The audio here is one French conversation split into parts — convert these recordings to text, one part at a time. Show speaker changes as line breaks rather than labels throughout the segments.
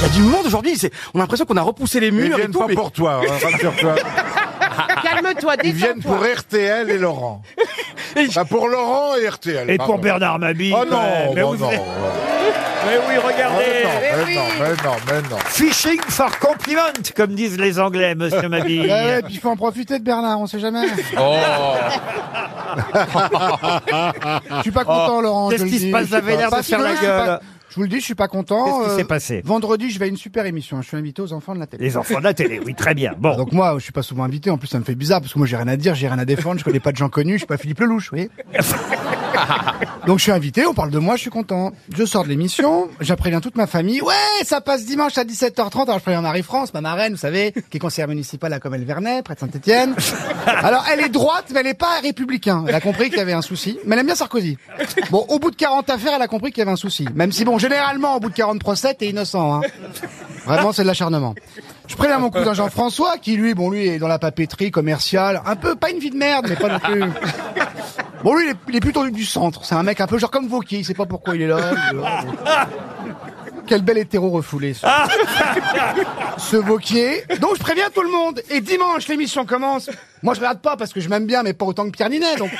Il y a du monde aujourd'hui. c'est- On a l'impression qu'on a repoussé les
Ils
murs et
viennent
tout.
pas
mais-
pour toi, hein, rassure-toi.
Calme-toi,
Ah. Ils viennent
détends-toi.
pour RTL et Laurent. Bah, pour Laurent et RTL.
Et
pardon.
pour Bernard Mabille.
Oh
quand
non,
même. mais,
non,
vous-
non.
mais oui, regardez.
Mais non, mais
oui.
non, mais non, mais non.
Fishing for compliment, comme disent les Anglais, monsieur Mabille.
Ouais,
Eh,
ouais, puis il faut en profiter de Bernard, on sait jamais.
oh.
je suis pas content, Laurent.
Oh, Qu'est-ce
je
qui
le
se
dis.
passe
Je suis
Vous avez
pas-
l'air de
pas si
faire la
mal, je suis pas-
gueule.
Je vous le dis, je suis pas content.
Qu'est-ce qui s'est
Euh,
passé
Vendredi, je vais à une super émission. hein. Je suis invité aux enfants de la télé.
Les enfants de la télé, oui, très bien. Bon,
Donc moi, je suis pas souvent invité. En plus, ça me fait bizarre parce que moi, j'ai rien à dire, j'ai rien à défendre. Je connais pas de gens connus. Je suis pas Philippe Lelouch, vous voyez. Donc je suis invité. On parle de moi. Je suis content. Je sors de l'émission. J'appréviens toute ma famille. Ouais, ça passe dimanche à 17h30. Alors je préviens Marie-France, ma marraine, vous savez, qui est conseillère municipale à Comel Vernet, près de Saint-Étienne. Alors elle est droite, mais elle est pas républicain. Elle a compris qu'il y avait un souci. Mais elle aime bien Sarkozy. Bon, au bout de 40 affaires, elle a compris qu'il y avait un souci. Même si bon, généralement, au bout de 40 procès, t'es innocent. Hein. Vraiment, c'est de l'acharnement. Je préviens mon cousin Jean-François, qui lui, bon, lui est dans la papeterie commerciale, un peu, pas une vie de merde, mais pas non plus. Bon, lui, il est, il est plutôt du centre. C'est un mec un peu genre comme Vauquier, il sait pas pourquoi il est là. il est là, bon. Quel bel hétéro refoulé, ce, ce Vauquier. Donc, je préviens tout le monde. Et dimanche, l'émission commence. Moi, je regarde pas parce que je m'aime bien, mais pas autant que Pierre Ninet, donc.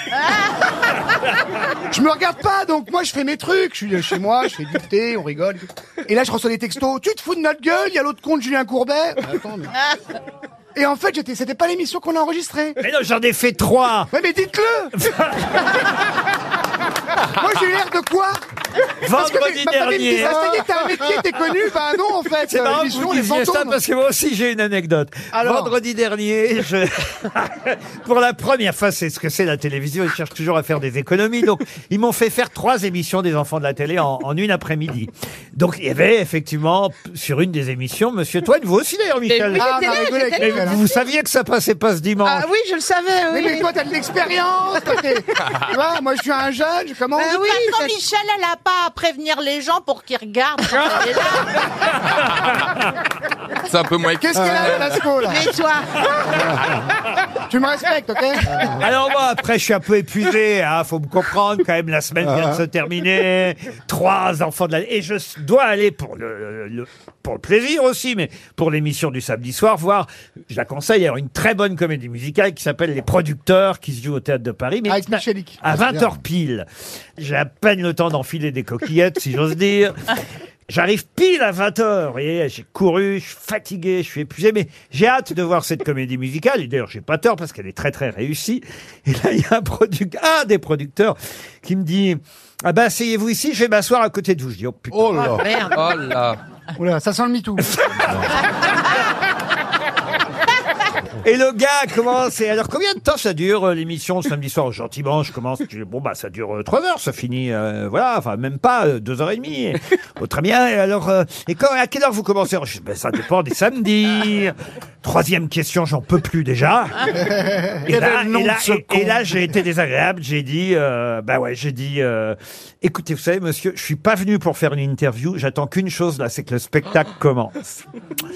Je me regarde pas, donc moi je fais mes trucs. Je suis chez moi, je fais du thé, on rigole. Et là je reçois des textos. Tu te fous de notre gueule Il y a l'autre compte Julien Courbet. Mais Bah, attends, mais- Et en fait, j'étais, c'était pas l'émission qu'on a enregistrée.
mais non, j'en ai fait trois.
Ouais, mais dites-le Moi j'ai l'air de quoi Parce que
Vendredi
ma famille me
dernier. hein.
disait, ah, ça y est, t'as un métier, t'es connu. Bah non, en fait,
C'est
euh,
marrant que
l'émission,
vous
les
disiez ça
fantômes.
parce que moi aussi j'ai une anecdote.
Alors
Vendredi dernier, je... pour la première fois, c'est ce que c'est la télévision. Ils cherchent toujours à faire des économies. Donc, ils m'ont fait faire trois émissions des enfants de la télé en, en une après-midi. Donc, il y avait effectivement sur une des émissions Monsieur Toine, vous aussi d'ailleurs, Michel.
oui,
Ah,
J'étais
bah,
là,
rigolez avec
j'étais
Michel, hein.
vous saviez que ça passait pas ce dimanche.
Ah oui, je le savais,
Oui,
oui.
mais toi, t'as de l'expérience. toi, t'es- Tu vois, moi, je suis un jeune, je commence.
Ah oui,
Parce
ça-
que Michel, elle a pas à prévenir les gens pour qu'ils regardent. quand elle est là.
C'est un peu moins
Qu'est-ce qu'elle
Euh,
a, Lasco, là
Mais toi,
Tu me respectes, ok
Alors moi, après, je suis un peu épuisé. Hein, faut me comprendre quand même. La semaine vient de se terminer. Trois enfants de la et je s- dois aller pour le, le- pour le plaisir aussi, mais pour l'émission du samedi soir, voir. Je la conseille. Il y a une très bonne comédie musicale qui s'appelle Les Producteurs, qui se joue au théâtre de Paris. Mais
Avec Michalik.
à 20h pile. J'ai à peine le temps d'enfiler des coquillettes, si j'ose dire. J'arrive pile à 20h, vous voyez, j'ai couru, je suis fatigué, je suis épuisé, mais j'ai hâte de voir cette comédie musicale, et d'ailleurs j'ai pas tort parce qu'elle est très très réussie. Et là il y a un, produc- un des producteurs qui me dit « Ah ben asseyez-vous ici, je vais m'asseoir à côté de vous ». Je dis « Oh putain,
Oh là.
Ah,
merde.
Oh là.
Oula, ça sent le MeToo.
Et le gars commence. Et alors, combien de temps ça dure euh, l'émission le samedi soir Gentiment, je commence. Je dis, bon, bah, ça dure euh, trois heures, ça finit. euh, voilà, enfin, même pas euh, deux heures et demie. Et, oh, très bien. Et alors, euh, et quand, à quelle heure vous commencez Alors, je dis, ben, ça dépend des samedis. Troisième question, j'en peux plus déjà. Et
ben,
là, et là, et- et là, j'ai été désagréable. J'ai dit, euh, bah ouais, j'ai dit, euh, écoutez, vous savez, monsieur, je suis pas venu pour faire une interview. J'attends qu'une chose là, c'est que le spectacle commence.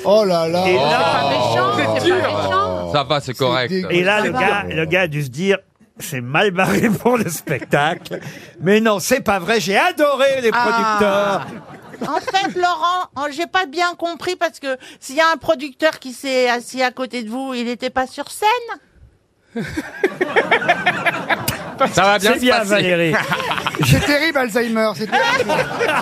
Oh là là.
Et là,
méchant, c'est pas méchant.
Ça va, c'est correct.
dégueu.
Et là, le gars, le gars a dû se dire, c'est mal barré pour le spectacle. Mais non, c'est pas vrai. J'ai adoré les producteurs.
En fait, Laurent, oh, j'ai pas bien compris parce que s'il y a un producteur qui s'est assis à côté de vous, il n'était pas sur scène.
Ça va bien
c'est
se
Ah, bien,
passer.
Valérie.
C'est terrible Alzheimer, c'est terrible.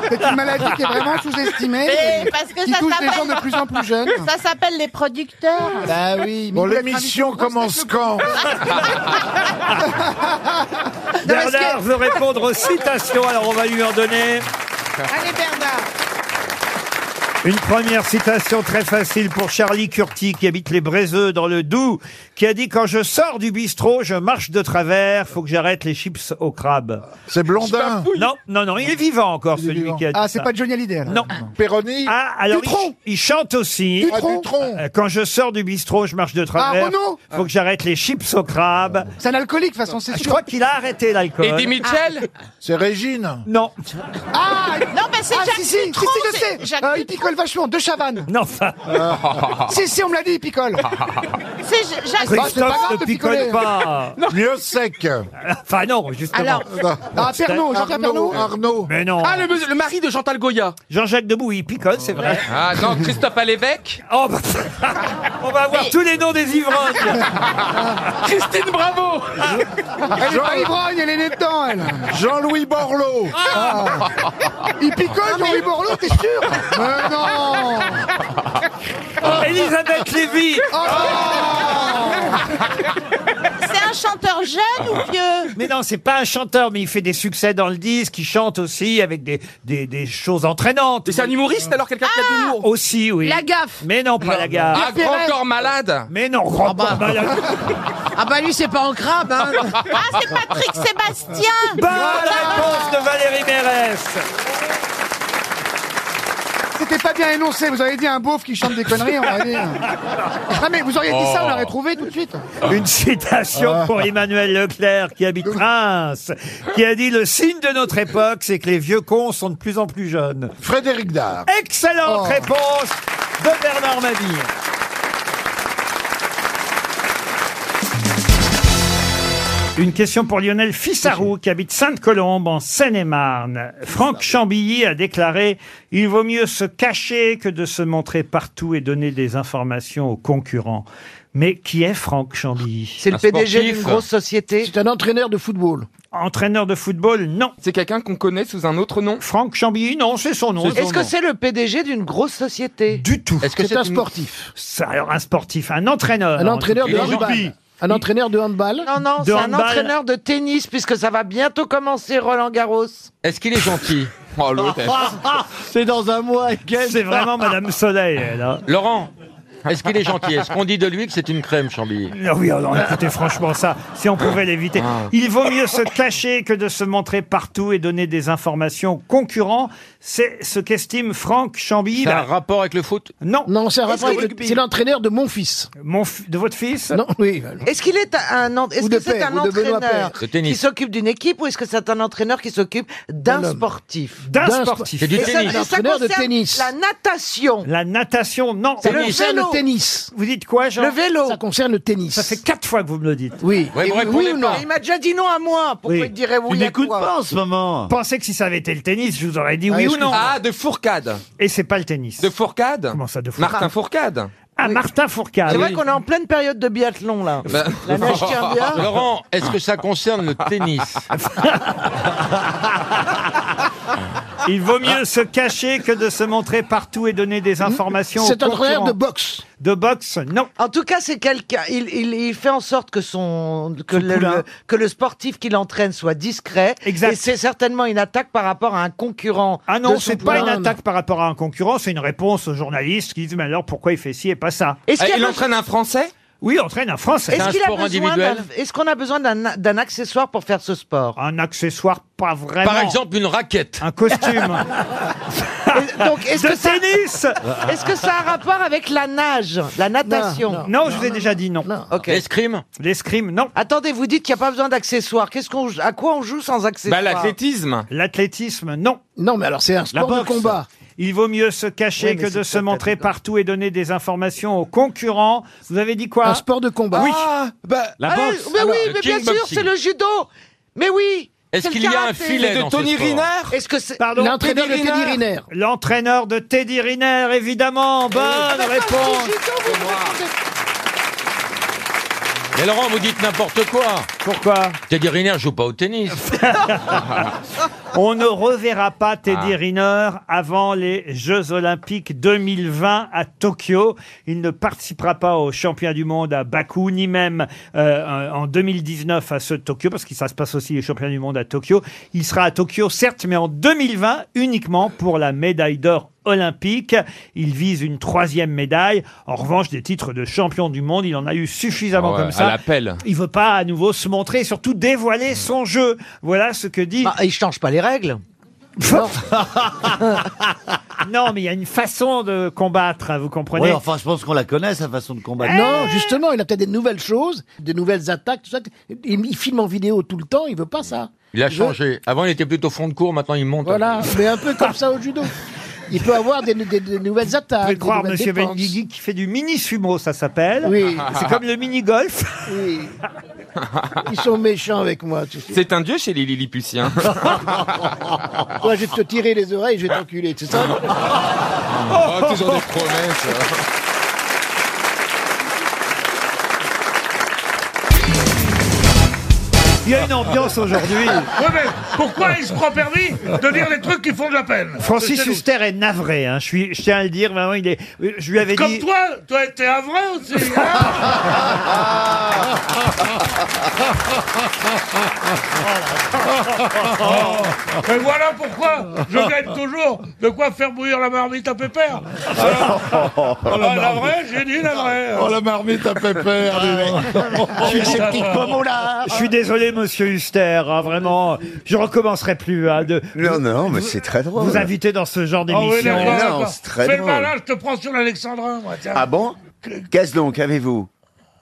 C'est une maladie qui est vraiment sous-estimée,
Mais Eh, parce que
qui
ça
touche les gens
s'appelle-
de plus en plus jeunes.
Ça s'appelle les producteurs.
Bah oui.
Bon,
mais-
l'émission commence quand
Bernard veut répondre aux citations, alors on va lui en donner.
Allez, Bernard.
Une première citation très facile pour Charlie Curti, qui habite les Bréseux dans le Doubs, qui a dit Quand je sors du bistrot, je marche de travers, faut que j'arrête les chips au crabe.
C'est Blondin,
Non, non, non, il est vivant encore, celui
vivant.
qui a dit.
Ah, c'est
ça.
pas Johnny Hallyday. alors.
Non.
Péroni,
Ah, alors il,
Dutronc.
il chante aussi.
ah,
Dutronc.
Dutronc.
Euh, Quand je sors du bistrot, je marche de travers.
Ah, Renaud
Faut que j'arrête les chips au crabe. Ah,
C'est un alcoolique, de toute façon, c'est
Je
sûr.
crois qu'il a arrêté l'alcool.
Eddie Mitchell
c'est Régine.
Non.
Ah,
Non, mais c'est
ah,
Jacques
si, si, si, si,
Dutronc, c'est
je sais.
Jacques
Euh, il
Dutronc.
picolait, picole vachement, de Chavannes.
Non, enfin,
si, si, on me l'a dit, il picole.
Ah,
Ah,
C'est J- Jacques
Christophe
grave
ne
de
picole
picoler.
pas.
Mieux sec.
Enfin, non, justement.
Alors,
Ah, Pernod, Jean-Pierre
Arnaud,
Pernod.
Arnaud.
Mais non.
Ah, le, mes- le mari de Chantal Goya.
Jean-Jacques Debout, il picole, c'est vrai.
Ah non, Christophe à l'évêque
Oh, bah, on va avoir tous les noms des ivrognes.
Christine Bravo.
Elle est pas ivrogne, elle est née dedans, elle.
Jean-Louis Borloo.
Ah.
Ah. Il picole, Jean-Louis Borloo, t'es sûr
Euh,
Mais non
Elisabeth Lévy.
c'est un chanteur jeune ou vieux
Mais non, c'est pas un chanteur, mais il fait des succès dans le disque, il chante aussi avec des, des, des choses entraînantes. Ah
Et c'est un humoriste alors quelqu'un qui a de l'humour.
Aussi, oui.
La gaffe.
Mais non, pas la gare.
Ah, grand corps malade
Mais non, grand
bah.
pas la-
Ah bah lui, c'est pas en crabe, hein.
Ah, c'est Patrick Sébastien
Bonne réponse de Valérie Mérès.
C'était pas bien énoncé, vous avez dit un beauf qui chante des conneries, on va dire. Ah mais vous auriez dit
Oh.
ça, on l'aurait trouvé tout de suite.
Ah.
Une citation pour Emmanuel Leclerc qui habite Reims, qui a dit le signe de notre époque, c'est que les vieux cons sont de plus en plus jeunes.
Frédéric Dard.
Excellente
Oh.
réponse de Bernard Mabille. Une question pour Lionel Fissarou qui habite Sainte-Colombe en Seine-et-Marne. Franck Chambilly a déclaré Il vaut mieux se cacher que de se montrer partout et donner des informations aux concurrents. Mais qui est Franck Chambilly
C'est le
Un
PDG
sportif.
d'une grosse société.
C'est un entraîneur de football.
Entraîneur de football Non.
C'est quelqu'un qu'on connaît sous un autre nom
Franck Chambilly Non, c'est son nom.
Est-ce que c'est le PDG d'une grosse société
du tout
Est-ce que c'est un
sportif.
Ça, Alors un sportif, un entraîneur.
de rugby.
Un entraîneur de handball.
Non, non,
De
c'est un
handball.
entraîneur de tennis, puisque ça va bientôt commencer Roland Garros.
Est-ce qu'il est gentil ah. Oh l'autre. elle-
C'est dans un mois, quel
C'est vraiment Madame Soleil, elle. hein.
Laurent est-ce qu'il est gentil Est-ce qu'on dit de lui que c'est une crème, Chambilly
Ah oui, alors écoutez, franchement, ça, si on pouvait l'éviter. Il vaut mieux se cacher que de se montrer partout et donner des informations aux concurrents. C'est ce qu'estime Franck Chambilly.
Il a
là.
un rapport avec le foot
Non,
Non, c'est
rapport Est-ce que- avec- c'est
l'entraîneur de mon fils.
mon f- de votre fils
Non, oui.
Est-ce qu'il est un, en- est-ce
Ou de
que c'est
Père,
un
ou de Benoît
entraîneur
Père. De
qui
tennis.
s'occupe d'une équipe ou est-ce que c'est un entraîneur qui s'occupe d'un
D'un homme.
sportif
D'un
D'un
sportif.
C'est du
Et ça- et
tennis.
ça
Entraîneur de
concerne
tennis.
La natation,
La natation, non.
C'est le vélo,
tennis.
Vous dites quoi, Jean
le vélo.
concerne le tennis.
Ça fait quatre fois que vous me le dites.
Oui.
Ouais, vous répondez pas.
Il m'a déjà dit non à moi. Pourquoi
Oui.
il dirait oui à toi
en ce moment.
Pensez que si ça avait été le tennis, je vous aurais dit
Ah,
oui ou non.
excuse-moi.
Ah, de Fourcade.
Et c'est pas le tennis.
De Fourcade
Comment ça, de Fourcade
Martin Fourcade.
Ah, Martin
C'est
Fourcade.
vrai qu'on est en pleine période de biathlon là. La neige tient bien.
Bah, Laurent, est-ce que ça concerne le tennis
Il vaut mieux se cacher que de se montrer partout et donner des informations aux concurrents.
boxe.
De boxe, non.
En tout cas, c'est quelqu'un. Il, il, il fait en sorte que son que
Son
le,
poulain.
le- que le sportif qui l'entraîne soit discret.
Exact.
Et c'est certainement une attaque par rapport à un concurrent.
Ah
de
non,
son
c'est pas une
poulain.
attaque par rapport à un concurrent, c'est une réponse aux journalistes qui disent mais alors pourquoi il fait ci et pas ça
Est-ce
Ah,
qu'il
Il
y a besoin-
entraîne un Français
Oui, on traîne un Français.
C'est un
est-ce qu'il a
sport
besoin
individuel
d'un- Est-ce qu'on a besoin d'un d'un accessoire pour faire ce sport
Un accessoire pas vraiment.
Par exemple, une raquette.
Un costume.
Et Donc, est-ce que,
de
ça,
tennis
est-ce que ça a un rapport avec la nage, la natation
Non, je vous ai déjà dit non.
Ok.
L'escrime
L'escrime, non.
Attendez, vous dites qu'il n'y a pas besoin d'accessoires. Qu'est-ce qu'on, à quoi on joue sans
Bah,
accessoires
l'athlétisme.
L'athlétisme, non.
Non, mais alors c'est un sport de combat.
Il vaut mieux se cacher
Oui, mais
que de
c'est
se
peut-être
montrer
dedans.
partout et donner des informations aux concurrents. Vous avez dit quoi
Un sport de combat.
Oui.
La
Ah,
boxe.
mais
Alors,
oui,
le
mais bien sûr,
kickboxing.
c'est le judo. Mais oui.
Est-ce
c'est le
qu'il y a un
karaté.
filet dans ce sport
Est-ce que c'est
Pardon
L'entraîneur de Teddy Riner.
L'entraîneur de Teddy Riner,
Eh
évidemment. Bonne réponse. Ah,
Mais Laurent, vous dites n'importe quoi.
Pourquoi
Teddy Riner joue pas au tennis.
On ne reverra pas Teddy
Ah.
Riner avant les Jeux Olympiques 2020 à Tokyo. Il ne participera pas aux Championnats du Monde à Bakou, ni même euh, en 2019 à ce Tokyo, parce que ça se passe aussi les Championnats du Monde à Tokyo. Il sera à Tokyo, certes, mais en 2020 uniquement pour la médaille d'or olympique. Il vise une troisième médaille. En revanche, des titres de champion du monde, il en a eu suffisamment
Ah Ouais,
comme
À
ça.
l'appel.
Il veut pas à nouveau se montrer, et surtout dévoiler son jeu. Voilà ce que dit
Bah, il change pas les règles.
Non, mais il y a une façon de combattre, hein, vous comprenez
Ouais, enfin, je pense qu'on la connaît, sa façon de combattre.
Bah
Eh
Eh
Non, justement, il a peut-être des nouvelles choses, des nouvelles attaques, tout ça. Il, il filme en vidéo tout le temps, il veut pas ça.
Il a changé. Avant, il était plutôt fond de cours, maintenant il monte.
Voilà, mais un peu comme ça au judo.
Il peut avoir des, des- des nouvelles attaques.
Vous pouvez
des
croire,
nouvelles
monsieur
dépenses.
Benguigui, qui fait du mini-sumo, ça s'appelle.
Oui.
C'est comme le mini-golf.
Oui. Ils sont méchants avec moi. tu sais.
C'est un dieu chez les Lilliputiens.
Toi, je vais te tirer les oreilles, je vais t'enculer, c'est ça
Oh, toujours des promesses.
Il y a une ambiance aujourd'hui.
pourquoi il se prend permis de dire les trucs qui font de la peine
Francis
C'est nous.
Huster est navré. hein. Je, suis, je tiens à le dire, vraiment, il est. Je lui avais
Comme
dit.
toi, toi, t'es un vrai aussi. hein Mais voilà pourquoi je gagne toujours de quoi faire bouillir la marmite à pépère. Alors,
Oh,
ah, la vraie, hein. Ah, j'ai dit la vraie.
Oh, la marmite à pépère, dis donc.
Je suis désolé, monsieur Huster, hein, vraiment. Je recommencerai plus. hein, de
Non, non, mais c'est très drôle.
vous inviter dans ce genre
Ah oui, les
d'émission.
gars,
Non,
quoi.
c'est très
Fais le
drôle.
malin, je te prends sur l'Alexandrin, moi, tiens.
Ah bon Qu'est-ce donc avez-vous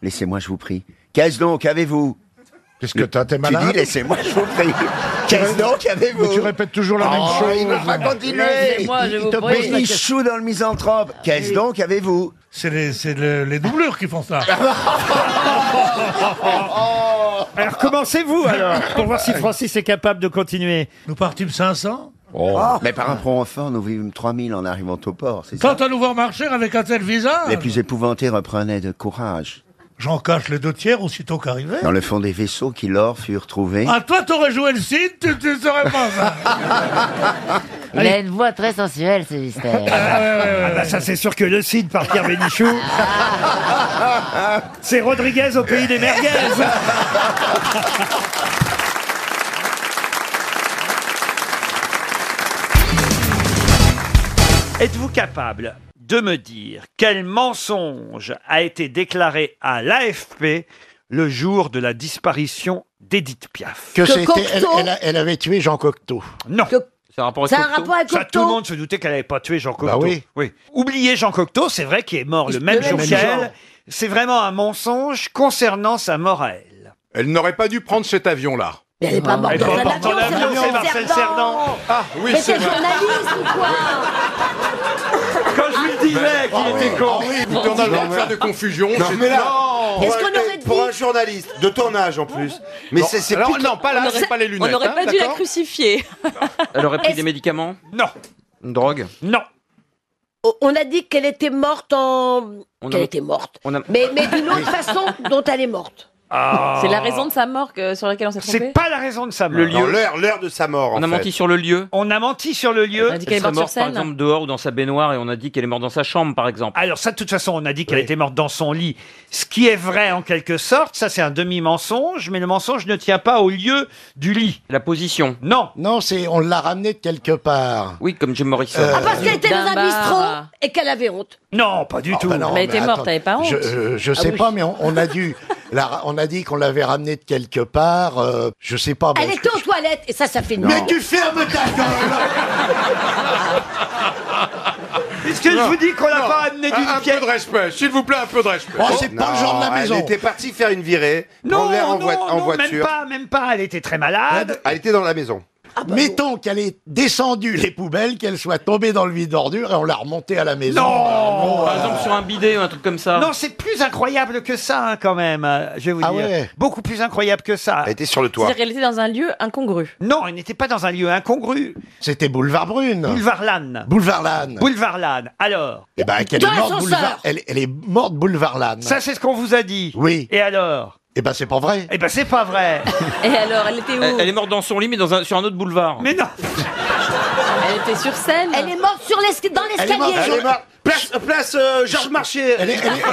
Laissez-moi, je vous prie. Qu'est-ce donc avez-vous
Qu'est-ce que t'as T'es
Tu dis,
malade
laissez-moi, je vous prie. Qu'est-ce donc
Mais tu
avez-vous
répètes toujours la même
Oh, il va
chose.
pas continuer Mais il choue dans le misanthrope. Qu'est-ce donc avez-vous Ah
C'est les, c'est le- les doublures qui font ça.
Alors commencez-vous alors pour voir si Francis est capable de continuer.
Nous partîmes 500
Oh. Mais par rapport aux enfants, nous vivîmes 3000 en arrivant au port, c'est ça
Quand à nous voir marcher avec un tel
Ah.
visage,
Les plus épouvantés reprenaient de courage.
j'en cache les deux tiers aussitôt qu'arrivé.
Dans le fond des vaisseaux qui l'or furent trouvés.
Ah, toi, t'aurais joué le Cid, tu ne saurais pas ça.
Il a une voix très sensuelle, ce mystère.
Ah bah ça c'est sûr que le Cid par Pierre Bénichou. c'est Rodriguez au pays des merguez. Êtes-vous capable de me dire quel mensonge a été déclaré à l'AFP le jour de la disparition d'Edith Piaf
Que Cocteau-
avait tué Jean Cocteau.
Non.
C'est un rapport
Ça a un rapport avec
Ça, tout le
Cocteau
monde se doutait qu'elle n'avait pas tué Jean Cocteau.
Bah
oui.
Oubliez Jean Cocteau, c'est vrai qu'il est mort le même
même
jour
jour.
qu'elle. C'est vraiment un mensonge concernant sa mort à elle.
Elle n'aurait pas dû prendre cet avion-là.
Mais elle n'est pas morte
Elle est pas
dans un
morte
avion,
en
c'est
avion,
Marcel
c'est Marcel Cerdan.
Ah oui,
bah, Mais
c'est
t'es
vrai.
journaliste ou quoi
Quand je lui disais qu'il était con.
ah Oui, mais on a le droit de faire de confusion. c'est-
Est-ce qu'on aurait dit
un journaliste de ton âge en plus. Mais
Non, alors, non, pas là, c'est pas les lunettes. hein, d'accord
crucifier.
Elle aurait pris
Est-ce-
des médicaments
Non,
Une drogue
non.
O- On a dit qu'elle était morte en...
On
Qu'elle
a-
était morte.
On a-
Mais, mais d'une autre façon dont elle est morte.
Ah.
C'est la raison de sa mort que- sur laquelle on s'est trompé
C'est pas la raison de sa mort.
Le lieu.
Non, l'heure, l'heure de sa mort.
On a
en fait.
menti sur le lieu
On a menti sur le lieu.
On a dit qu'elle
Elle
est
serait
morte sur
morte, par
scène.
exemple, dehors ou dans sa baignoire et on a dit qu'elle est morte dans sa chambre, par exemple.
Alors ça, de toute façon, on a dit qu'elle était morte dans son lit. Ce qui est vrai en quelque sorte, ça c'est un demi-mensonge, mais le mensonge ne tient pas au lieu du lit.
La position.
Non.
Non, c'est on l'a ramené de quelque part. Euh,
Oui, comme Jim Morrison.
Ah, parce qu'elle était dans
D'un
un
bar.
bistrot et qu'elle avait honte.
Non, pas du tout.
bah non,
Mais elle était morte,
attends,
t'avais pas honte.
Je, euh, je sais
Ah oui.
pas, mais on, on a dû. la ra- on a dit qu'on l'avait ramené de quelque part. euh, je sais
Ah,
pas. bon,
Elle était aux toilettes et ça, ça fait une
Mais tu fermes ta gueule
Puisque je vous dis qu'on l'a pas amené d'une
Un, un peu
pièce.
de respect, s'il vous plaît, un peu de respect.
Oh, c'est pas le genre de la maison.
Elle était partie faire une virée,
Non,
prendre l'air
non,
en, voi- en
non, même
voiture.
pas, même pas. Elle était très malade.
Elle était dans la maison.
Ah, bah,
Mettons qu'elle ait descendu les poubelles, qu'elle soit tombée dans le vide d'ordures et on l'a remontée à la maison.
Non.
Bah,
Par
bon, euh,
exemple, sur un bidet ou un truc comme ça.
Non, c'est plus incroyable que ça, hein, quand même. euh, Je vais vous
Ah
dire.
ouais.
Beaucoup plus incroyable que ça.
Elle était sur le toit.
C'est-à-dire qu'elle était dans un lieu incongru.
Non, elle n'était pas dans un lieu incongru.
C'était boulevard Brune.
Boulevard Lannes.
Boulevard Lannes.
Boulevard Lannes. Alors,
Eh ben, qu'elle
Dans
est morte
l'ascenseur.
boulevard. Elle, elle est morte boulevard Lannes.
ça, c'est ce qu'on vous a dit.
Oui.
Et alors
Eh ben, c'est pas vrai.
Eh ben, c'est pas vrai.
Et alors, elle était où
Elle, elle est morte dans son lit, mais dans un- sur un autre boulevard.
Mais non.
Elle était sur scène.
Elle est morte sur l'esca- dans
Elle est morte
l'escalier.
sur le-
Place, place euh, Georges Marché.
elle est- elle est-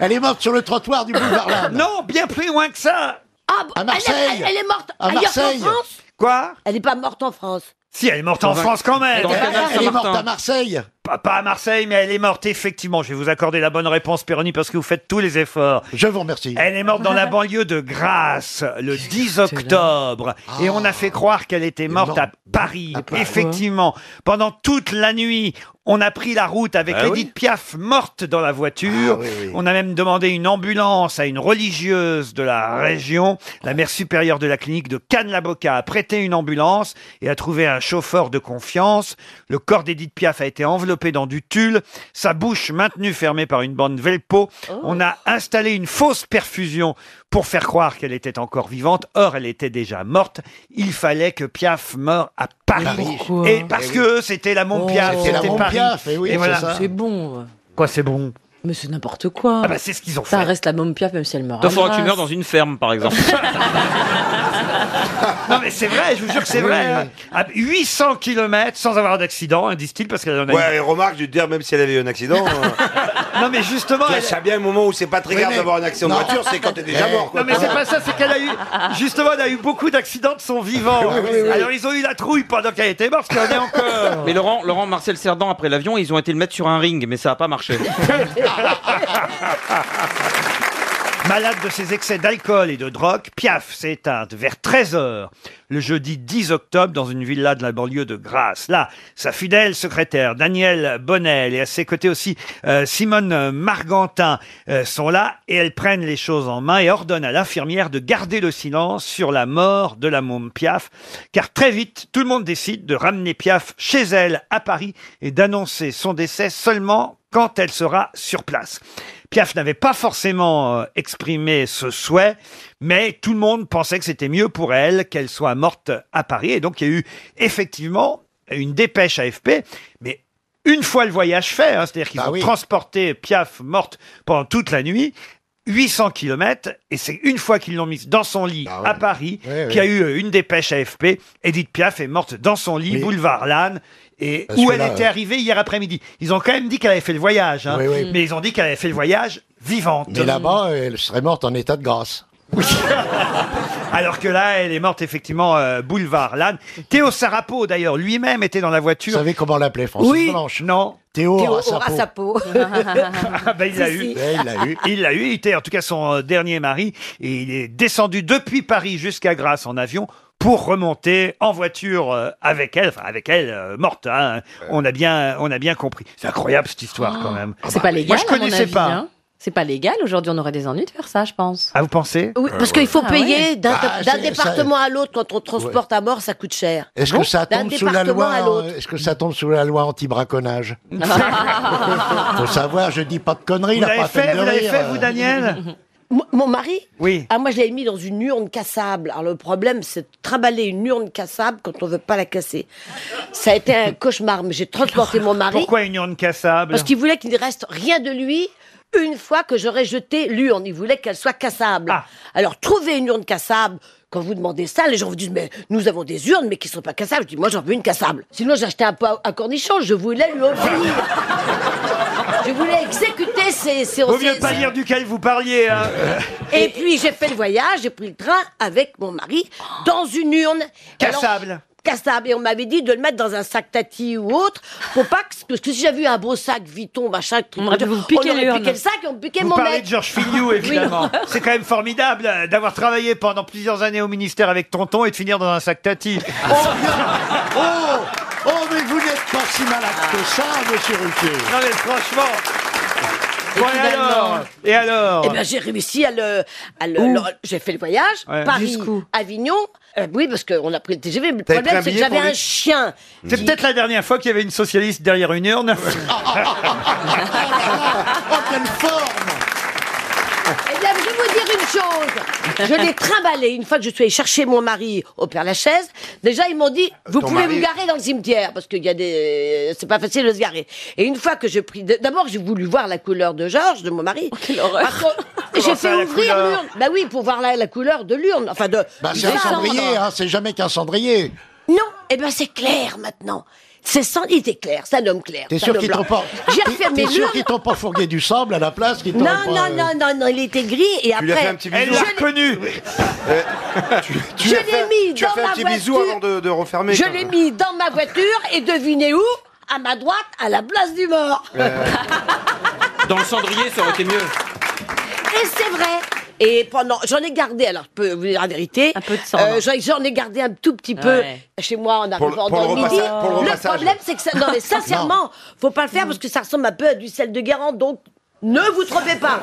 elle est morte sur le trottoir du boulevard Lannes.
Non, bien plus loin que ça.
Ah, bon,
À
elle est-
Marseille.
Elle, elle est morte
À
ailleurs
Marseille.
qu'en France
Quoi
Elle n'est pas morte en France.
Si, elle est morte en
Dans un-
France quand même.
Dans-
Elle,
Canal
elle est
Saint-Martin.
morte à Marseille.
Pas, pas à Marseille, mais elle est morte, effectivement. Je vais vous accorder la bonne réponse, Péroni, parce que vous faites tous les efforts. Eh, Je vous remercie. Elle est morte dans la banlieue de Grasse, le 10 octobre. Et
Ah.
on a fait croire qu'elle était morte à Paris. Effectivement, pendant toute la nuit, on a pris la route avec
Bah
Ah oui.
Edith Piaf morte dans la
Ah
voiture. On a même demandé une ambulance à une religieuse de
Ah.
la région. La mère supérieure de la clinique de Cannes-la-Boca a prêté une ambulance et a trouvé un chauffeur de confiance. Le corps d'Edith Piaf a été enveloppé dans du tulle, sa bouche maintenue fermée par une bande Velpo. On a installé une fausse perfusion pour faire croire qu'elle était encore vivante. Or, elle était déjà morte. Il fallait que Piaf meure à Paris.
Pourquoi
Et parce
Eh oui. Oh.
que c'était la Montpiaf,
C'était la
Paris.
Montpiaf, eh oui, c'est
voilà.
ça.
C'est bon.
Quoi, c'est bon
Mais c'est n'importe quoi.
Ah bah, c'est ce qu'ils ont
Ça reste la môme piaf, même si elle meurt.
Toi,
à
faudra que tu
Grasse.
meurs dans une ferme, par exemple.
Non mais c'est vrai, je vous jure que c'est
Oui,
vrai. hein.
oui.
À 800 km sans avoir d'accident, hein, disent-ils, parce qu'elle en a eu-
Ouais, et remarque, je vais te dire, même si elle avait eu un accident.
non, mais justement.
Il y a bien un moment où c'est pas très
Oui,
grave
mais-
d'avoir un accident de
Non.
voiture, c'est quand t'es déjà
Eh,
mort. quoi.
Non mais c'est
ben,
pas ça, c'est qu'elle a eu justement elle a eu beaucoup d'accidents de son vivant.
Oui, oui, oui.
Alors ils ont eu la trouille pendant qu'elle était morte, parce qu'il y en a encore.
Mais Laurent, Laurent, Marcel Cerdan, après l'avion, ils ont été le mettre sur un ring, mais ça n'a pas marché.
Malade de ses excès d'alcool et de drogue, Piaf s'est éteinte vers 13h le jeudi 10 octobre dans une villa de la banlieue de Grasse. Là, sa fidèle secrétaire Danielle Bonnel et à ses côtés aussi euh, Simone Margantin euh, sont là et elles prennent les choses en main et ordonnent à l'infirmière de garder le silence sur la mort de la môme Piaf car très vite, tout le monde décide de ramener Piaf chez elle à Paris et d'annoncer son décès seulement quand elle sera sur place. Piaf n'avait pas forcément euh, exprimé ce souhait, mais tout le monde pensait que c'était mieux pour elle qu'elle soit morte à Paris. Et donc il y a eu effectivement une dépêche AFP, mais une fois le voyage fait, hein, c'est-à-dire qu'ils ont transporté Piaf morte pendant toute la nuit, 800 km, et c'est une fois qu'ils l'ont mise dans son lit à Paris
Ouais,
qu'il y a
ouais.
eu euh, une dépêche AFP. Edith Piaf est morte dans son lit, boulevard Lannes. Et
Parce
où
que
elle
là,
était
euh,
arrivée hier après-midi. Ils ont quand même dit qu'elle avait fait le voyage, hein.
Oui, oui.
mais ils ont dit qu'elle avait fait le voyage vivante.
Mais là-bas, elle serait morte en état de grâce.
Alors que là, elle est morte effectivement euh, boulevard Lannes. Théo Sarapo, d'ailleurs, lui-même était dans la voiture. Vous savez comment l'appelait
Francis
oui, Non.
Théo Théo Arasapo. Arasapo.
ah ben, il l'a
Si,
eu.
si. Ouais, il l'a eu.
Il l'a eu. Il était en tout cas son euh, dernier mari. Et il est descendu depuis Paris jusqu'à Grasse en avion pour remonter en voiture euh, avec elle, enfin avec elle euh, morte. hein. On a bien, on a bien compris. C'est incroyable cette histoire
Oh.
quand même.
Ah,
Ah,
C'est
bah.
pas légal.
Moi je
à mon
connaissais
avis,
pas.
hein. C'est pas légal. Aujourd'hui, on aurait des ennuis de faire ça, je pense.
Ah vous pensez
Oui, parce qu'il faut
Ah
payer
ouais.
d'un
Ah,
d'un
c'est-
département à l'autre quand on transporte à mort, ça coûte cher.
Est-ce que ça
D'un
tombe sous la
département
loi euh,
à
euh,
l'autre.
Est-ce que ça tombe sous la loi anti-braconnage Faut savoir, je dis pas de conneries. là, pas à peine de rire, euh.
Mon- Mon mari
Oui.
Ah, moi, je l'ai mis dans une urne cassable. Alors, le problème, c'est de trimballer une urne cassable quand on veut pas la casser. Ça a été un cauchemar, mais j'ai transporté mon mari.
Ah. Pourquoi une urne cassable
Parce qu'il voulait qu'il ne reste rien de lui une fois que j'aurais jeté l'urne. Il voulait qu'elle soit cassable.
Ah.
Alors, trouver une urne cassable, quand vous demandez ça, les gens vous disent, mais nous avons des urnes, mais qui ne sont pas cassables. Je dis, moi, j'en veux une cassable. Sinon, j'achetais un peu à, à cornichon, je voulais lui obéir. je voulais exécuter ses... ses
Vaut mieux
ses-
pas
ses-
dire duquel vous parliez. hein.
Et puis, j'ai fait le voyage, j'ai pris le train avec mon mari dans une urne.
Cassable.
Alors, Cassable, et on m'avait dit de le mettre dans un sac tati ou autre, pour pas que, parce que si j'avais eu un beau sac Vuitton, machin, truc,
On aurait pu vous piquer
aurait
l'urne.
piqué le sac et on piquait
Vous
mon
parlez
mec.
de Georges Filiou, évidemment. c'est quand même formidable euh, d'avoir travaillé pendant plusieurs années au ministère avec Tonton et de finir dans un sac tati.
Oh, oh, mais vous n'êtes pas si malade que ça, monsieur Ruquier.
Non, mais franchement.
Et
Ouais,
finalement-
alors Et alors
Eh bien, j'ai réussi à le. à le- le- j'ai fait le voyage,
Ouais.
Paris,
Jusqu'où
Avignon. Euh, oui, parce qu'on a pris le TGV, mais le
T'avais pris un
problème, c'est que
billet
j'avais
pour
un
lui
chien.
C'est peut-être la dernière fois qu'il y avait une socialiste derrière une urne.
Oh, quelle forme
Eh bien, je vais vous dire une chose. Je l'ai trimballé une fois que je suis allée chercher mon mari au Père Lachaise. Déjà, ils m'ont dit, vous
Euh, Ton
pouvez
mari-
vous garer dans le cimetière parce qu'il y a des, euh, c'est pas facile de se garer. Et une fois que j'ai pris, d'abord, j'ai voulu voir la couleur de Georges, de mon mari. Oh, quelle horreur. J'ai
Comment
fait
ça, la
ouvrir
couleur
l'urne. Bah oui, pour voir la, la couleur de l'urne. Enfin, de.
Bah,
du
c'est un
cendre.
cendrier, hein, c'est jamais qu'un cendrier.
Non, eh ben c'est clair maintenant. C'est sans... Il était clair, c'est un homme clair.
T'es
c'est un
sûr
homme
qu'ils
blanc.
t'ont pas.
J'ai
t'es-
refermé
T'es sûr
l'urne.
qu'ils t'ont pas fourgué du sable à la place qu'ils t'ont
Non,
pas,
non,
euh,
non, non, non, il était gris et
Tu
après.
lui as fait un petit
Elle l'a reconnu
Euh,
tu,
Je l'ai mis dans ma voiture.
de, de refermer.
Je
quand
l'ai
même.
mis dans ma voiture et devinez où à ma droite, à la place du mort.
Euh,
Dans le cendrier, ça aurait été mieux.
Et c'est vrai. Et pendant, j'en ai gardé, alors je peux vous dire la vérité. Un peu de
sang, non
j'en ai gardé un tout petit peu
Ouais.
chez moi en
Pour le-
arrivant
pour le
dans le midi.
repassage- pour le repassage.
problème, c'est que ça, non mais sincèrement, faut pas le faire parce que ça ressemble un peu à du sel de Guérande, donc ne vous trompez pas.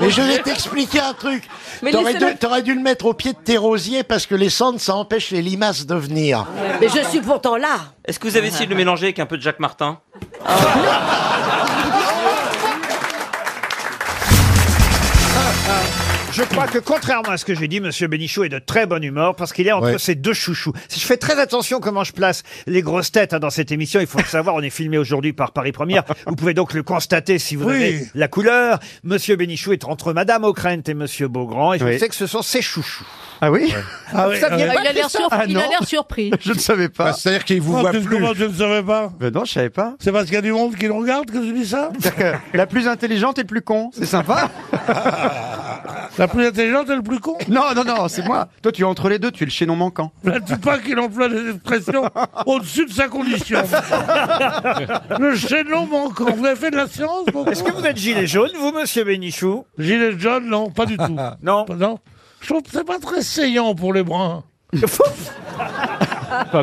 Mais je vais t'expliquer un truc.
Mais
T'aurais
laissez-le-
dû, t'aurais dû le mettre au pied de tes rosiers parce que les cendres, ça empêche les limaces de venir.
Mais je suis pourtant là.
Est-ce que vous avez essayé de le mélanger avec un peu de Jacques Martin
Je crois que contrairement à ce que j'ai dit, Monsieur Bénichou est de très bonne humeur parce qu'il est entre
Ouais.
ses deux chouchous. Je fais très attention comment je place les grosses têtes hein, dans cette émission. Il faut le savoir, on est filmé aujourd'hui par Paris Première. Vous pouvez donc le constater si vous
Oui.
avez la couleur. Monsieur Bénichou est entre Madame O'Krent et Monsieur Beaugrand et je
Oui.
sais que ce sont ses chouchous.
Ah oui
Ah oui,
saviez
ah
pas
oui.
Il a l'air
ça
surpris,
Ah
il a
non.
l'air surpris.
Je ne savais pas.
Bah, c'est-à-dire qu'il
Oh,
vous voit
Oh, tu-
plus.
Comment tu ne savais pas
Ben non, je savais pas.
C'est parce qu'il y a du monde qui le regarde que tu dis ça
C'est-à-dire que la plus intelligente est le plus con, c'est sympa.
La plus intelligente est le plus con
Non, non, non, c'est moi. Toi, tu es entre les deux, tu es le chaînon manquant.
Là, tu Bah, pas qu'il emploie des expressions au-dessus de sa condition. Le chaînon manque. Vous avez fait de la science beaucoup
Est-ce que vous êtes gilet jaune, vous, monsieur Bénichou
Gilet jaune, non, pas du tout.
non.
non. Je trouve que c'est pas très saillant pour les bruns.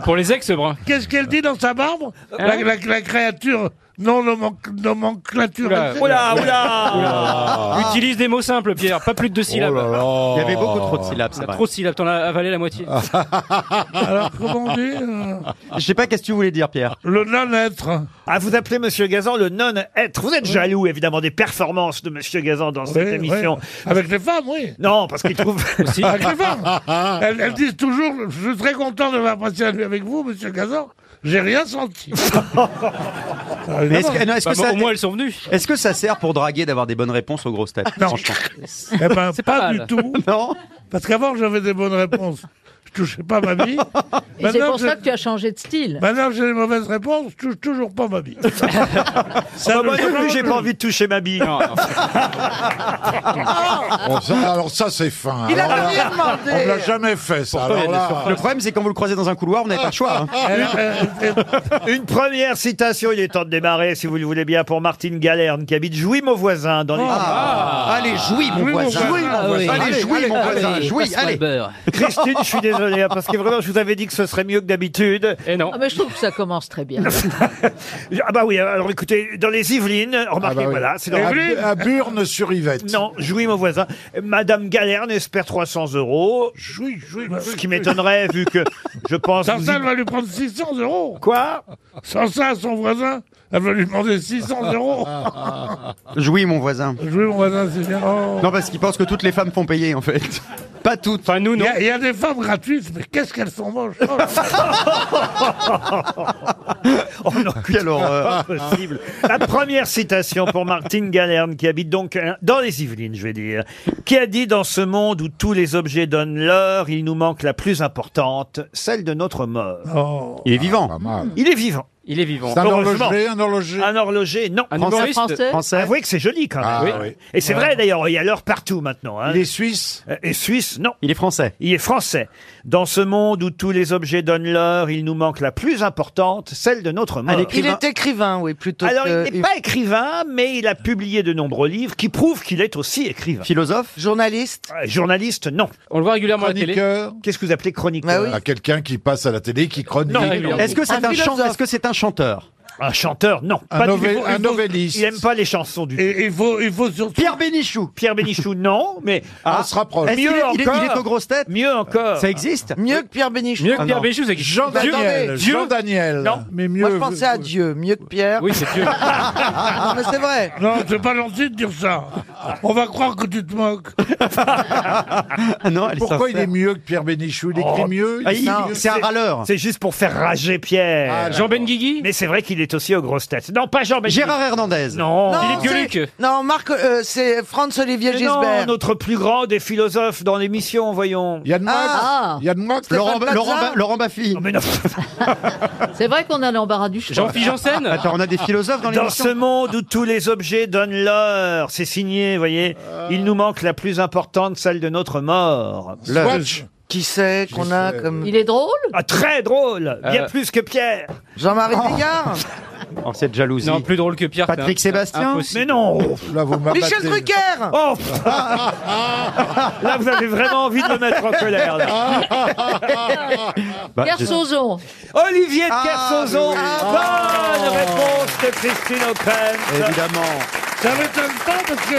pour les ex-bruns.
Qu'est-ce qu'elle dit dans sa barbe
Hein
la, la- la créature non nomen- nomenclature.
Oula, oula, oula.
Oula.
Utilise des mots simples, Pierre, pas plus de deux
Oh
syllabes.
Il y avait beaucoup trop de syllabes, c'est
T'as
vrai.
trop de syllabes, t'en as avalé la moitié.
Alors, comment dire euh,
Je sais pas qu'est-ce que tu voulais dire, Pierre.
Le non-être.
Ah, vous appelez Monsieur Gazan le non-être. Vous êtes jaloux, évidemment, des performances de Monsieur Gazan dans cette
Oui,
émission.
oui. Avec les femmes, oui.
Non, parce qu'il trouve.
Avec les femmes. Ah, Elles, elles disent toujours Je suis très content de m'apprécier à lui avec vous, monsieur Gazan. J'ai rien senti. Ah,
Mais est-ce que- non,
Bah,
Bah,
est-ce que ça-
sont venus.
Est-ce que ça sert pour draguer d'avoir des bonnes réponses aux grosses têtes
Non.
franchement
Eh ben, pas,
pas mal.
du tout.
Non.
Parce qu'avant, j'avais des bonnes réponses. Je touchais pas ma vie.
Et c'est pour
j'ai-
ça que tu as changé de style.
Maintenant, j'ai les mauvaises réponses, je touche toujours pas ma bille.
Ça
me
moi non plus,
change.
j'ai pas envie de toucher ma bille.
Bon, ça, alors ça, c'est fin.
Il a
Alors
pas
là,
rien demandé.
On ne l'a jamais fait, ça.
Pourtant, il y a
Alors
des
là-
surprises. Le problème, c'est quand vous le croisez dans un couloir, vous n'avez pas le choix. hein.
Une première citation, il est temps de démarrer, si vous le voulez bien, pour Martine Galerne, qui habite Jouy, mon voisin, dans les.
Ah. Allez, Jouy, mon Jouy, mon voisin. voisin. Jouy, mon Ah oui. voisin. Allez, Jouy, mon voisin. Jouy, allez.
Christine, je suis désolé, hein, parce que vraiment, je vous avais dit que ce serait mieux que d'habitude. Et non.
Ah, mais je trouve que ça commence très bien.
Ah bah oui, alors écoutez, dans les Yvelines, remarquez, voilà, c'est dans
à, Bu- à Burne-sur-Yvette.
Non, Jouy, mon voisin. Madame Galerne espère 300 euros.
Jouy, jouy,
Ce qui m'étonnerait, vu que je pense. vous y-
Sansa, elle va lui prendre 600 euros.
Quoi
Sansa, son voisin, elle va lui demander 600 euros.
Jouy, mon voisin.
Jouy, mon voisin, c'est bien. Oh.
Non, parce qu'il pense que toutes les femmes font payer, en fait. Pas toutes.
Enfin, nous,
Il y, a- il y a des femmes gratuites, mais qu'est-ce qu'elles sont moches. Oh là
Quelle
Oh Pas
horreur.
possible. La première citation pour Martine Galerne, qui habite donc euh, dans les Yvelines, je vais dire, qui a dit dans ce monde où tous les objets donnent l'heure, il nous manque la plus importante, celle de notre mort.
Oh.
Il est vivant.
Il est vivant.
Il est vivant.
C'est un
Heureusement.
horloger, un horloger.
Un horloger, non.
Un Français, humoriste. français
Avouez que c'est joli quand même.
Ah, oui.
Et c'est
Ouais.
vrai d'ailleurs, il y a l'heure partout maintenant. hein.
Il est suisse.
Euh, Et Suisse, non.
Il est français.
Il est français. Dans ce monde où tous les objets donnent l'heure, il nous manque la plus importante, celle de notre mort.
Ah, Il est écrivain, oui, plutôt
Alors,
euh,
que...
il n'est pas écrivain, mais il a publié de nombreux livres qui prouvent qu'il est aussi écrivain.
Philosophe
Journaliste
Euh, journaliste, non.
On le voit régulièrement à la télé.
Chroniqueur. Bah
Qu'est-ce que vous appelez chroniqueur
À quelqu'un qui passe à la télé, qui chronique.
Non, régulièrement.
Est-ce que c'est un, chan-
chanteur
est-ce que c'est un chanteur
Un chanteur, non.
Un
Pas du
nové-
tout.
un
Il faut-
novelliste.
Il aime pas les chansons du
là. Et il faut, il faut surtout.
Pierre Bénichou.
Pierre Bénichou, non, mais ah,
on se rapproche.
Est-ce qu'il est,
mieux
il est- il est
encore.
aux grosses têtes
Mieux encore. Ah,
Ça existe
Mieux que Pierre Bénichou.
Mieux que
Ah
Pierre
non.
Béchou, c'est
Jean
Dieu-
Daniel.
Dieu-
Jean Daniel.
Non.
Mais mieux.
Moi, je pensais à Dieu, mieux que Pierre.
Oui, c'est Dieu.
Ah, mais c'est vrai.
Non, c'est pas gentil de dire ça. On va croire que tu te moques.
Ah non, elle
Pourquoi il
sincère.
est mieux que Pierre Bénichou Il écrit
Oh.
mieux
Ah,
il
il-
est mieux.
C'est un râleur.
C'est juste pour faire rager Pierre.
Ah,
Jean Benguigui
mais c'est vrai qu'il est aussi aux grosses têtes. Non, pas Jean Benguigui.
Gérard Hernandez.
Non.
Non,
Philippe
c'est-
Gueluc.
Non, Marc, euh, c'est Franz-Olivier
Mais non,
Gisbert.
notre plus grand des philosophes dans l'émission, voyons.
Il y a de moi.
Ah.
Il y a de moi.
Laurent,
Plaza.
Laurent, Ba- Laurent Baffy.
Non, mais non.
C'est vrai qu'on a l'embarras du choix.
Jean-Philippe Janssen.
Attends, on a des philosophes dans
Dans
l'émission.
ce monde où tous les objets donnent l'heure, c'est signé, voyez. Il nous manque la plus importante, celle de notre mort.
L'heure.
Swatch.
Qui c'est qu'on a comme.
Il est drôle
Ah, très drôle Bien
Euh.
plus que Pierre
Jean-Marie Bigard
Oh, cette jalousie.
Non, plus drôle que Pierre.
Patrick
c'est un-
Sébastien
impossible.
Mais non
Michel Drucker
Oh Là, vous avez vraiment envie de me mettre en colère. là. Bah,
Kersozon.
Olivier de
Ah,
Kersauzon.
oui.
Ah.
Bonne réponse de Christine O'Krent. Évidemment.
Ça m'étonne pas parce que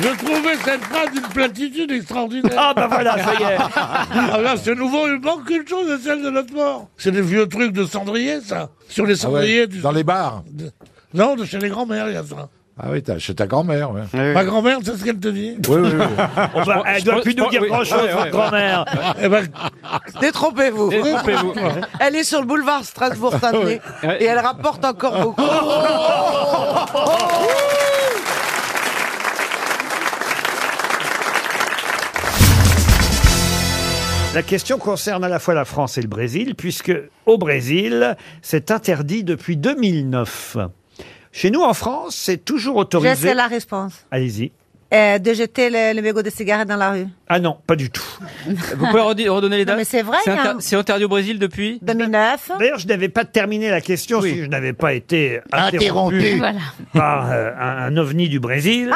je trouvais cette phrase d'une platitude extraordinaire.
Ah bah voilà, ça y est.
Ah là, c'est nouveau, il manque une chose à celle de notre mort. C'est des vieux trucs de cendrier, ça. Sur
Ah
les
ouais,
cendriers du...
Dans les bars.
Non, de chez les grands-mères, il y a ça.
Ah oui, t'as- chez ta grand-mère, ouais.
Ah
Ma grand-mère, c'est ce qu'elle te dit
Oui, oui, oui.
Oh, bah, elle doit plus nous dire grand-chose,
Ouais, ouais,
votre
ouais.
grand-mère.
Eh ben,
Détrompez-vous.
Détrompez-vous.
Elle est sur le boulevard
Ah
Strasbourg-Saint-Denis et elle rapporte encore beaucoup.
La question concerne à la fois la France et le Brésil, puisque au Brésil, c'est interdit depuis 2009. Chez nous, en France, c'est toujours
Je
autorisé.
sais la réponse.
Allez-y.
Euh, de jeter le, le mégot de cigare dans la rue.
Ah non, pas du tout.
Vous pouvez redi- redonner les dates
mais c'est vrai, hein.
C'est
il y a
inter-
un-
C'est interdit au Brésil depuis
2009.
D'ailleurs, je n'avais pas terminé la question si je n'avais pas été interrompu
Interrompu. Voilà.
par euh, un, un ovni du Brésil.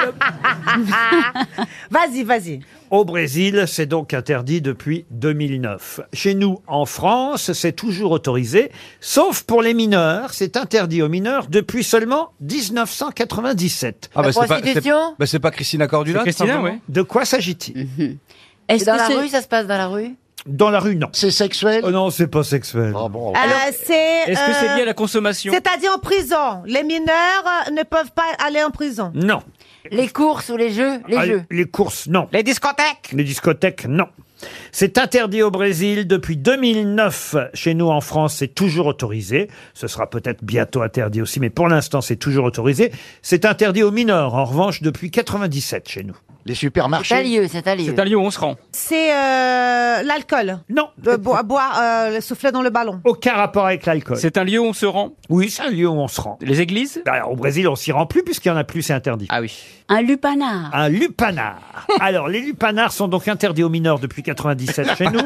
vas-y, vas-y.
Au Brésil, c'est donc interdit depuis 2009. Chez nous, en France, c'est toujours autorisé, sauf pour les mineurs. C'est interdit aux mineurs depuis seulement 1997.
Ah, bah, c'est pas- c'est bah, c'est pas Christina Cordula. oui.
De quoi s'agit-il
Mhm.
Est-ce
dans
que
la
c'est-
rue, ça se passe dans la rue
Dans la rue, non.
C'est sexuel
oh Non, c'est pas sexuel.
Ah
Euh, c'est,
Est-ce que c'est
euh,
lié à la consommation
C'est-à-dire en prison. Les mineurs euh, ne peuvent pas aller en prison.
Non.
Les courses ou les jeux
Ah, Les courses, non. Les discothèques Les discothèques, non. C'est interdit au Brésil depuis 2009. Chez nous, en France, c'est toujours autorisé. Ce sera peut-être bientôt interdit aussi, mais pour l'instant, c'est toujours autorisé. C'est interdit aux mineurs, en revanche, depuis 97 chez nous. Les supermarchés
C'est à Lieu, c'est à Lieu. C'est à
lieu où on se rend.
C'est euh, l'alcool.
Non.
De bo- boire, euh, le souffler dans le ballon.
Aucun rapport avec l'alcool.
C'est un lieu où on se rend
Oui, c'est un lieu où on se rend.
Les églises
Alors, au Brésil, on s'y rend plus puisqu'il y en a plus, c'est interdit.
Ah oui.
Un lupanar.
Un lupanar. Alors, les lupanards sont donc interdits aux mineurs depuis 97 chez nous.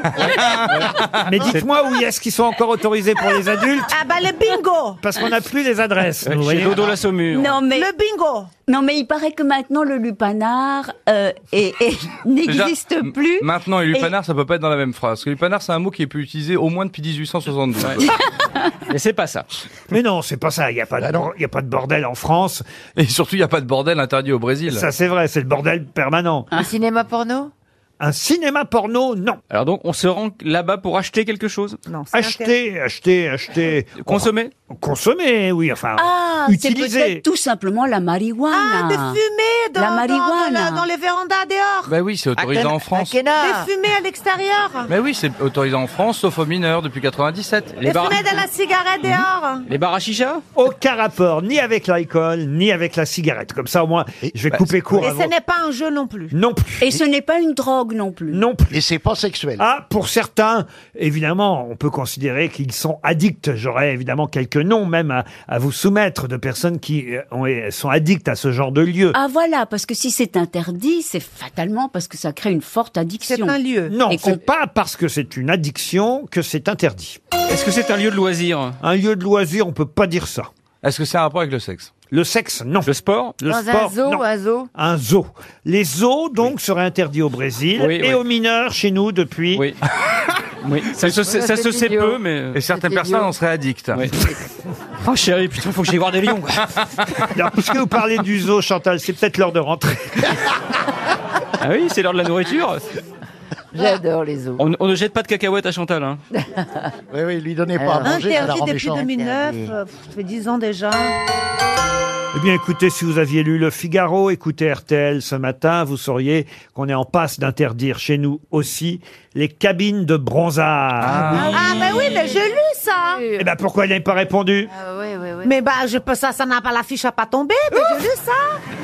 Mais dites-moi où est-ce qu'ils sont encore autorisés pour les adultes
Ah bah le bingo
Parce qu'on n'a plus les adresses. vous
Chez
voyez.
Dodo la Saumure.
Non mais
Le bingo
non mais il paraît que maintenant le lupanar euh, est- est- n'existe
Déjà,
plus.
Maintenant, et
Et-
lupanar, ça peut pas être dans la même phrase. Parce que lupanar, c'est un mot qui est plus utilisé au moins depuis 1872.
Mais c'est pas ça.
Mais non, c'est pas ça. Il n'y a, pas de bor- il y a pas de bordel en France.
Et surtout, il n'y a pas de bordel interdit au Brésil.
Ça, c'est vrai, c'est le bordel permanent.
Un cinéma porno
Un cinéma porno, non.
Alors donc, on se rend là-bas pour acheter quelque chose
Non. c'est
Acheter, acheter, acheter.
Consommer
Consommer, oui, enfin.
Ah, c'est
utiliser.
peut-être tout simplement la marijuana.
Ah, des fumées dans,
La
dans-
marijuana.
dans la- dans les vérandas dehors.
Bah oui, c'est autorisé en France.
Des fumées à l'extérieur.
Mais oui, c'est autorisé en France, sauf aux mineurs depuis 97.
Des fumées de la cigarette dehors.
Les bars à chicha
Aucun rapport, ni avec l'alcool, ni avec la cigarette. Comme ça, au moins, je
bah,
vais couper court.
Et
avant-
ce n'est pas un jeu non plus.
Non plus.
Et ce n'est pas une drogue non plus.
Non plus.
Et c'est pas sexuel.
Ah, pour certains, évidemment, on peut considérer qu'ils sont addicts. J'aurais évidemment quelques noms même à, à vous soumettre de personnes qui euh, ont- sont addictes à ce genre de lieu.
Ah voilà, parce que si c'est interdit, c'est fatalement parce que ça crée une forte addiction.
C'est un lieu.
Non,
Et
c'est pas parce que c'est une addiction que c'est interdit.
Est-ce que c'est un lieu de loisir
Un lieu de loisir, on peut pas dire ça.
Est-ce que c'est un rapport avec le sexe
Le sexe, non.
Le sport
Le
Dans
sport,
un zoo,
non.
un zoo.
Un zoo. Les zoos, donc, seraient interdits au Brésil
Oui,
et
oui.
aux mineurs chez nous depuis.
Oui. Oui, ça se, sait- ça se sait peu, mais...
Et certaines personnes en seraient addictes.
Oh chérie, putain, faut que j'aille voir des lions. quoi.
Alors, puisque vous parlez du zoo, Chantal, c'est peut-être l'heure de rentrer.
Ah oui, c'est l'heure de la nourriture.
J'adore les os.
On, on ne jette pas de cacahuètes à Chantal. Hein.
Oui, oui, lui donnez pas à
Euh,
manger, ça la
Interdit depuis
rend méchante.
2009, euh, pff, ça fait 10 ans déjà.
Eh bien, écoutez, si vous aviez lu Le Figaro, écoutez RTL ce matin, vous sauriez qu'on est en passe d'interdire chez nous aussi les cabines de bronzage.
Ah, mais oui, mais j'ai lu ça.
Eh bien, pourquoi il n'a pas répondu
Mais bah, je peux, ça, ça n'a pas la fiche à pas tomber, mais j'ai lu ça.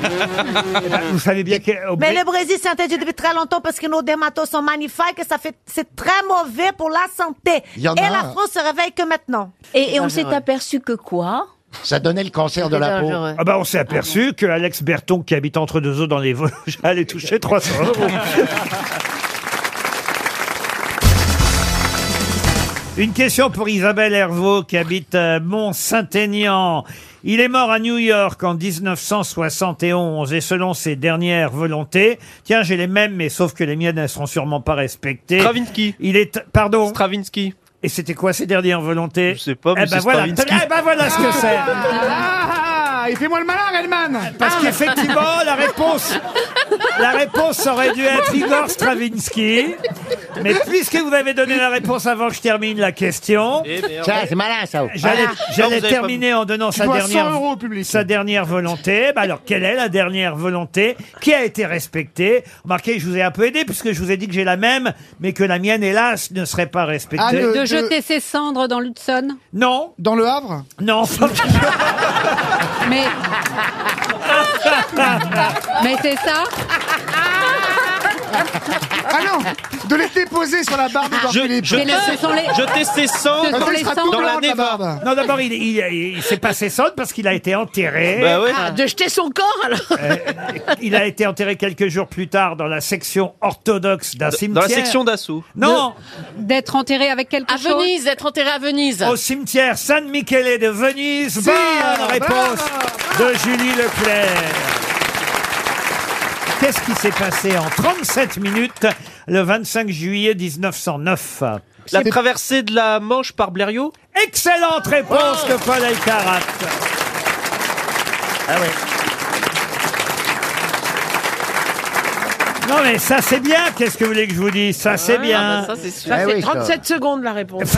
Eh ben, Vous savez bien que... au
Mais
Brésil-
le Brésil s'est interdit depuis très longtemps parce que nos dermatos sont magnifiques et ça fait, c'est très mauvais pour la santé.
Il y en
et
a
la
un.
France se réveille que maintenant.
Et, et on
Ah,
s'est
ouais.
aperçu que quoi
Ça donnait le cancer de la peau.
Ah bah on s'est aperçu que Alex Berton, qui habite entre deux eaux dans les Vosges, allait toucher 300 euros. Une question pour Isabelle Hervaux qui habite euh, Mont-Saint-Aignan. Il est mort à New York en 1971 et selon ses dernières volontés, tiens, j'ai les mêmes, mais sauf que les miennes, elles seront sûrement pas respectées. Stravinsky. Il est, pardon. Stravinsky. Et c'était quoi ses dernières volontés Je sais pas,
mais
eh ben
c'est
voilà,
Stravinsky.
Eh ben voilà ce que c'est.
Ah, il fait moi le malin, Redman Ah.
Parce
Ah.
qu'effectivement, la réponse, la réponse aurait dû être Igor Stravinsky. Mais puisque vous avez donné la réponse avant que je termine la question,
Eh merde. Ça, c'est malin, ça.
J'allais,
Ah.
j'allais
Non, vous avez
terminer
pas-
en donnant
Tu
sa
dois
dernière,
100 euros
sa dernière volonté. Bah alors, quelle est la dernière volonté qui a été respectée Remarquez, je vous ai un peu aidé puisque je vous ai dit que j'ai la même, mais que la mienne, hélas, ne serait pas respectée.
Ah,
Ah,
de jeter ses cendres dans l'Hudson
Non.
Dans le Havre
Non.
Mais. Mais c'est ça
Ah non De les déposer sur la barbe de Georges Philippe. Attends, il sera tout blanc,
Ah,
la
bah,
barbe.
Non, d'abord, il, il, il- il s'est passé cendre parce qu'il a été enterré.
Bah
Ah,
Ah,
de jeter son corps alors.
Il a été enterré quelques jours plus tard dans la section orthodoxe d'un cimetière.
Dans la section d'assaut.
Non,
D'être enterré avec quelque chose
Venise, d'être enterré à Venise.
au cimetière San Michele de Venise.
Si,
Bonne
bravo,
réponse de Julie Leclerc. Qu'est-ce qui s'est passé en 37 minutes le 25 juillet 1909
La traversée de la Manche par Blériot
Excellente réponse
Oh.
de Paul Alcarat. Ah ouais. Non mais ça c'est bien, qu'est-ce que vous voulez que je vous dise Ça c'est bien.
bah, ça, Ah, c'est sûr. Eh Ah Ça, c'est 37 secondes, la réponse.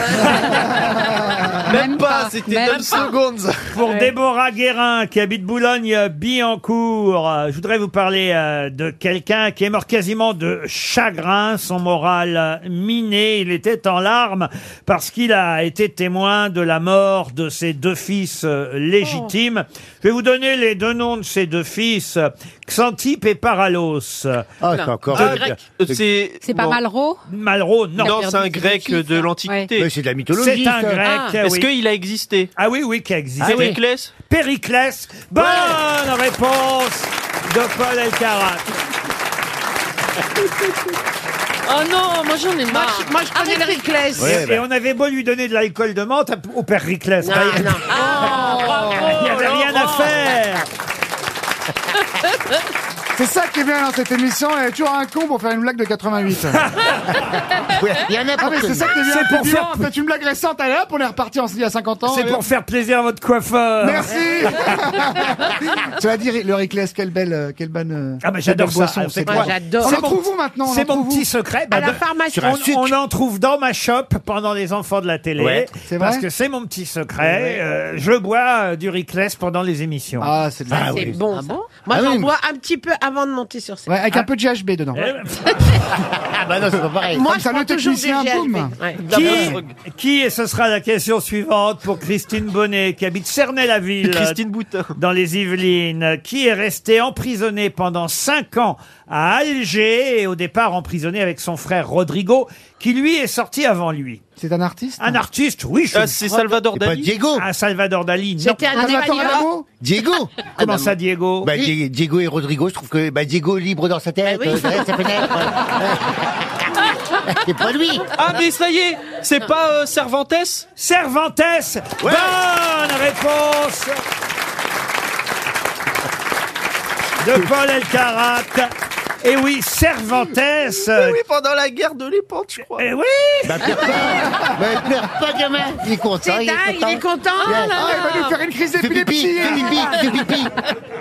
Même,
pas, c'était Même 9 pas. secondes.
Pour
Ouais.
Déborah Guérin, qui habite Boulogne-Billancourt, euh, je voudrais vous parler euh, de quelqu'un qui est mort quasiment de chagrin, son moral euh, miné. Il était en larmes parce qu'il a été témoin de la mort de ses deux fils euh, légitimes.
Oh.
Je vais vous donner les deux noms de ses deux fils, euh, Xantippe et Paralos. Ah,
Ah, c'est encore- Un Grec.
Euh,
C'est-
C'est pas Malraux
Malraux, non.
Non, c'est un grec de l'Antiquité.
Mais c'est de la mythologie,
C'est un
ça.
grec.
Ah. Est-ce qu'il
a existé Ah oui, oui, qui a existé.
Ah oui. Périclès
Périclès. Bonne réponse de Paul Elkarat.
Oh non, moi j'en ai marre. Moi je connais Périclès.
et, et on avait beau lui donner de l'alcool de menthe à- au Périclès.
Non,
Bah, il-
non. Ah,
il n'y avait rien à faire.
C'est ça qui est bien dans cette émission, il y a toujours un con pour faire une blague de 88.
Il y en a
ah
pour
mais
tout le
c'est ça qui est
monde.
bien,
C'est
c'est
pour
bien,
faire-
faites une blague récente, allez hop, on est reparti, on se dit à 50 ans.
C'est
allez,
pour
hop.
faire plaisir à votre coiffeur.
Merci Tu vas dire, le Rickless, quelle belle, euh, quelle bonne. euh,
Ah, mais
quelle belle
j'adore ça.
boisson,
Alors,
c'est
quoi
quoi On
C'est
en
mon-
trouve où maintenant On
C'est
en
mon
trouve où
petit secret. Bah,
À la
Madame-
pharmacie. Sur un sucre.
On, on en trouve dans ma shop pendant les enfants de la télé.
Ouais. C'est vrai
Parce que c'est mon petit secret. Euh, je bois euh, du Rickless pendant les émissions. Ah, c'est
Ça, c'est bon. ça. Moi,
Ah
j'en
oui.
bois un petit peu avant de monter sur scène.
Ouais, avec un peu de GHB
Eh
dedans.
ben.
Ah
bah non, c'est pas pareil.
Moi,
Comme
je
ça, le
prends toujours des
technicien,
GHB.
boum.
Ouais.
Qui, qui, et ce sera la question suivante pour Christine Bonnet, qui habite Cernay-la-Ville.
Christine
Boutin. Dans les Yvelines, qui est restée emprisonnée pendant cinq ans à Alger, et au départ emprisonnée avec son frère Rodrigo, qui lui est sorti avant lui.
C'est un artiste
Un artiste, oui.
Euh, c'est Salvador C'est pas Dali
Diego. Ah, Salvador Dali, non.
C'était un Salvatore animal. Adamo
Diego
Comment ça, Diego
bah, Di- Diego et Rodrigo, je trouve que bah, Diego est libre dans sa tête,
Bah
oui.
euh, derrière sa fenêtre. C'est pas lui
Ah, mais ça y est, c'est pas euh, Cervantes
Cervantes Bonne réponse de Paul Elkarat. Et oui, Cervantes.
oui, pendant la guerre de l'épante, je crois.
Euh, Eh oui
Bah,
Mais pleure pas gamin Il est content, il est
dingue,
content.
il est content,
Ouais.
là, là.
Il va nous faire une crise
Fais pipi,
d'épilepsie
fais pipi, fais pipi.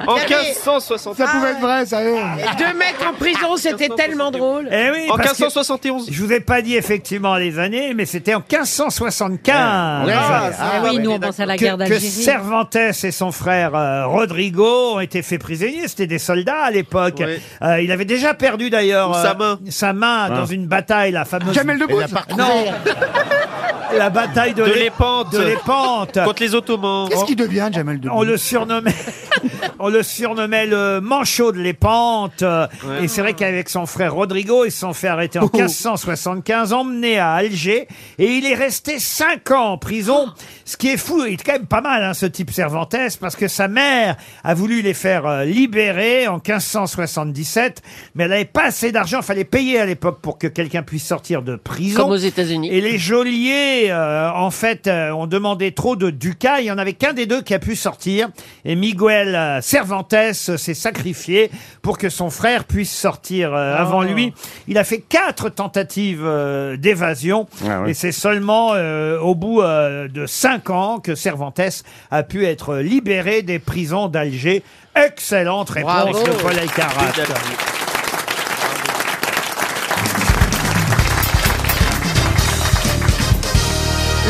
En
J'avais-
1560.
Ça pouvait être vrai, ça
Deux mètres en prison, c'était tellement drôle.
Eh oui,
En
parce que
1571.
Je vous ai pas dit effectivement les années, mais c'était en 1575.
Ouais, Ah, ouais, ah ouais, oui, ouais, nous, on pense à la
que-
guerre
Que
d'Algérie.
Cervantes et son frère euh, Rodrigo ont été faits prisonniers. C'était des soldats à l'époque. Euh, il avait déjà perdu d'ailleurs euh,
Sa main. Ah.
sa main dans une bataille, la fameuse.
Jamel Debbouze. Elle l'a pas retrouvée.
Non. la bataille de,
De
l'É-
l'Épante.
De l'épante.
Contre les Ottomans.
Qu'est-ce qu'il devient, Jamal Debbouze
On le surnommait, on le surnommait le manchot de l'épante. euh,
Ouais.
Et c'est vrai qu'avec son frère Rodrigo, ils se sont fait arrêter en 1575, emmenés à Alger. Et il est resté cinq ans en prison. Ce qui est fou, il est quand même pas mal, hein, ce type Cervantes, parce que sa mère a voulu les faire euh, libérer en 1577. Mais elle n'avait pas assez d'argent. Fallait payer à l'époque pour que quelqu'un puisse sortir de prison.
Comme aux États-Unis.
Et les geôliers année, euh, en fait, euh, on demandait trop de Ducas. Il y en avait qu'un des deux qui a pu sortir. Et Miguel euh, Cervantes euh, s'est sacrifié pour que son frère puisse sortir euh, avant
Oh.
lui. Il a fait quatre tentatives euh, d'évasion.
Ah ouais.
Et c'est seulement euh, au bout euh, de cinq ans que Cervantes a pu être libéré des prisons d'Alger. Excellente réponse
Bravo.
de Paul Alcarat.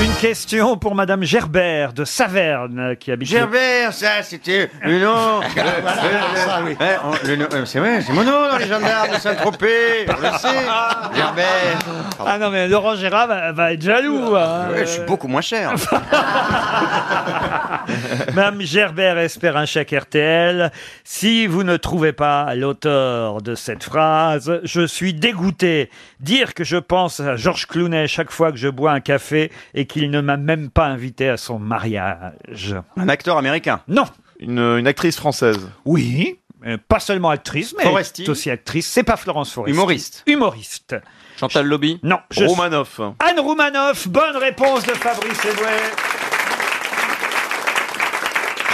Une question pour Madame Gerbert de Saverne qui habite.
Gerbert, ça, c'était le nom.
Ah,
euh,
voilà,
euh,
ça,
euh, ouais, on- le nom- euh, C'est vrai, c'est mon nom dans les gendarmes de Saint-Tropez. On le sait. Gerbert.
Ah non, mais Laurent Gérard va, va être jaloux. hein. Euh.
Ouais, je suis
beaucoup moins cher. Madame Gerbert espère un chèque RTL. Si vous ne trouvez pas l'auteur de cette phrase, je suis dégoûté. Dire que je pense à Georges Clounet chaque fois que je bois un café et qu'il ne m'a même pas invité à son mariage.
Un acteur américain
Non.
Une, une actrice française
Oui. euh, Pas seulement actrice, mais
Foresti.
elle est aussi actrice. C'est pas Florence Foresti.
Humoriste.
Humoriste.
Chantal Lobby
Non. je-
Romanoff.
Anne Roumanoff, bonne réponse de Fabrice Eboué.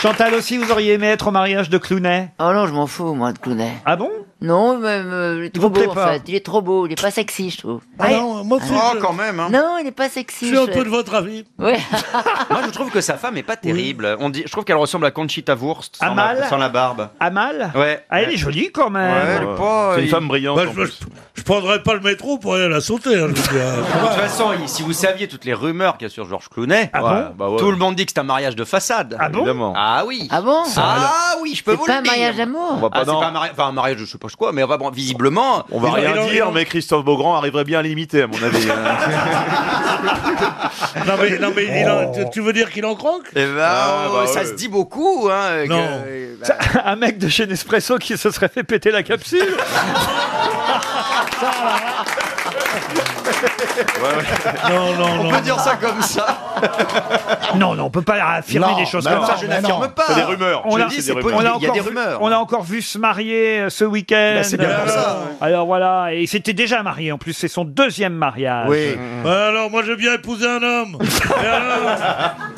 Chantal aussi, vous auriez aimé être au mariage de Clounet
Oh non, je m'en fous, moi, de Clounet.
Ah bon
Non, mais, mais, Euh, il est
Il
trop
vous plaît
beau, en
pas
fait. Il est trop beau, il est pas sexy, je trouve.
Ah non, moi,
Ah
c'est-
non.
Oh, quand même, hein.
Non, il est pas sexy.
votre avis.
Ouais.
Moi, je trouve que sa femme est pas terrible. On dit, je trouve qu'elle ressemble à Conchita Wurst sans,
Amal
la, sans la barbe.
Amal
Ouais.
Ah, elle est jolie quand même.
Ouais, elle est pas- il-
Bah, je, je, je prendrais pas le métro pour aller la sauter. hein, je veux dire.
De toute façon, il- si vous saviez toutes les rumeurs qu'il y a sur Georges Clounet,
Ah
bon
ouais, bah ouais. tout le monde dit que c'est un mariage de façade. Ah
bon
Ah oui.
Ah bon
Ah oui, je peux
C'est
vous le dire.
pas un mariage d'amour. On va pas
Ah, c'est
dans-
pas un mariage, enfin un mariage de je sais pas quoi, mais enfin, bon, visiblement.
On va rien dire, mais Christophe Beaugrand arriverait bien à l'imiter, à mon avis. hein.
non, mais, non, mais il
Oh.
en- tu- tu veux dire qu'il en croque
Eh ben,
Ah, bah,
ça
ouais.
se dit beaucoup. Hein, que-
Non.
eh
bah.
ben,
Un mec de chez Nespresso qui se serait fait péter la capsule.
Non, non,
on
non.
peut dire ça comme ça.
non, non, on peut pas affirmer
Non,
des choses
bah
comme
non,
ça.
mais non. C'est des rumeurs.
On
Je
l'a-
dis, c'est
on
possible,
l'a
il y a
encore
des
vu-
rumeurs.
On l'a encore vu se marier euh, ce week-end. Euh,
Bah, c'est bien pour ça, ouais.
Alors voilà, et il s'était déjà marié en plus. C'est son deuxième mariage. Euh,
Bah alors, moi, j'ai bien épousé un homme. Et alors,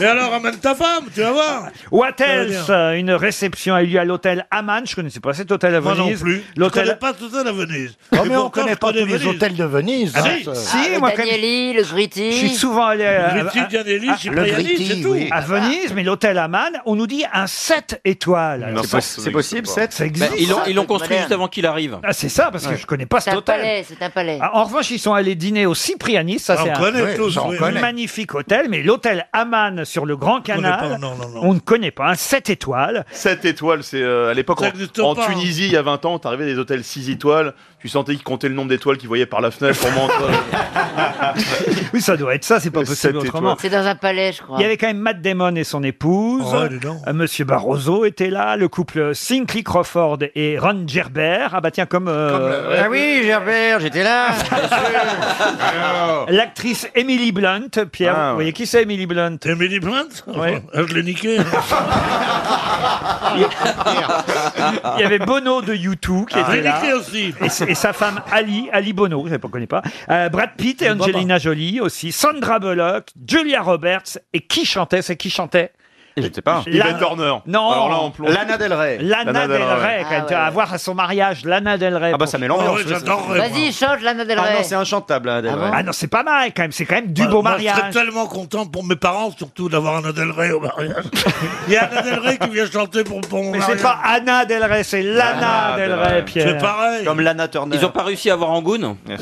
Et alors, amène ta femme, tu vas voir.
What
Ça veut
else
dire-
Euh, Une réception a eu lieu à l'hôtel Amman. Je connaissais pas cet hôtel à
Moi
Venise.
non plus. Je connais
L'hôtel.
pas tout ça la Venise.
Oh,
Et
mais on
pourtant,
connaît
je
pas tous les
Venise.
hôtels
de Venise.
Ah, si,
Ah,
si,
Ah, le
moi, quand même-
Danieli, le Gritti.
Je suis souvent allé à,
Le Gritti,
à-
Danieli,
à-
Cipriani, Le Gritti, c'est tout. oui.
à Venise, mais l'hôtel Amman, on nous dit un 7 étoiles.
C'est possi- c'est possible, cette
Ça existe.
Bah, ils l'ont- ils l'ont
C'est
construit
moderne.
juste avant qu'il arrive.
Ah, c'est ça, parce que
Ouais.
je connais pas
C'est
cet
un
hôtel.
palais, c'est un palais.
Ah, en revanche, ils sont allés dîner au Cipriani, ça
Ah, on
c'est
connaît
un
Ouais, tous, ça, on oui, connaît.
magnifique hôtel, mais l'hôtel Amman sur le Grand
connaît
Canal,
pas, non, non, non.
on ne connaît pas, un 7 étoiles.
7 étoiles, c'est euh, à l'époque
Ça
en,
n'existe
en
pas, hein.
Tunisie, il y a 20 ans, t'arrivais à des hôtels 6 étoiles, tu sentais qu'ils comptaient le nombre d'étoiles qu'ils voyaient par la fenêtre pour montrer.
Oui, ça doit être ça, c'est pas
Sept
possible autrement.
C'est dans un palais, je crois.
Il y avait quand même Matt Damon et son épouse.
Oh, dis donc.
Euh, Monsieur Barroso était là, le couple Sinclair Crawford et Ron Gerbert. Ah bah tiens, comme euh,
Ah oui, Gerbert, j'étais là.
l'actrice Emily Blunt. Pierre,
Ah,
vous
ouais.
voyez qui c'est Emily Blunt
Emily Blunt
Ouais.
Ah, Je l'ai niqué.
Il y avait Bono de U2 qui
Ah,
était
j'ai
là.
niqué aussi.
Et, s- et sa femme Ali, Ali Bono, je ne connais pas. Euh, Brad Pitt et
Baba.
Angelina Jolie aussi. Sandra Bullock, Julia Roberts. Et qui chantait C'est qui chantait
Je sais pas.
Lana- Non.
Alors là, on plonge.
Lana Del Rey.
Lana, Del Rey, quand
Ah
même, tu vas
ouais.
avoir à son mariage, Lana Del Rey.
Ah bah ça met l'ambiance. oui, ça.
Vas-y, change Lana Del
Ah non,
Rey.
c'est inchantable, Lana Del Rey.
Ah non, c'est pas mal quand même, c'est quand même du
Bah,
beau
moi, Je serais
mariage.
tellement content pour mes parents, surtout, d'avoir Anna Del Rey au mariage. Il y a Anna Del Rey qui vient chanter pour, pour mon
Mais
mariage.
c'est pas Anna Del Rey, c'est
Ah,
Lana
Lana
Del
Del
Rey,
Rey.
Pierre.
C'est pareil.
Comme Lana Turner. Ils ont pas réussi à avoir Angoune.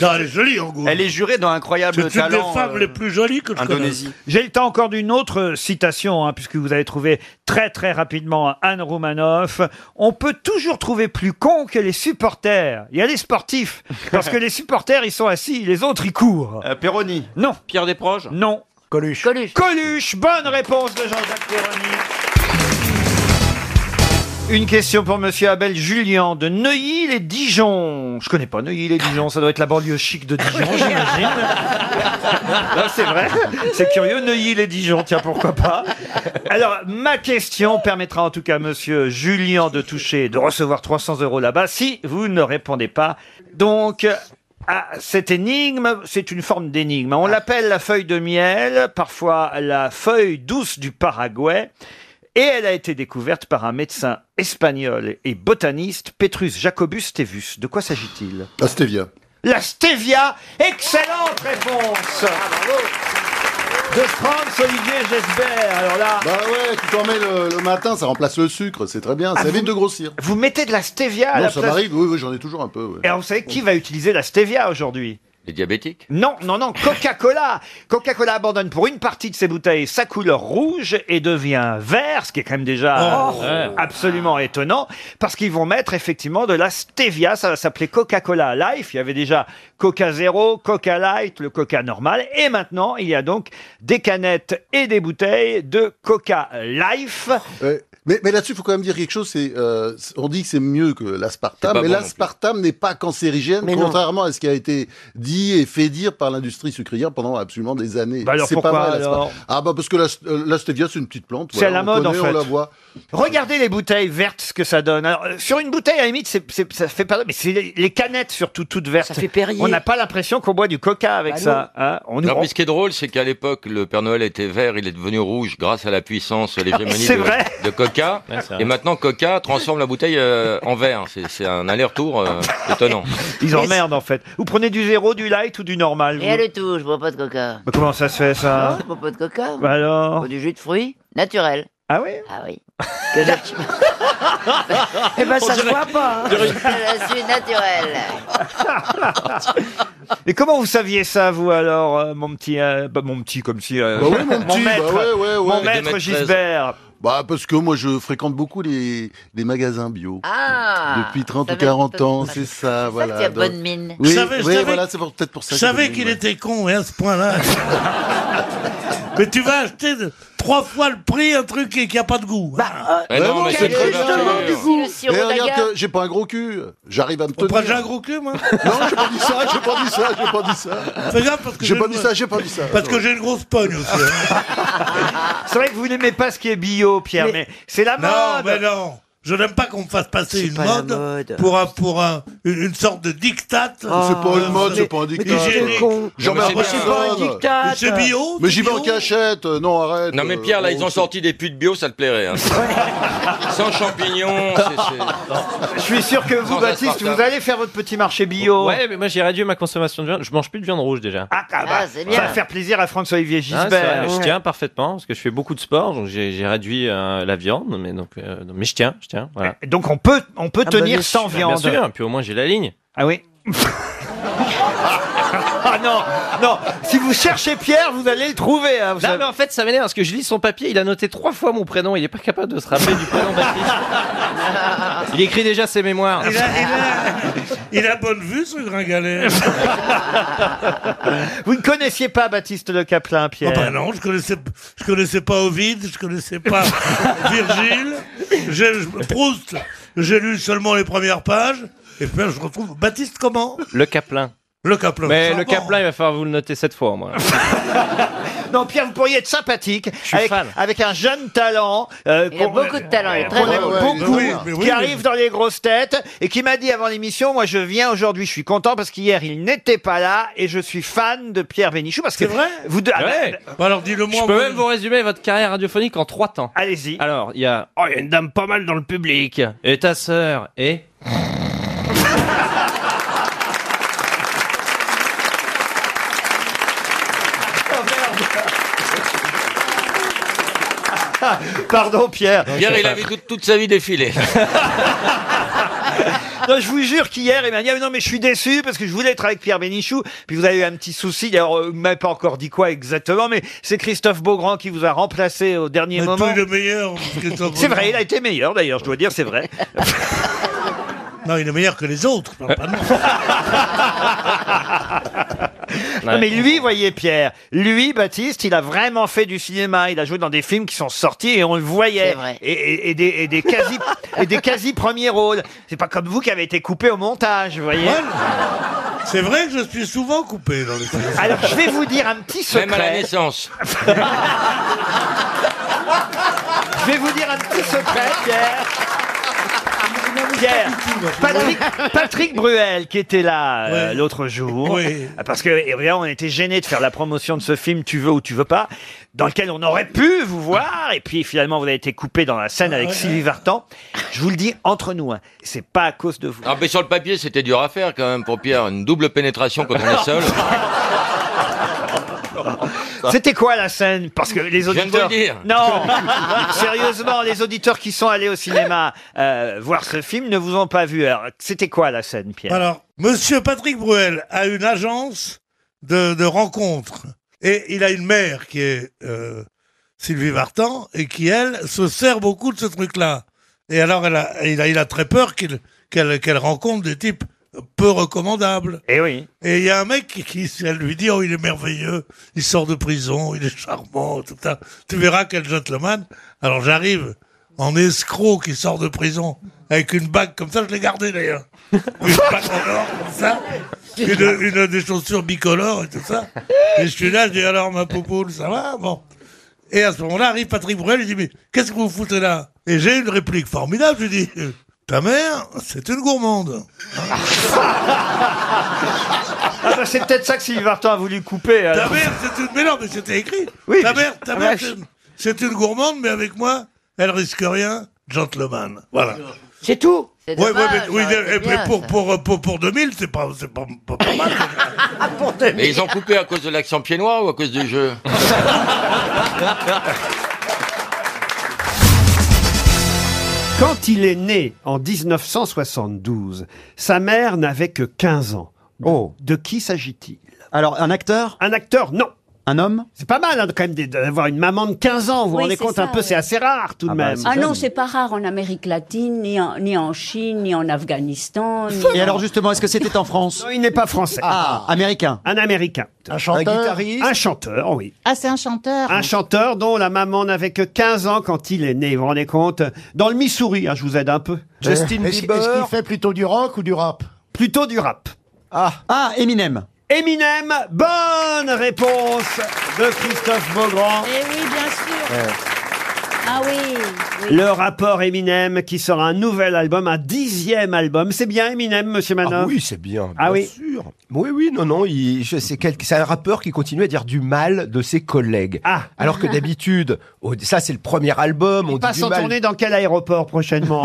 Non, elle est jolie, en gros.
Elle est jurée dans
C'est
incroyable
une
talent.
des femmes
euh,
les plus jolies que je
Indonésie.
J'ai le temps encore d'une autre euh, citation, hein, puisque vous avez trouvé très très rapidement hein, Anne Roumanoff. On peut toujours trouver plus con que les supporters. Il y a les sportifs, parce que les supporters, ils sont assis, les autres, ils courent.
euh, Perroni.
Non,
Pierre Desproges.
non.
Coluche.
Coluche.
Coluche, bonne réponse de Jean-Jacques Perroni. Une question pour Monsieur Abel Julien de Neuilly-les-Dijon. Je connais pas Neuilly-les-Dijon, ça doit être la banlieue chic de Dijon, j'imagine. Non, c'est vrai. C'est curieux, Neuilly-les-Dijon, tiens, pourquoi pas. Alors, ma question permettra en tout cas à Monsieur Julien de toucher, de recevoir 300 euros là-bas si vous ne répondez pas. Donc, à cette énigme, c'est une forme d'énigme. On l'appelle la feuille de miel, parfois la feuille douce du Paraguay. Et elle a été découverte par un médecin espagnol et botaniste, Petrus Jacobus Stevus. De quoi s'agit-il
La stevia.
La stevia, excellente réponse
Ah,
De France Olivier Gesbert, alors là...
Bah ouais, tu t'en mets le, le matin, ça remplace le sucre, c'est très bien, ça
Ah,
évite
vous-
de grossir.
Vous mettez de la stevia à
non,
la
ça
place-
m'arrive, oui, oui, j'en ai toujours un peu. ouais.
Et alors, vous savez qui va utiliser la stevia aujourd'hui
Les diabétiques
Non, non, non, Coca-Cola. Coca-Cola abandonne pour une partie de ses bouteilles sa couleur rouge et devient vert, ce qui est quand même déjà
Oh.
euh, absolument étonnant, parce qu'ils vont mettre effectivement de la stevia, ça va s'appeler Coca-Cola Life, il y avait déjà Coca Zero, Coca Light, le Coca normal, et maintenant il y a donc des canettes et des bouteilles de Coca Life.
Ouais. Mais, mais là-dessus, il faut quand même dire quelque chose. C'est, euh, c'est- on dit que c'est mieux que
C'est
l'aspartame,
pas
mais
bon non plus.
l'aspartame n'est pas cancérigène,
Mais non.
contrairement à ce qui a été dit et fait dire par l'industrie sucrière pendant absolument des années.
Bah alors
c'est
pourquoi
pas vrai, l'aspartame.
alors
Ah bah parce que la, euh, la stevia, c'est une petite plante.
C'est
voilà,
à la
on
mode
connaît,
en fait.
On la voit.
Regardez les bouteilles vertes, ce que ça donne. Alors, euh, sur une bouteille, à la limite, c'est- c'est- ça fait pas. Mais c'est les, les canettes surtout toutes vertes. Ça fait
Perrier.
On n'a pas l'impression qu'on boit du coca avec
Bah
ça. hein. on nous
non, mais ce qui est drôle, c'est qu'à l'époque, le Père Noël était vert, il est devenu rouge grâce à la puissance, l'hégémonie
C'est
de,
vrai.
de Coca.
Ouais, c'est vrai.
et maintenant, Coca transforme la bouteille euh, en vert. C'est c'est un aller-retour euh, étonnant.
Ils emmerdent en fait. Vous prenez du zéro, du light ou du normal vous
Rien du tout, je bois pas de coca.
Mais Comment ça se fait ça
Non, je bois pas de coca.
Bah alors
Je bois du jus de fruits naturel.
Ah oui
Ah oui.
Eh ben, ça se voit pas. hein.
Je suis naturel.
Et comment vous saviez ça, vous alors, euh, mon petit, euh, bah, mon petit comme si, euh,
Bah oui, mon petit, bah
maître,
ouais, ouais, ouais.
mon maître Gisbert.
Bah parce que moi, je fréquente beaucoup les, les magasins bio.
Ah
Depuis 30
Ça
ou
veut-
40 ans, c'est ça, Ah, voilà.
tu as
Donc-
bonne mine.
Oui,
Je savais- je
oui,
savais-
voilà, c'est pour- peut-être pour ça.
Je
que
savais
j'ai
qu'il
bonne
était con, hein, à ce point-là. mais tu vas acheter de- trois fois le prix un truc qui qui a pas de goût. hein.
mine. Vraiment, Bah Eh c'est très bien.
Si le
Mais
sirop
regarde
d'agar-
que j'ai pas un gros cul. J'arrive à me
On
tenir.
prend déjà un gros cul, moi
Non, j'ai pas dit ça, j'ai pas dit ça, j'ai pas dit ça.
Fais gaffe parce que
J'ai
j'ai
pas
le-
dit ça, j'ai pas dit ça.
Parce que j'ai une grosse pogne aussi. hein.
C'est vrai que vous n'aimez pas ce qui est bio, Pierre, mais, c'est la
Non,
mode.
mais non. Je n'aime pas qu'on me fasse passer
C'est
une
pas la
mode, pour un, pour un, une, une sorte de dictat.
Ah, c'est pas une mode, c'est pas un dictat. J'en mets
C'est bio.
euh, Mais j'y vais en cachette. euh, Non, arrête. euh,
Non, mais Pierre, là,
euh,
ils ont sorti des puits de bio, ça te plairait. hein. Sans champignons. c'est- c'est-
Je suis sûr que vous,
Sans
Baptiste,
aspartame.
vous allez faire votre petit marché bio.
Ouais, mais moi j'ai réduit ma consommation de viande. Je mange plus de viande rouge déjà.
Ah, ah, bah,
c'est
Ça
bien.
va faire plaisir à François-Olivier
Ah, c'est vrai,
Gisbert.
Je tiens parfaitement parce que je fais beaucoup de sport, donc j'ai j'ai réduit euh, la viande, mais donc euh, mais je tiens, je tiens. Voilà.
Et Donc on peut, on peut
Ah,
tenir
bah,
sans
bien
viande.
sûr, Bien sûr, puis au moins j'ai la ligne.
Ah oui. ah non, non. Si vous cherchez Pierre, vous allez le trouver. hein, vous
non,
savez.
mais en fait, ça m'énerve parce que je lis son papier, il a noté trois fois mon prénom, il est pas capable de se rappeler du prénom Baptiste. Il écrit déjà ses mémoires.
Il a, il a- il a bonne vue, ce gringalet.
Vous ne connaissiez pas bah, Baptiste Le Caplin,
Ah
Pierre
bah non, je connaissais, je connaissais pas Ovid, je connaissais pas Virgile. J'ai- je- Proust, j'ai lu seulement les premières pages. Et puis là, je retrouve Baptiste comment
Le Caplin.
Le Caplin.
Mais
Ça
le Ah
va.
Caplin, il va falloir vous le noter cette fois, moi.
Non, Pierre, vous pourriez être sympathique avec, avec un jeune talent. euh,
Il a
qu'on-
beaucoup de talent, il est
euh,
très
qu'on aime
drôle.
beaucoup,
Oui, mais oui.
qui arrive dans les grosses têtes et qui m'a dit avant l'émission, moi je viens aujourd'hui, je suis content parce qu'hier il n'était pas là et je suis fan de Pierre Bénichou parce que
C'est vrai
vous deux. ah,
Ouais.
bah,
alors dis-le-moi.
Je peux même vous résumer votre carrière radiophonique en trois temps.
Allez-y.
Alors, il y a. Oh, il y a une dame pas mal dans le public. Et ta sœur. Et.
Pardon Pierre.
Pierre, il a vu toute, toute sa vie défiler.
Non, je vous jure qu'hier, il m'a dit, Ah, mais non, mais je suis déçu parce que je voulais être avec Pierre Bénichou. Puis vous avez eu un petit souci. D'ailleurs, euh, vous m'avez pas encore dit quoi exactement, mais c'est Christophe Beaugrand qui vous a remplacé au dernier
Mais
moment.
toi, il est meilleur. Christophe
C'est vrai,
Beaugrand.
il a été meilleur d'ailleurs, je dois dire, c'est vrai.
Non, il est meilleur que les autres. parle pas de moi.
Non, mais lui, voyez Pierre, lui, Baptiste, il a vraiment fait du cinéma. Il a joué dans des films qui sont sortis et on le voyait. Et, et- et des, et des quasi, et des quasi premiers rôles. C'est pas comme vous qui avez été coupé au montage, vous voyez.
C'est vrai que je suis souvent coupé dans les films.
Alors, je vais vous dire un petit secret.
Même à la naissance.
Je vais vous dire un petit secret, Pierre.
Pierre, Patrick, Patrick Bruel, qui était là euh, l'autre jour,
Oui.
Ah, parce que eh bien, on était gêné de faire la promotion de ce film Tu veux ou tu veux pas, dans lequel on aurait pu vous voir, et puis finalement vous avez été coupé dans la scène avec
Ouais.
Sylvie Vartan. Je vous le dis entre nous, hein, c'est pas à cause de vous.
Ah, mais sur le papier, c'était dur à faire quand même pour Pierre. Une double pénétration quand on est seul.
C'était quoi la scène Parce que les
Je viens de
auditeurs.
vous le dire.
Non, sérieusement, les auditeurs qui sont allés au cinéma euh, voir ce film ne vous ont pas vu. Alors, c'était quoi la scène, Pierre
Alors, Monsieur Patrick Bruel a une agence de, de rencontres et il a une mère qui est euh, Sylvie Vartan et qui elle se sert beaucoup de ce truc-là. Et alors, elle a, il, a, il a très peur qu'il- qu'elle qu'elle rencontre des types peu recommandables.
Et oui.
Et il y a un mec qui, qui- elle lui dit, oh, il est merveilleux, il sort de prison, il est charmant, tout ça. Tu verras quel gentleman. Alors j'arrive en escroc qui sort de prison avec une bague comme ça, je l'ai gardée d'ailleurs. Une bague en or comme ça, une, une- des chaussures bicolores et tout ça. Et je suis là, je dis alors ma poupoule, ça va Bon. Et à ce moment-là arrive Patrick Bruel, il dit mais qu'est-ce que vous foutez là Et j'ai une réplique formidable, je lui dis ta mère, c'est une gourmande.
Ah bah, c'est peut-être ça que Sylvie Vartan a voulu couper.
Ta
alors.
mère, c'est une. Mais non, mais c'était écrit.
Oui,
ta
mais-
mère, ta
Ah,
mère,
vache.
c'est- c'est une gourmande, mais avec moi, elle risque rien, gentleman. Voilà.
C'est hein, tout.
Ouais, ouais, mais, oui, et- et-
bien,
pour,
ça.
pour, pour, pour 2000, c'est pas, c'est pas, pas, pas mal.
Mais ils ont coupé à cause de l'accent pied noir ou à cause du jeu
Quand il est né en 1972, sa mère n'avait que 15 ans. Oh. De qui s'agit-il Alors, un acteur Un acteur, non. Un homme C'est pas mal hein, quand même d'avoir une maman de 15 ans, vous vous
Oui,
rendez
c'est
compte
ça,
un peu,
ouais.
bah, c'est assez rare tout de même.
Ah non, c'est pas rare en Amérique latine, ni en, ni en Chine, ni en Afghanistan. ni en-
justement, est-ce que c'était en France Non, il n'est pas français.
Ah,
américain. Un américain. Un
chanteur Un guitariste
Un chanteur, oui.
Ah, c'est un chanteur.
Un chanteur dont la maman n'avait que 15 ans quand il est né, vous vous rendez compte Dans le Missouri, hein, je vous aide un
Euh,
peu. Eh,
Justin Est-ce- Bieber. est-ce qu'il
fait plutôt du rock ou du rap Plutôt du rap. Ah. ah, Eminem. Eminem, bonne réponse de Christophe Beaugrand.
Eh oui, bien sûr. Ah oui.
Le rapport Eminem qui sort un nouvel album, un dixième album. C'est bien Eminem, monsieur Manon
oui, c'est bien.
Ah oui.
sûr. Oui, oui, non, non, il- je- c'est quel- c'est un rappeur qui continue à dire du mal de ses collègues.
Ah.
Alors que d'habitude, au- ça c'est le premier album, on
On
dit
passe
du
en
mal.
tournée dans quel aéroport prochainement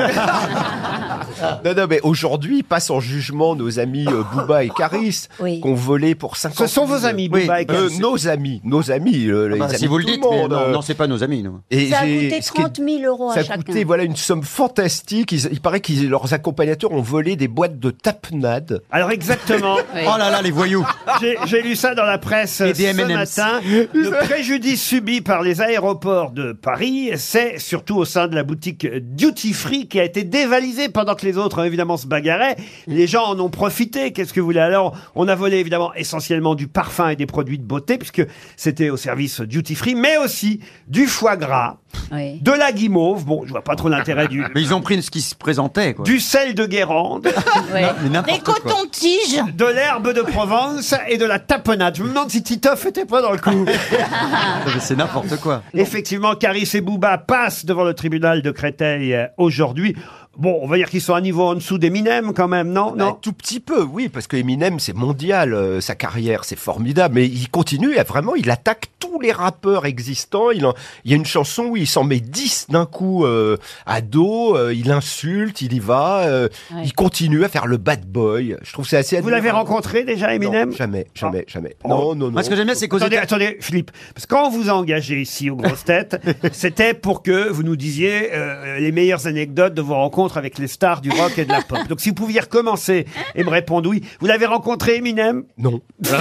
Ah.
Non, non, mais aujourd'hui, ils passent en jugement nos amis euh, Booba et Caris,
Oui.
qu'on volait pour 50
Ce sont vos amis, Booba
Oui,
et Karis.
euh, nos amis, nos amis, euh, les
bah,
amis
si vous
de
le
tout
dites, mais
monde,
non,
euh.
non, c'est pas nos amis, nous.
Et
Ça a
j'ai-
coûté
ce qui est-
30 000 euros à
Ça a
chacun.
coûté voilà, une somme fantastique. Ils- il paraît que leurs accompagnateurs ont volé des boîtes de tapenade.
Alors exactement.
Oh là là, les voyous.
J'ai- J'ai lu ça dans la presse
Et
ce
des M&M's.
matin. Le préjudice subi par les aéroports de Paris, c'est surtout au sein de la boutique Duty Free qui a été dévalisée pendant que les autres, hein, évidemment, se bagarraient. Les gens en ont profité. Qu'est-ce que vous voulez Alors, on a volé, évidemment, essentiellement du parfum et des produits de beauté, puisque c'était au service Duty Free, mais aussi du foie gras,
Oui.
de la guimauve. Bon, je vois pas trop l'intérêt du...
Mais ils ont pris ce qui se présentait, quoi.
Du sel de Guérande.
Mais n'importe quoi.
cotons-tiges. De l'herbe de Provence et de la tapenade. Je me demande si Titoff était pas dans le coup. Ah,
Mais C'est n'importe quoi.
Effectivement, Caris et Bouba passent devant le tribunal de Créteil euh, aujourd'hui. Bon, on va dire qu'ils sont à niveau en dessous d'Eminem quand même, non
Un Bah, tout petit peu, oui, parce que Eminem, c'est mondial, euh, sa carrière, c'est formidable, mais il continue, et vraiment, il attaque tous les rappeurs existants. Il, en- il y a une chanson où il s'en met 10 d'un coup euh, à dos, euh, il insulte, il y va, euh,
Ouais.
il continue à faire le bad boy. Je trouve ça assez
Vous l'avez
admirable.
rencontré déjà, Eminem Ah.
Non, Jamais, jamais, jamais. Non, non, non.
Attendez, attendez, Philippe. Parce que quand on vous a engagé ici aux grosses têtes, c'était pour que vous nous disiez euh, les meilleures anecdotes de vos rencontres avec les stars du rock et de la pop. Donc si vous pouviez recommencer et me répondre oui. Vous l'avez rencontré, Eminem
Non.
Ah.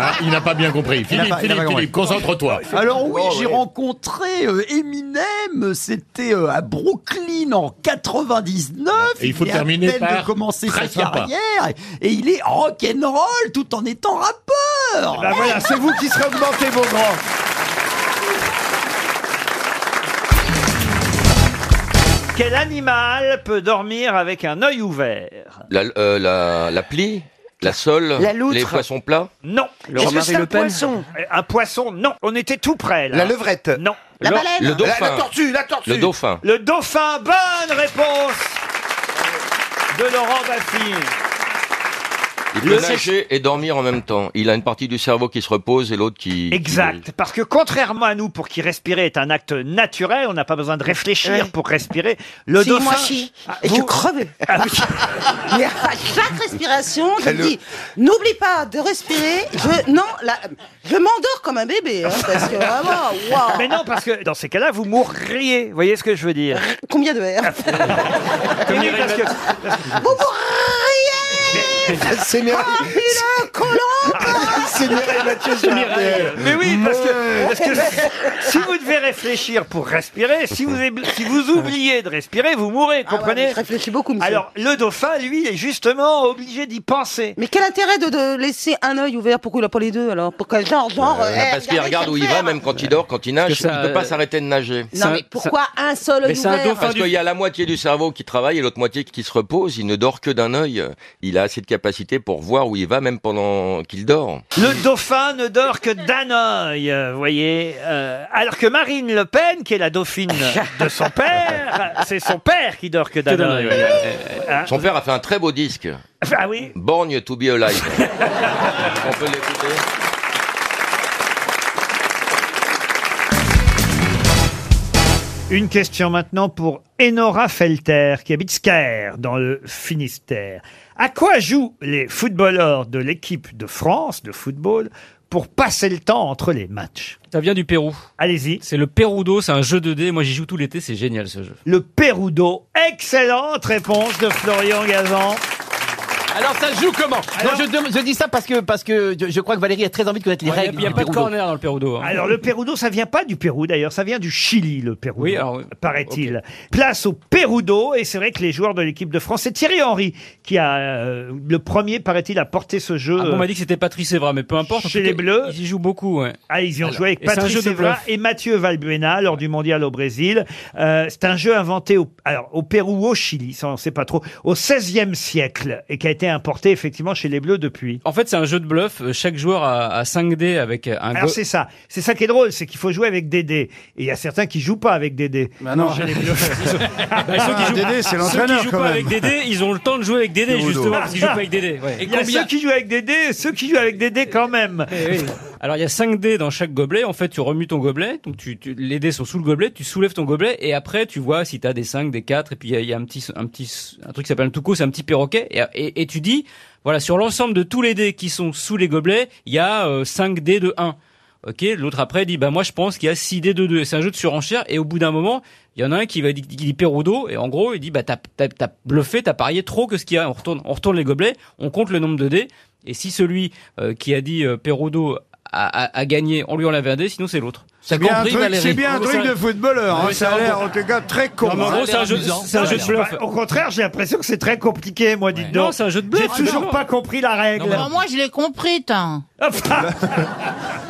Hein, il n'a pas bien compris.
Il
Philippe,
n'a pas- il n'a
Philippe,
pas compris.
Philippe, concentre-toi.
Alors oui,
Oh,
j'ai
ouais.
rencontré euh, Eminem, c'était euh, à Brooklyn en 99.
Et il faut
venait à
terminer
peine
par
de commencer sa
très sympa.
carrière et il est rock'n'roll tout en étant rappeur.
Eh ben voilà, c'est vous qui serez augmenté, vos grands. Quel animal peut dormir avec un œil ouvert
La, euh, la, la plie La sole
La loutre.
Les poissons plats
Non.
Le Est-ce que Romarin et c'est un Le Pen poisson
Euh, Un poisson, non. On était tout près, là.
La
levrette
Non.
La Le- baleine le dauphin.
tortue, la tortue.
Le dauphin.
Le dauphin, bonne réponse de Laurent Baffy.
Il peut
Le
nager et dormir en même temps. Il a une partie du cerveau qui se repose et l'autre qui... Euh, qui-
Exact. euh, Parce que contrairement à nous, pour qui respirer est un acte naturel, on n'a pas besoin de réfléchir
Ouais.
pour respirer. Le
Si,
dauphin...
moi, si. Et je crevais.
Ah oui.
Mais à chaque respiration, je me
Le-
dis, n'oublie pas de respirer. Je, non, là, je m'endors comme un bébé, hein, parce que vraiment, waouh.
Mais non, parce que dans ces cas-là, vous mourriez. Vous voyez ce que je veux dire
Combien de
Ah.
R
Oui, parce que-
Vous mourriez
C'est Mireille.
Comme une colombe
C'est Mireille Mathieu sur RTL.
Mais oui, parce que, parce que si vous devez réfléchir pour respirer, si vous, ébl- si vous oubliez de respirer, vous mourrez, comprenez
je réfléchis beaucoup, monsieur.
Alors, le dauphin, lui, est justement obligé d'y penser.
Mais quel intérêt de, de laisser un œil ouvert Pourquoi il a pas les deux alors Pourquoi genre, genre.
Bah,
Ah,
eh,
parce qu'il regarde où il va, même quand il dort, quand il nage,
Parce que ça,
il ne peut pas
euh,
s'arrêter de nager.
Non mais pourquoi un seul œil ouvert
Parce qu'il y a la moitié du cerveau qui travaille et l'autre moitié qui se repose. Il ne dort que d'un œil. Il a assez de capacité pour voir où il va, même pendant qu'il dort.
Le dauphin ne dort que d'un œil, euh, vous voyez. euh, alors que Marine Le Pen, qui est la dauphine de son père, c'est son père qui dort que d'un
d'un
œil.
œil, ouais.
Hein
Son père a fait un très beau disque.
Ah oui
Borgne to be alive. On peut l'écouter.
Une question maintenant pour Enora Felter, qui habite Scaer, dans le Finistère. À quoi jouent les footballeurs de l'équipe de France de football pour passer le temps entre les matchs
Ça vient du Pérou.
Allez-y.
C'est le Perudo, c'est un jeu 2D. Moi, j'y joue tout l'été, c'est génial ce jeu.
Le Perudo. Excellente réponse de Florian Gazan.
Alors ça se joue comment Non, je, dem- je dis ça parce que parce que je, je crois que Valérie a très envie de connaître les règles.
y a
du
pas de
Perudo.
corner
dans le hein. Perudo.
Alors le Perudo, ça vient pas du Pérou d'ailleurs, ça vient du Chili le Perudo, paraît-il. Place au Perudo et c'est vrai que les joueurs de l'équipe de France, c'est Thierry Henry qui a euh, le premier paraît-il à porter ce jeu.
Ah bon, on m'a dit
euh,
que c'était Patrice Evra, mais peu importe. en
Chez
tout cas,
les Bleus.
Ils y jouent beaucoup, ouais.
Ah, ils y ont
Alors,
joué avec
et c'est un
Patrice
jeu de
Evra
bluff.
et Mathieu Valbuena lors du mondial au Brésil. Euh, c'est un jeu inventé au, alors, au Pérou ou au Chili, ça on ne sait pas trop, au XVIe siècle et qui a été importé effectivement chez les Bleus depuis.
En fait, c'est un jeu de bluff. Euh, Chaque joueur a, a 5 dés avec un
Alors
go-
c'est ça, c'est ça qui est drôle, c'est qu'il faut jouer avec des dés. Et il y a certains qui jouent pas avec des dés.
non.
Chez les Bleus.
Bah, ceux qui jouent,
Dédé, c'est
ceux qui
l'entraîneur,
jouent
quand
pas
même.
avec Dédé, ils ont le temps de jouer avec Dédé,
Perudo.
justement, parce qu'ils jouent pas avec Dédé. ouais.
Il y a ceux qui jouent avec des dés et ceux qui jouent avec des dés quand même.
Eh Alors il y a 5 dés dans chaque gobelet. En fait, tu remues ton gobelet. Donc tu, tu- les dés sont sous le gobelet. Tu soulèves ton gobelet et après tu vois si t'as des 5, des 4 et puis il y a- il y, a un petit un petit un truc qui s'appelle un touco, c'est un petit perroquet et, et, et tu dis voilà sur l'ensemble de tous les dés qui sont sous les gobelets, il y a 5 dés de 1. Ok, l'autre après dit bah moi je pense qu'il y a 6 dés de 2. C'est un jeu de surenchère et au bout d'un moment il y en a un qui va dit, qui dit Perudo et en gros il dit bah t'as t'as t'as bluffé, t'as parié trop que ce qu'il y a. On retourne on retourne les gobelets, on compte le nombre de dés et si celui euh, qui a dit euh, Perudo a, a- a gagné, on lui enlève un dé, sinon c'est l'autre.
C'est bien, un truc, c'est bien un truc de
euh,
footballeur. hein.
Ouais,
Ça
c'est
a
un
l'air
bon-
en tout cas très con.
Non, mais en
hein.
gros, c'est un jeu- c'est un jeu de bluff.
Au contraire, j'ai l'impression que c'est très compliqué, moi, dites donc.
Non, c'est un jeu de bluff.
J'ai toujours
Ah,
pas compris la règle.
Alors, Oh, moi, je l'ai compris, tant.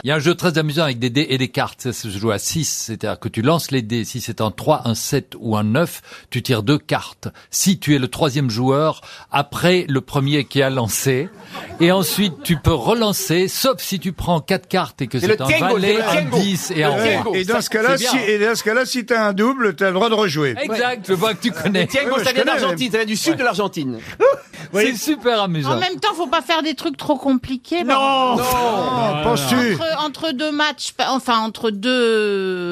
Il y a un jeu très amusant avec des dés et des cartes. Ça se joue à 6, c'est-à-dire que tu lances les dés. Si c'est un 3, un 7 ou un 9, tu tires deux cartes. Si tu es le troisième joueur, après le premier qui a lancé, et ensuite tu peux relancer, sauf si tu prends quatre cartes et que
C'est le
c'est un
tango,
valet,
c'est le
un
tango.
10 et un
Ouais.
3.
Et dans ce cas-là, si, et dans ce cas-là, si t'as un double, t'as le droit de rejouer.
Exact, je vois que tu connais.
Le tango, Ouais, ça je vient connais, d'Argentine,
ça vient du sud de l'Argentine. C'est super amusant.
En même temps, faut pas faire des trucs trop compliqués.
Non.
bah.
Non, Non, penses-tu
entre, entre deux matchs, pa- enfin entre deux.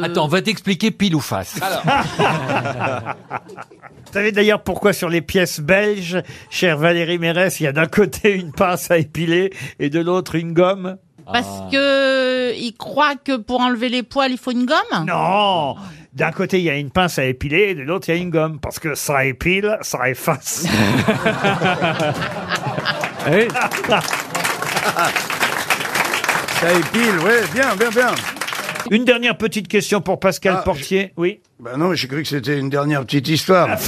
euh,
Attends, on va t'expliquer pile ou face.
Vous savez d'ailleurs pourquoi sur les pièces belges, cher Valérie Mérès, il y a d'un côté une pince à épiler et de l'autre une gomme
Parce
Ah.
que il croit que pour enlever les poils, il faut une gomme.
Non Oh, D'un côté, il y a une pince à épiler et de l'autre, il y a une gomme. Parce que ça épile, ça efface.
Ça épile, ouais, bien, bien, bien.
Une dernière petite question pour Pascal Portier. Oui.
Ben Ah, non, j'ai cru que c'était une dernière petite histoire.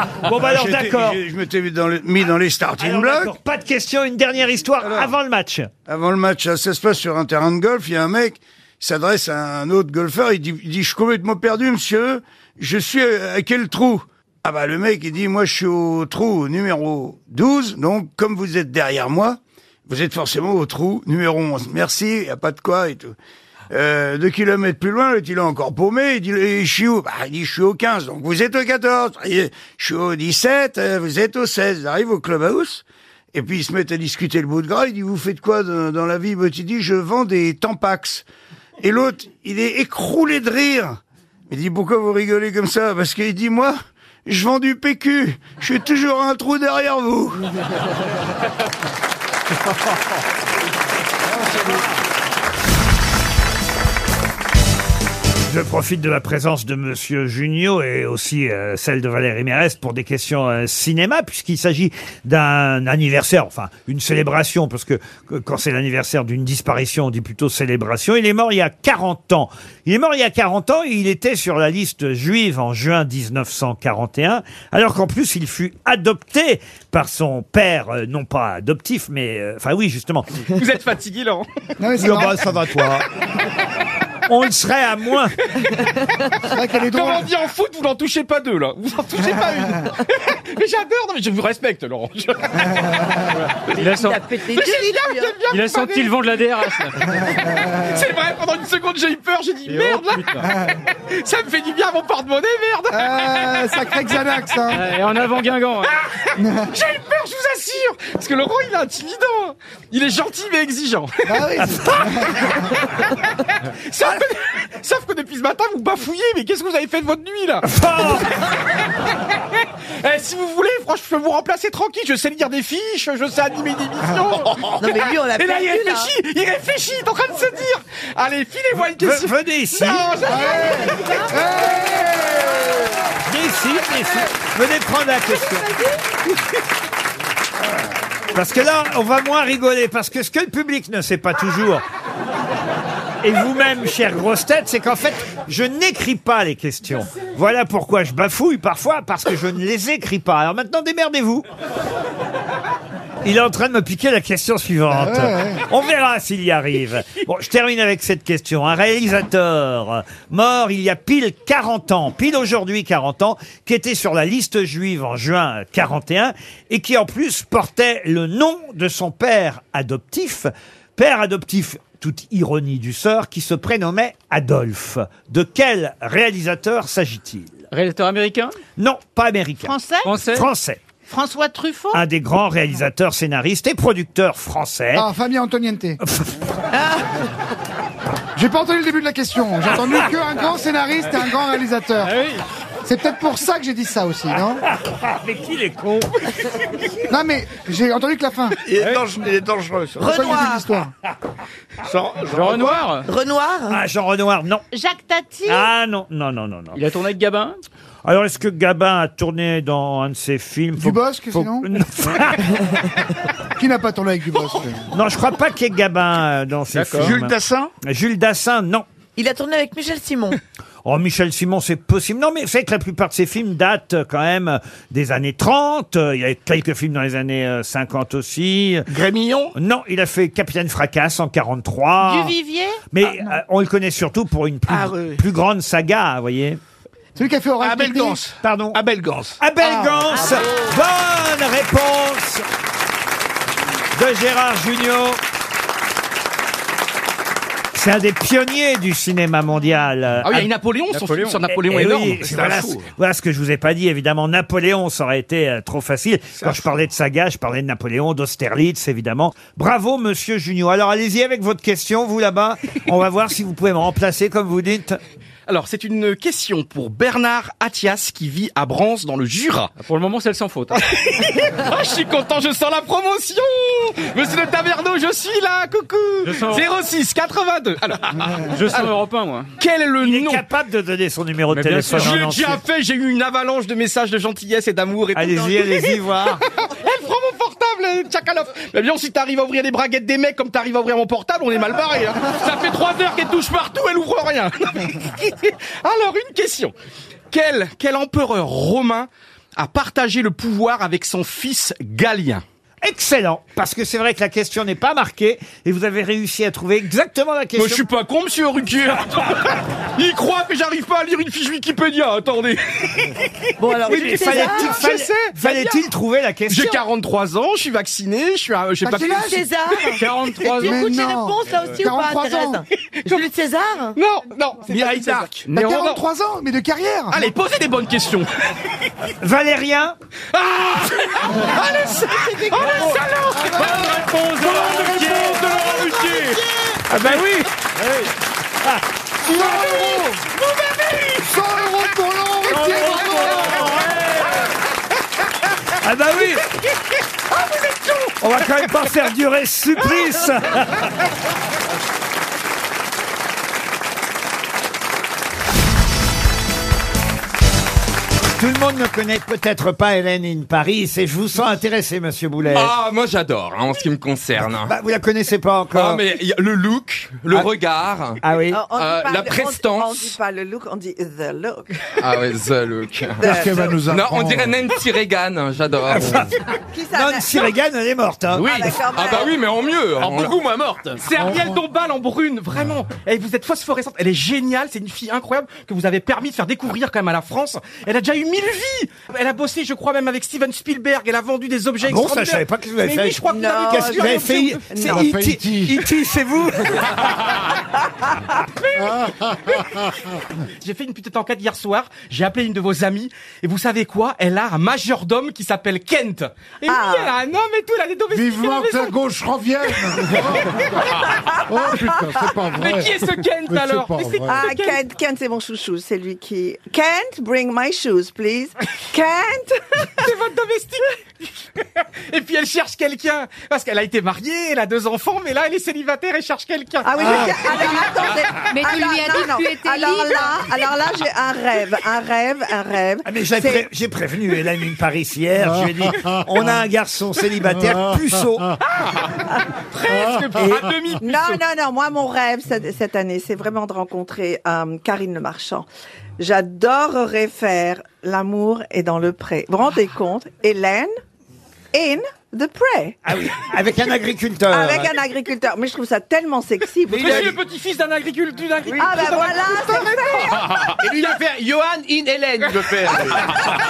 Ah,
Bon, bah alors,
J'étais-
d'accord.
j'ai- Je m'étais mis dans les, mis dans les starting
Alors,
blocks.
d'accord, Pas de question, une dernière histoire avant le match.
Avant le match, ça se passe sur un terrain de golf. Il y a un mec il s'adresse à un autre golfeur. Il dit, il dit, je suis complètement perdu, monsieur. Je suis à à quel trou Ah bah le mec, il dit, moi je suis au trou numéro 12. Donc comme vous êtes derrière moi, vous êtes forcément au trou numéro 11. Merci, il n'y a pas de quoi et tout. Euh, deux kilomètres plus loin, l'autre, il est encore paumé. Il dit, et je suis où Bah, Il dit, je suis au 15, donc vous êtes au 14. Il dit, je suis au 17, euh, vous êtes au 16. Ils arrivent au clubhouse. Et puis ils se mettent à discuter le bout de gras. Il dit, vous faites quoi dans, dans la vie Bah, Il dit, je vends des tampax. Et l'autre, il est écroulé de rire. Il dit, pourquoi vous rigolez comme ça Parce qu'il dit, moi, je vends du PQ. Je suis toujours un trou derrière vous.
Je profite de la présence de Monsieur Junio et aussi euh, celle de Valérie Mérès pour des questions euh, cinéma, puisqu'il s'agit d'un anniversaire, enfin une célébration, parce que euh, quand c'est l'anniversaire d'une disparition, on dit plutôt célébration. Il est mort il y a 40 ans. Il est mort il y a 40 ans, et il était sur la liste juive en juin 1941, alors qu'en plus il fut adopté par son père, euh, non pas adoptif, mais... euh, Enfin oui, justement.
Vous êtes fatigué, Laurent
Oui, bah, ça va toi. On le serait à moins.
Comme on dit en foot, vous n'en touchez pas deux, là. Vous n'en touchez pas une. mais j'adore, non, mais je vous respecte, Laurent. Je-
Il a senti- Il a
Mais c'est bien, j'aime bien vous parler.
vent de la DRH.
C'est vrai, pendant une seconde, j'ai eu peur, j'ai
oh,
dit merde, là. Ça me fait du bien à mon porte-monnaie, merde.
Ah, sacré Xanax, hein.
Ah, Et en avant Guingamp. hein. Ah, J'ai eu peur, je vous assure. Parce que Laurent, il est intimidant. Il est gentil, mais exigeant.
Bah
sauf, que, sauf que depuis ce matin, vous bafouillez, mais qu'est-ce que vous avez fait de votre nuit là
Ah,
Eh, Si vous voulez, franchement, je peux vous remplacer tranquille. Je sais lire des fiches, je sais animer des missions.
Non, mais lui, on l'a
Et là,
perdu,
il
là.
réfléchit, il réfléchit, il est en train de se dire Allez, filez-moi une question.
Venez ici.
Non, j'arrive.
Venez ici, venez ici. Venez prendre la question. Parce que là, on va moins rigoler, parce que ce que le public ne sait pas toujours, et vous-même, chère grosse tête, c'est qu'en fait, je n'écris pas les questions. Voilà pourquoi je bafouille parfois, parce que je ne les écris pas. Alors maintenant, démerdez-vous. Il est en train de me piquer la question suivante.
Ah ouais, ouais.
On verra s'il y arrive. Bon, je termine avec cette question. Un réalisateur euh, mort il y a pile 40 ans, pile aujourd'hui 40 ans, qui était sur la liste juive en juin 41 et qui en plus portait le nom de son père adoptif, père adoptif toute ironie du sort, qui se prénommait Adolphe. De quel réalisateur s'agit-il
Réalisateur américain
Non, pas américain.
Français
Français
Français.
François Truffaut
Ah,
Un des grands réalisateurs, scénaristes et producteurs français.
Ah, Fabien Antoniente. Ah. J'ai pas entendu le début de la question. J'ai entendu qu'un grand scénariste et un grand réalisateur. C'est peut-être pour ça que j'ai dit ça aussi, non
Mais qui les con
Non, mais j'ai entendu que la fin.
Il est dangereux. Il est dangereux ça.
C'est ça que j'ai dit l'histoire.
Jean,
Renoir
Renoir Ah, Jean Renoir, non.
Jacques Tati
Ah non, non, non, non, non.
Il a tourné avec Gabin
Alors, est-ce que Gabin a tourné dans un de ses films Du
Dubosc, sinon Qui n'a pas tourné avec Dubosc
Non, je crois pas qu'il y ait Gabin euh, dans ses
D'accord.
films.
Jules Dassin
Jules Dassin, non.
Il a tourné avec Michel Simon.
Oh, Michel Simon, c'est possible. Non, mais c'est que la plupart de ses films datent euh, quand même euh, des années 30. Euh, Il y a quelques films dans les années euh, 50 aussi. Grémillon Non, il a fait Capitaine Fracasse en 43.
Duvivier
Mais euh, on le connaît surtout pour une plus, plus grande saga, vous voyez.
Celui qui a fait Orange
Abel
Technique.
Gans. Pardon Abel Gans. Abel
Ah.
Gans Bonne réponse de Gérard Junior. C'est un des pionniers du cinéma mondial.
Ah oui, il y a eu Napoléon, son film Napoléon. sur Napoléon
Eh
énorme.
oui,
C'est
voilà,
un fou.
ce- voilà ce que je vous ai pas dit. Évidemment, Napoléon, ça aurait été euh, trop facile. Quand je parlais de saga, je parlais de Napoléon, d'Austerlitz, évidemment. Bravo, monsieur Junior. Alors, allez-y avec votre question, vous là-bas. On va voir si vous pouvez me remplacer, comme vous dites.
Alors, c'est une Euh, question pour Bernard Attias qui vit à Brance dans le Jura.
Pour le moment, c'est le sans faute. Ah, je suis content, je sens la promotion Monsieur le Taverneau, je suis là, coucou
Je sens-
06 82 Alors, Je sens européen, moi.
Quel est le nom capable de donner son numéro de
Bien sûr,
téléphone.
je
en
l'ai
entier.
déjà fait, j'ai eu une avalanche de messages de gentillesse et d'amour. et tout.
Allez-y, allez-y, voir.
Elle prend mon portable, Tchakalov Mais bien, si t'arrives à ouvrir les braguettes des mecs comme t'arrives à ouvrir mon portable, on est mal barré. hein. Ça fait trois heures qu'elle touche partout, elle ouvre rien. Alors, une question. Quel, quel empereur romain a partagé le pouvoir avec son fils Galien
Excellent, parce que c'est vrai que la question n'est pas marquée et vous avez réussi à trouver exactement la question. Ah
Moi, je suis pas con, monsieur Ruquier. Il croit que j'arrive pas à lire
sur une fiche Wikipédia, attendez.
Bon, alors,
Oui,
je
mais
sais
fallait-il-
ça, je
fallait-
sais.
fallait-il
Bien.
trouver la question
J'ai
43 ans, je suis vacciné, je suis un,
j'ai Bah, pas- quel âge, César
43
Mais
ans.
Écoute, j'ai non. réponse, là aussi, ou pas, 43 Thérèse ans.
Jules César
Non, non.
Mireille Darc.
T'as 43 ans, mais de carrière
Allez, posez des bonnes questions.
Valérien Oh,
Ah le salaud
réponse de Laurent Ruquier de Laurent Ruquier Ah ben oui Ah.
100 euros 100 euros pour Laurent Ruquier, bravo
Ah bah oui On va quand même pas faire durer ce supplice Tout le monde ne connaît peut-être pas Hélène in Paris, et je vous sens intéressé, monsieur Boulet.
Ah, moi j'adore, hein, en ce qui me concerne.
Bah, vous la connaissez pas encore
Ah, mais y a le look, le
Ah.
regard,
Ah oui.
euh, la
On dit
prestance.
pas le look, on dit the look.
Ah ouais, the look.
Qu'est-ce qu'elle va nous
non, on
apprendre
dirait Nancy Reagan, hein, j'adore.
Nancy Reagan, elle est morte. Hein.
Oui.
d'accord,
Ah bah oui, mais en mieux.
Alors,
On-
beaucoup moins morte. C'est Ariel
On-
Dombal en brune, vraiment. Et vous êtes phosphorescente. Elle est géniale. C'est une fille incroyable que vous avez permis de faire découvrir quand même à la France. Elle a déjà eu mille vies. Elle a bossé, je crois, même avec Steven Spielberg. Elle a vendu des objets
Ah bon, ça,
extraordinaires.
je savais pas que vous avez
Mais
fait.
oui, je crois que vous avez
Qu'est-ce que vous avez fait C'est E E.T. E.T., c'est vous
J'ai fait une petite enquête hier soir. J'ai appelé une de vos amies. Et vous savez quoi? Elle a un majordome qui s'appelle Kent. Et oui,
Ah.
elle a un homme et tout. Elle a des domestiques.
Vivement
à la
que la
maison.
gauche revienne Oh putain, c'est pas vrai
Mais qui est ce Kent
Mais c'est
alors
pas
Mais c'est qui
vrai.
Ah,
ce
Kent, Kent, c'est mon chouchou, c'est lui qui. Kent, bring my shoes, please. Kent
C'est votre domestique Et puis elle cherche quelqu'un Parce qu'elle a été mariée, elle a deux enfants, mais là elle est célibataire et cherche quelqu'un.
Ah oui, mais c'est- alors attendez.
Mais tu
Alors,
lui as
non,
dit que
non.
tu étais
alors
libre.
Là, alors là, j'ai un rêve, un rêve, un rêve.
Ah, mais j'ai,
C'est-
pré- j'ai prévenu Hélène in Paris hier. Je lui ai dit on a un garçon célibataire puceau. à
Presque, Ah. Non, non, non. Moi, mon rêve cette, cette année, c'est vraiment de rencontrer euh, Karine Le Marchand. J'adorerais faire l'amour est dans le pré. Vous vous rendez
Ah.
compte Hélène in the pré.
Ah oui, avec un agriculteur.
Avec un agriculteur. Mais je trouve ça tellement sexy.
Ah.
Vous
Mais il
trouvez-
est le petit-fils d'un agriculteur.
Ah
ben,
bah voilà,
Et lui il a fait Johan in Hélène, je fais.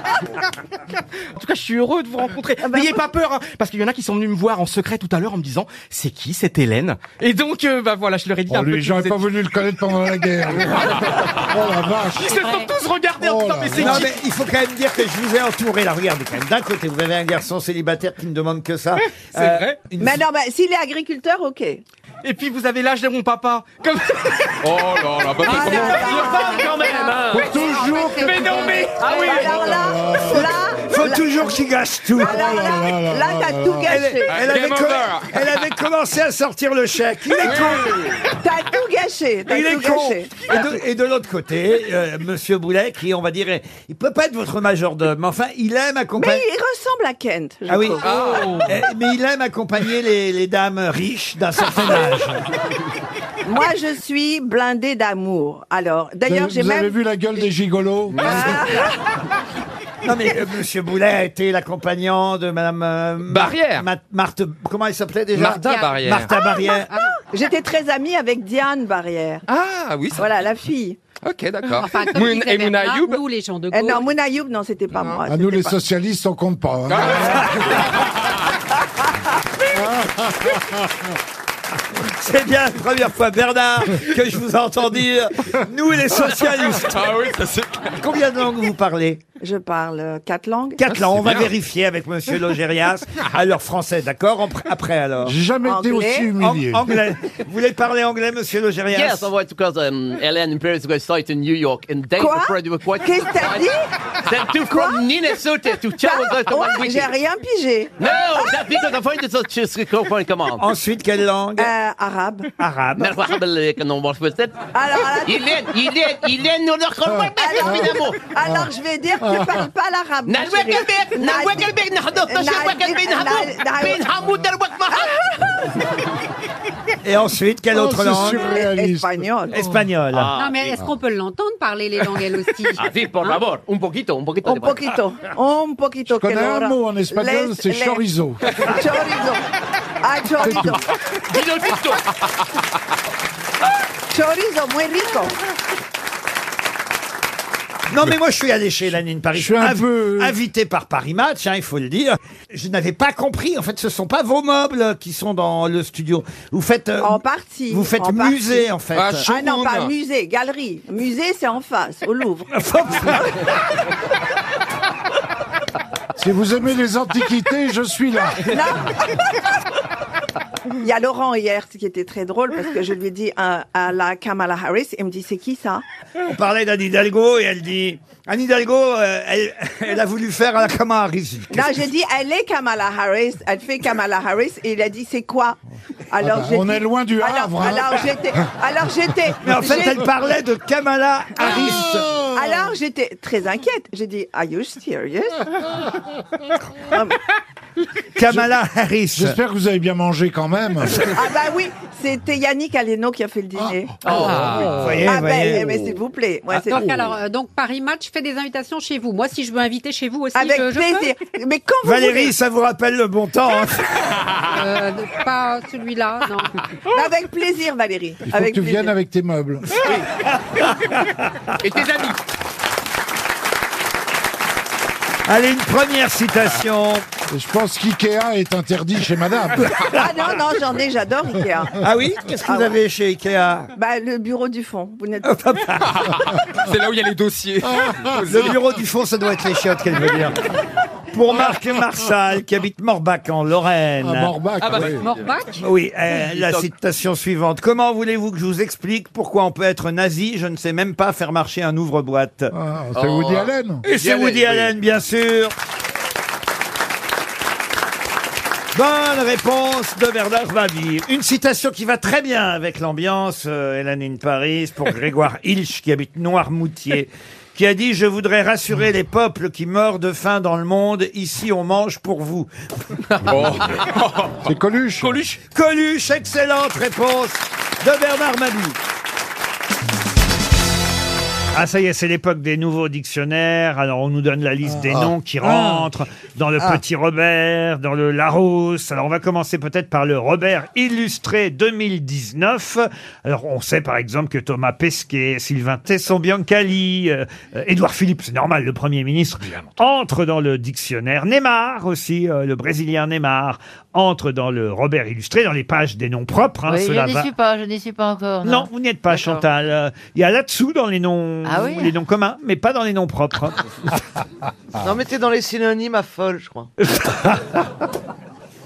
En tout cas, je suis heureux de vous rencontrer.
Ah, ben,
N'ayez pas peur, hein, parce qu'il y en a qui sont venus me voir en secret tout à l'heure en me disant c'est qui cette Hélène Et donc, euh, bah voilà, je leur ai dit.
Oh,
un peu
lui,
qui
j'aurais
vous
pas
étiez.
voulu le connaître pendant la guerre. oh la vache. Oh,
Ils se sont tous regardés en disant mais c'est
Oh Non,
qui
mais il faut quand même dire que je vous ai entouré. Là, regardez quand même. D'un côté, vous avez un garçon célibataire qui ne demande que ça.
C'est
vrai.
Mais non, mais s'il est agriculteur, ok.
Et puis vous avez l'âge de mon papa. Comme...
Oh là là, bah, bah, comment-
quand même. hein.
Ah, Pour toujours Oh, que
Mais
tu
non, mais ah oui.
Alors là, là,
Faut toujours qu'il gâche tout.
Ah
Oh Ah,
là, t'as tout gâché.
Elle, avait, co- elle avait commencé à sortir le chèque. Il est con.
T'as tout gâché. T'as
Il
tout
est con.
gâché.
Et de, et de l'autre côté, euh, Monsieur Boulet, qui on va dire, est- il peut pas être votre majordome, mais enfin, il aime
Mais
accompagner.
il ressemble à Kent. je
Ah oui.
trouve.
Eh, Mais il aime accompagner les, les dames riches d'un certain âge.
Ah,
Moi, je suis blindée d'amour. Alors, d'ailleurs,
Vous-
j'ai
vous avez
même. Ah,
vu la gueule des gigolos
Ah. Non mais euh, Monsieur Boulet a été l'accompagnant de Madame euh, Mar-
Barrière.
Ma- Marthe, comment elle s'appelait déjà
Martha Barrière.
Martha
Ah,
Barrière.
J'étais très amie avec Diane Barrière.
Ah oui.
Voilà, la fille.
Ok, d'accord.
Enfin, comme
Moon-
disait
et Moon
Bernard,
Ayoub
nous, les gens de
Eh
gauche.
non, Mouna Youb, non, c'était pas moi.
À nous,
c'était
les
pas-
socialistes, on compte pas. hein.
Ah
Ah.
Euh, C'est bien la première fois, Bernard, que je vous entends dire « Nous, les socialistes
Ah oui, ça c'est. »
Combien de langues vous parlez
Je parle euh, quatre langues.
Quatre langues, on va
Ah, bien.
vérifier avec Monsieur Logérias. Alors, français, d'accord En pr- Après, alors
J'ai jamais été
Anglais.
aussi humilié.
Ang- Anglais. Vous voulez parler anglais, Monsieur Logérias
Yes, I want because um, Ellen Paris was site in New York and they
Quoi?
were afraid of what
Qu'est-ce que t'as dit
Then to from Minnesota to Charles
Ah,
to one
ouais, J'ai
weekend.
rien pigé.
No, that's because I find it such a scope come on.
Ensuite, quelle langue
Euh, arabe.
Arabe.
مرحبا لك انا مبارك بالذات
Alors, alors,
يلين يلين يلين ونرقل
alors,
بالذات بدمو
alors, je vais dire que tu parles pas l'arabe. mon
نحوك
chéri.
البيت نحوك البيت نحضر تشوك البيت نحضر بين حمود الوقت
Et ensuite, quelle
Oh,
autre
c'est
langue
Es- Espagnol.
Espagnol.
Ah,
Non, mais est-ce qu'on peut l'entendre parler les langues elle aussi
عفيف بور فابور
Hein?
un poquito un poquito
Un poquito, un poquito.
Je connais
quelle
un
hora.
mot en espagnol,
Les-
c'est
les-
chorizo.
Chorizo. Ah, chorizo.
دينو تيتو
Chorizo, muy rico.
Non, mais moi, je suis allé chez Lanine Paris. Je suis un peu. Invité par Paris Match, hein, il faut le dire. Je n'avais pas compris. En fait, ce sont pas vos meubles qui sont dans le studio. Vous faites. en
partie.
Vous faites
en partie.
musée, en fait.
Ah non, pas musée, galerie. Musée, c'est en face, au Louvre.
Si vous aimez les antiquités, je suis là.
Il y a Laurent hier ce qui était très drôle parce que je lui ai dit à, à la Kamala Harris, il me dit c'est qui ça
On parlait d'Anne Hidalgo et elle dit Anne Hidalgo, euh, elle, elle a voulu faire à la Camara ici.
Là j'ai dit elle est Kamala Harris, elle fait Kamala Harris et il a dit c'est quoi
Ah bah,
j'ai
on est loin du
alors-
Havre, hein.
Alors, j'étais, alors j'étais.
Mais en fait,
j'ai- Oh.
elle parlait de Kamala Harris.
Alors j'étais très inquiète. J'ai dit Are you serious
Kamala Harris.
J'espère que vous avez bien mangé quand même.
Ah bah oui, c'était Yannick Aleno qui a fait le dîner.
Ah, oui. Voyez,
Ah ben,
voyez.
mais s'il vous plaît. moi,
Ah.
c'est-
donc, alors, euh, donc Paris Match fait des invitations chez vous. Moi, si je veux inviter chez vous aussi,
Avec
je, je
plaisir.
peux
Mais quand
Valérie, ça vous rappelle le bon temps. hein.
Euh, pas celui-là, non.
Avec plaisir, Valérie.
Il faut que tu viennes avec tes meubles.
Et tes amis.
Allez, une première citation.
Je pense qu'IKEA est interdit chez madame.
Ah non, non, j'en ai, j'adore Ikea.
Ah oui Qu'est-ce que vous avez chez Ikea
Bah, le bureau du fond. Vous n'êtes
C'est là où il y a les dossiers.
Ah,
Le bureau du fond, ça doit être les chiottes qu'elle veut dire. Pour Marc Marsal, qui habite Morbac en Lorraine.
Ah, Morbac, Ah bah, oui.
Morbac
Oui, euh,
Oui,
la
donc-
citation suivante. Comment voulez-vous que je vous explique pourquoi on peut être nazi Je ne sais même pas faire marcher un ouvre-boîte.
c'est Oh. Woody Allen.
Et c'est Woody
Woody Allen,
Allen, bien sûr. Bonne réponse de Bernard Babi. Une citation qui va très bien avec l'ambiance, euh, Hélène in Paris, pour Grégoire Hilch, qui habite Noirmoutier, qui a dit « Je voudrais rassurer les peuples qui meurent de faim dans le monde. Ici, on mange pour vous.
Oh.
C'est Coluche. Coluche. Coluche, excellente réponse de Bernard Mabie. Ah ça y est, c'est l'époque des nouveaux dictionnaires. Alors on nous donne la liste des
Ah.
noms qui
Ah.
rentrent dans le
Ah.
Petit Robert, dans le Larousse. Alors on va commencer peut-être par le Robert illustré 2019. Alors on sait par exemple que Thomas Pesquet, Sylvain Tesson Biancali, euh, euh, Édouard Philippe, c'est normal, le Premier ministre, entre dans le dictionnaire. Neymar aussi, euh, le Brésilien Neymar, entre dans le Robert illustré, dans les pages des noms propres. hein,
Oui, je
cela
n'y
va.
suis pas, je n'y suis pas encore.
Non, vous n'y êtes pas, Chantal. Euh, Il y a là-dessous dans les noms,
Ah oui
les noms communs, mais pas dans les noms propres.
Non, mais t'es dans les synonymes à folle, je crois.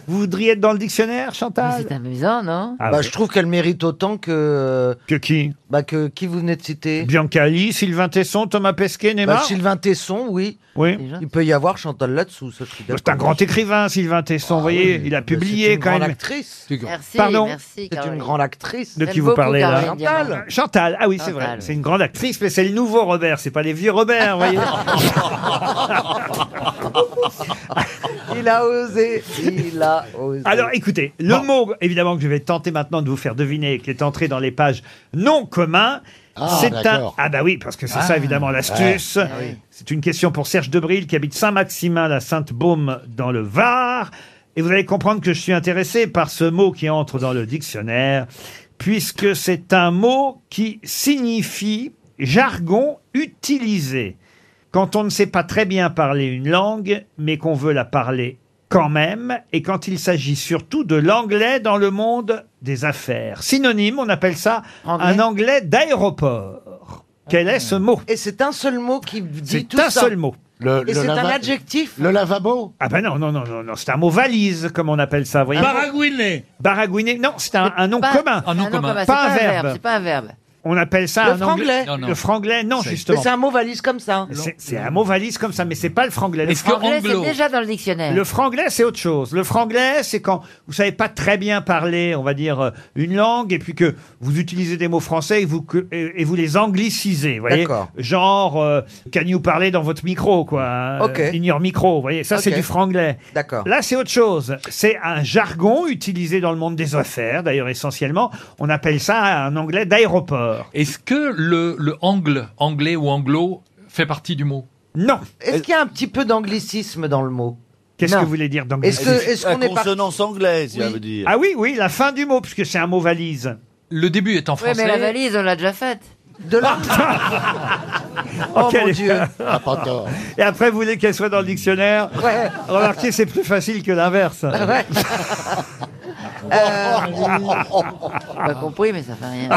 Vous voudriez être dans le dictionnaire, Chantal
C'est amusant, non
Ah
bah,
ouais.
Je trouve qu'elle mérite autant que.
Que qui
Bah, que qui vous venez de citer
Biancali, Sylvain Tesson, Thomas Pesquet, Neymar.
Bah, Sylvain Tesson, oui.
Oui. Bah,
Il peut y avoir Chantal là-dessous, ça, je suis
Oh, C'est un
d'accord.
grand écrivain, Sylvain Tesson, vous voyez, il a publié
C'est une
quand
grande
même.
actrice.
Merci,
Pardon
merci,
C'est une
Caroline.
grande actrice.
De qui vous parlez là
Chantal.
Chantal, ah oui, c'est
Chantal,
vrai. C'est une grande actrice, mais c'est le nouveau Robert, c'est pas les vieux Robert, vous voyez.
Il a osé. Il a osé.
Alors écoutez, le mot évidemment que je vais tenter maintenant de vous faire deviner qui est entré dans les pages non communs,
Ah,
c'est un
d'accord.
Ah bah oui, parce que c'est
Ah,
ça évidemment l'astuce.
ouais. Ah oui.
C'est une question pour Serge Debril qui habite Saint-Maximin la Sainte-Baume dans le Var et vous allez comprendre que je suis intéressé par ce mot qui entre dans le dictionnaire puisque c'est un mot qui signifie jargon utilisé. Quand on ne sait pas très bien parler une langue, mais qu'on veut la parler quand même, et quand il s'agit surtout de l'anglais dans le monde des affaires. Synonyme, on appelle ça un anglais d'aéroport. Quel est ce mot
Ah. Et c'est un seul mot qui dit
C'est
tout
un
ça.
seul mot.
Et c'est un adjectif.
Le lavabo Ah ben non, non, non, non, non, c'est un mot valise, comme on appelle ça. Voyez.
Baragouiné.
Baragouiné, non, c'est un, un nom
Ah, Pas-
commun.
Ah
Un nom commun, c'est
Pas un verbe.
C'est pas un verbe.
On appelle ça
Le
un anglais.
franglais. Non, non.
Le franglais, non,
C'est-
justement.
Mais c'est un mot valise comme ça.
C'est- C'est un mot valise comme ça, mais c'est pas le franglais. Le
Le franglais, c'est
franglo-
déjà dans le dictionnaire.
Le franglais, c'est autre chose. Le franglais, c'est quand vous savez pas très bien parler, on va dire, euh, une langue, et puis que vous utilisez des mots français et vous, que- et, et vous les anglicisez, vous voyez
D'accord.
Genre, euh, can you parler dans votre micro, quoi hein,
Ok.
euh, In your micro, vous voyez Ça, c'est
Ok.
du franglais.
D'accord.
Là, c'est autre chose. C'est un jargon utilisé dans le monde des affaires, d'ailleurs, essentiellement. On appelle ça un anglais d'aéroport.
Est-ce que le, le angle, anglais ou anglo, fait partie du mot
Non.
Est-ce qu'il y a un petit peu d'anglicisme dans le mot
Qu'est-ce
Non.
que vous voulez dire
Est-ce que- est-ce qu'on est parti-
anglaise,
ça Oui.
veut dire.
Ah oui, oui, la fin du mot, puisque c'est un mot valise.
Le début est en
Oui,
français.
mais la valise, on l'a déjà faite.
De là.
Oh, quel-
Ah,
Et après, vous voulez qu'elle soit dans le dictionnaire
Ouais.
Remarquez, c'est plus facile que l'inverse.
Ouais. Euh,
Euh,
Oh,
Pas compris, mais ça fait rien.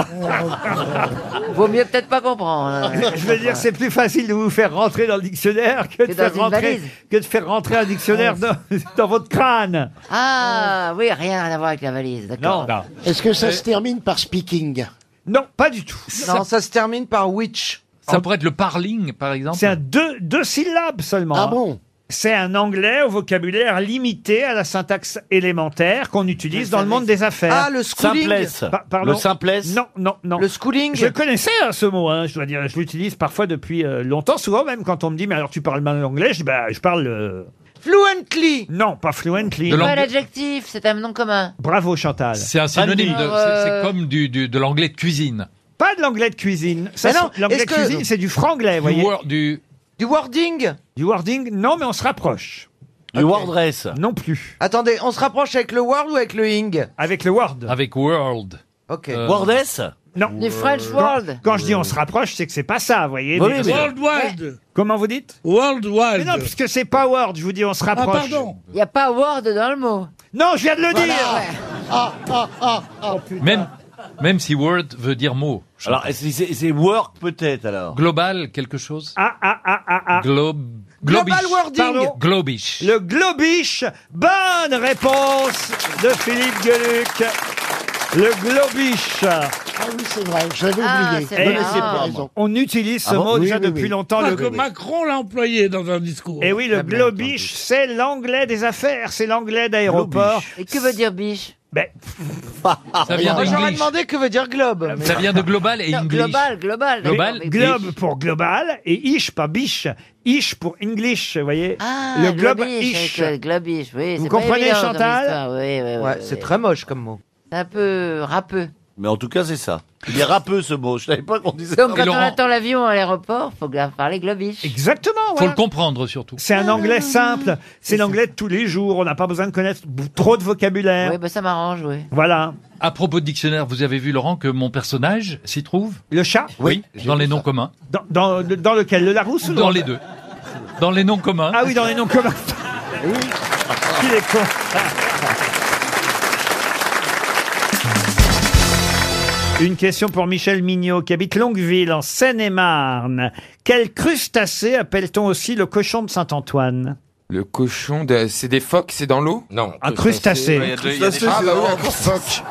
Vaut mieux peut-être pas comprendre. hein.
Je veux dire, c'est plus facile de vous faire rentrer dans le dictionnaire que,
Que
de
dans
faire
une
rentrer,
valise.
que de faire rentrer un dictionnaire dans, dans votre crâne.
Ah oui, rien à voir avec la valise, d'accord.
Est-ce que ça
Euh,
se termine par speaking
Non, pas du tout.
Non, ça se termine par witch.
Ça pourrait être le parling, par exemple.
C'est un deux, deux syllabes seulement.
Ah
hein.
bon
C'est un anglais au vocabulaire limité à la syntaxe élémentaire qu'on utilise dans le monde des affaires.
Ah, le schooling. Simplesse.
Pa- pardon.
Le simplesse.
Non, non, non. Le
schooling.
Je connaissais hein, ce mot, hein, je dois dire. Je l'utilise parfois depuis euh, longtemps. Souvent même quand on me dit, mais alors tu parles mal anglais, je dis, bah, je parle...
Fluently
Non, pas fluently.
C'est pas l'adjectif, c'est un nom commun.
Bravo Chantal.
C'est un synonyme, de-
Alors,
c'est-
euh,
c'est comme du, du- de l'anglais de cuisine.
Pas de l'anglais de cuisine. Ça,
Mais non,
c'est- l'anglais
est-ce
de
que-
cuisine, c'est du franglais, vous
Du
voyez.
wor- du...
du wording Du wording, non, mais on se rapproche. Du wordress Non plus.
Attendez, on se rapproche avec le word ou avec le ing
Avec le word.
Avec world. Euh,
Ok.
Wordess
Non.
Les French
Quand-
World.
Quand, je dis on se rapproche, c'est que c'est pas ça, vous voyez.
Oui,
mais-
mais- World Wide.
Ouais. Comment vous dites World Wide. non, parce que c'est pas Word, je vous dis on
Ah,
se rapproche.
Il n'y a pas Word dans le mot.
Non, je viens de le
Voilà,
dire Oh,
ouais. Ah, ah, ah, ah.
Même, même si word veut dire mot. Alors, c'est work peut-être alors Global, quelque chose
Ah, ah, ah, ah, ah.
Globe.
Global
globish.
wording.
Pardon Globish.
Le globish. Bonne réponse de Philippe Gueluc. Le globish.
Ah oui, c'est vrai, j'avais
Ah,
oublié.
c'est
Je
vrai.
connaissais pas,
Ah.
raison.
On utilise ce
Ah bon
mot
Oui,
déjà
oui,
depuis
oui.
longtemps.
Ah,
Pas
le
que
globish.
Macron l'a employé dans un discours.
Et Eh oui, le globish, c'est l'anglais des affaires, c'est l'anglais d'aéroport.
Et que veut dire biche
Ben.
Ça vient
Moi, J'aurais
d'English.
demandé que veut dire globe.
Ça vient de global et
Non,
English.
global, global.
Global.
d'accord, mais-
Globe pour global et ish, pas biche. Ish pour English, vous voyez
Ah,
Le globe
globish.
ish.
avec le globish, oui.
Vous
c'est pas
comprenez,
évident comme
Chantal
histoire, Oui, oui, oui.
Ouais,
oui.
c'est très moche comme mot.
C'est un peu rappeux.
Euh, Mais en tout cas, c'est ça. Il est rappeux ce mot. Je savais pas qu'on disait
Donc
ça.
quand on attend l'avion à l'aéroport, faut bien parler globish.
Exactement.
Faut le comprendre surtout.
C'est un anglais simple, c'est l'anglais de tous les jours, on n'a pas besoin de connaître b- trop de vocabulaire.
Oui, ben ça m'arrange, oui.
Voilà.
À propos de dictionnaire, vous avez vu, Laurent, que mon personnage s'y trouve
Le chat
Oui, dans les noms communs.
Dans, dans, dans lequel Le Larousse ou
Dans
dans-
les deux. Dans les noms communs.
Ah oui, dans les noms communs. oui. Il est con. Une question pour Michel Mignot, qui habite Longueville, en Seine-et-Marne. Quel crustacé appelle-t-on aussi le cochon de Saint-Antoine
Le cochon, de... c'est des phoques, c'est dans l'eau Non.
Un crustacé. crustacé.
Il y a des- Ah, bah ouais, un phoque.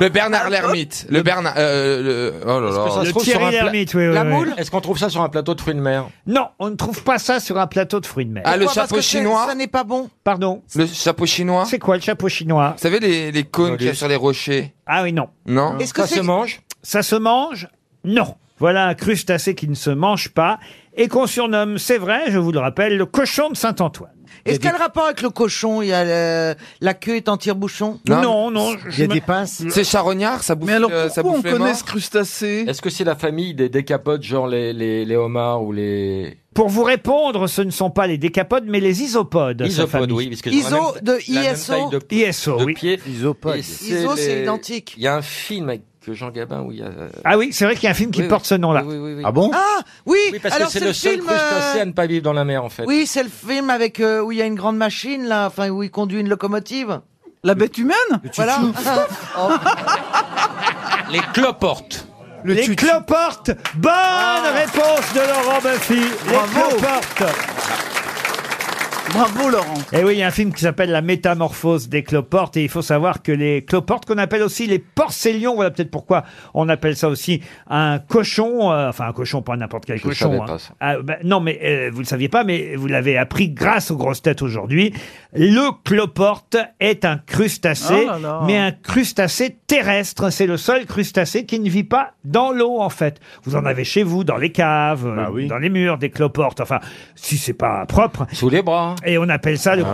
Le Bernard l'ermite. Le Bernard. euh, le... Oh là là.
ça se Le trouve Thierry sur un pla- l'Hermite, oui, oui, La oui. moule
Est-ce qu'on trouve ça sur un plateau de fruits de mer
Non, on ne trouve pas ça sur un plateau de fruits de mer.
Ah, le chapeau chinois
Ça n'est pas bon.
Pardon
Le chapeau chinois
C'est quoi le chapeau chinois Vous
savez les, les cônes qu'il y a sur les rochers
Ah oui, non.
Non
Est-ce que Ça c'est- se mange Ça se mange Non. Voilà un crustacé qui ne se mange pas et qu'on surnomme, c'est vrai, je vous le rappelle, le cochon de Saint-Antoine.
Est-ce qu'elle a le rapport avec le cochon Il y a le- la queue est en tire-bouchon
Non, non. je me- Mm.
C'est charognard, ça bouffe. Mais alors
euh, crustacé Est-ce que c'est la famille des décapotes, genre les, les, les homards ou les...
Pour vous répondre, ce ne sont pas les décapodes, mais les isopodes. sa
Isopodes,
famille.
oui, parce que Iso dans la même- de la même ISO. taille de-
ISO, oui.
Isopode.
Iso, c'est identique.
Il y a un film avec Jean Gabin où il y a... euh,
Ah oui, c'est vrai qu'il y a un film qui
Oui,
porte
oui.
ce nom-là.
Oui, oui, oui.
Ah bon
Ah oui,
Oui, parce
alors
que c'est
c'est
le, seul
film.
crustacé
euh,
à ne pas vivre dans la mer, en fait.
Oui, c'est le film avec euh, où il y a une grande machine là, enfin où il conduit une locomotive.
La bête humaine
Voilà. Oh,
Les cloportes.
les cloportes Bonne
Ah.
réponse de Laurent Buffy Les cloportes
Bravo Laurent
Et Eh oui, il y a un film qui s'appelle La métamorphose des cloportes. Et il faut savoir que les cloportes, qu'on appelle aussi les porcelions, voilà peut-être pourquoi on appelle ça aussi un cochon. euh, enfin, un cochon, pas n'importe quel
Je
cochon.
savais pas ça.
Ah, bah, non, mais euh, vous le saviez pas, mais vous l'avez appris grâce aux grosses têtes aujourd'hui. Le cloporte est un crustacé,
Oh là là.
mais un crustacé terrestre. C'est le seul crustacé qui ne vit pas dans l'eau, en fait. Vous en avez chez vous, dans les caves, euh, dans les murs, des cloportes. Enfin, si c'est pas propre.
Sous les bras. Ah.
Et on appelle ça le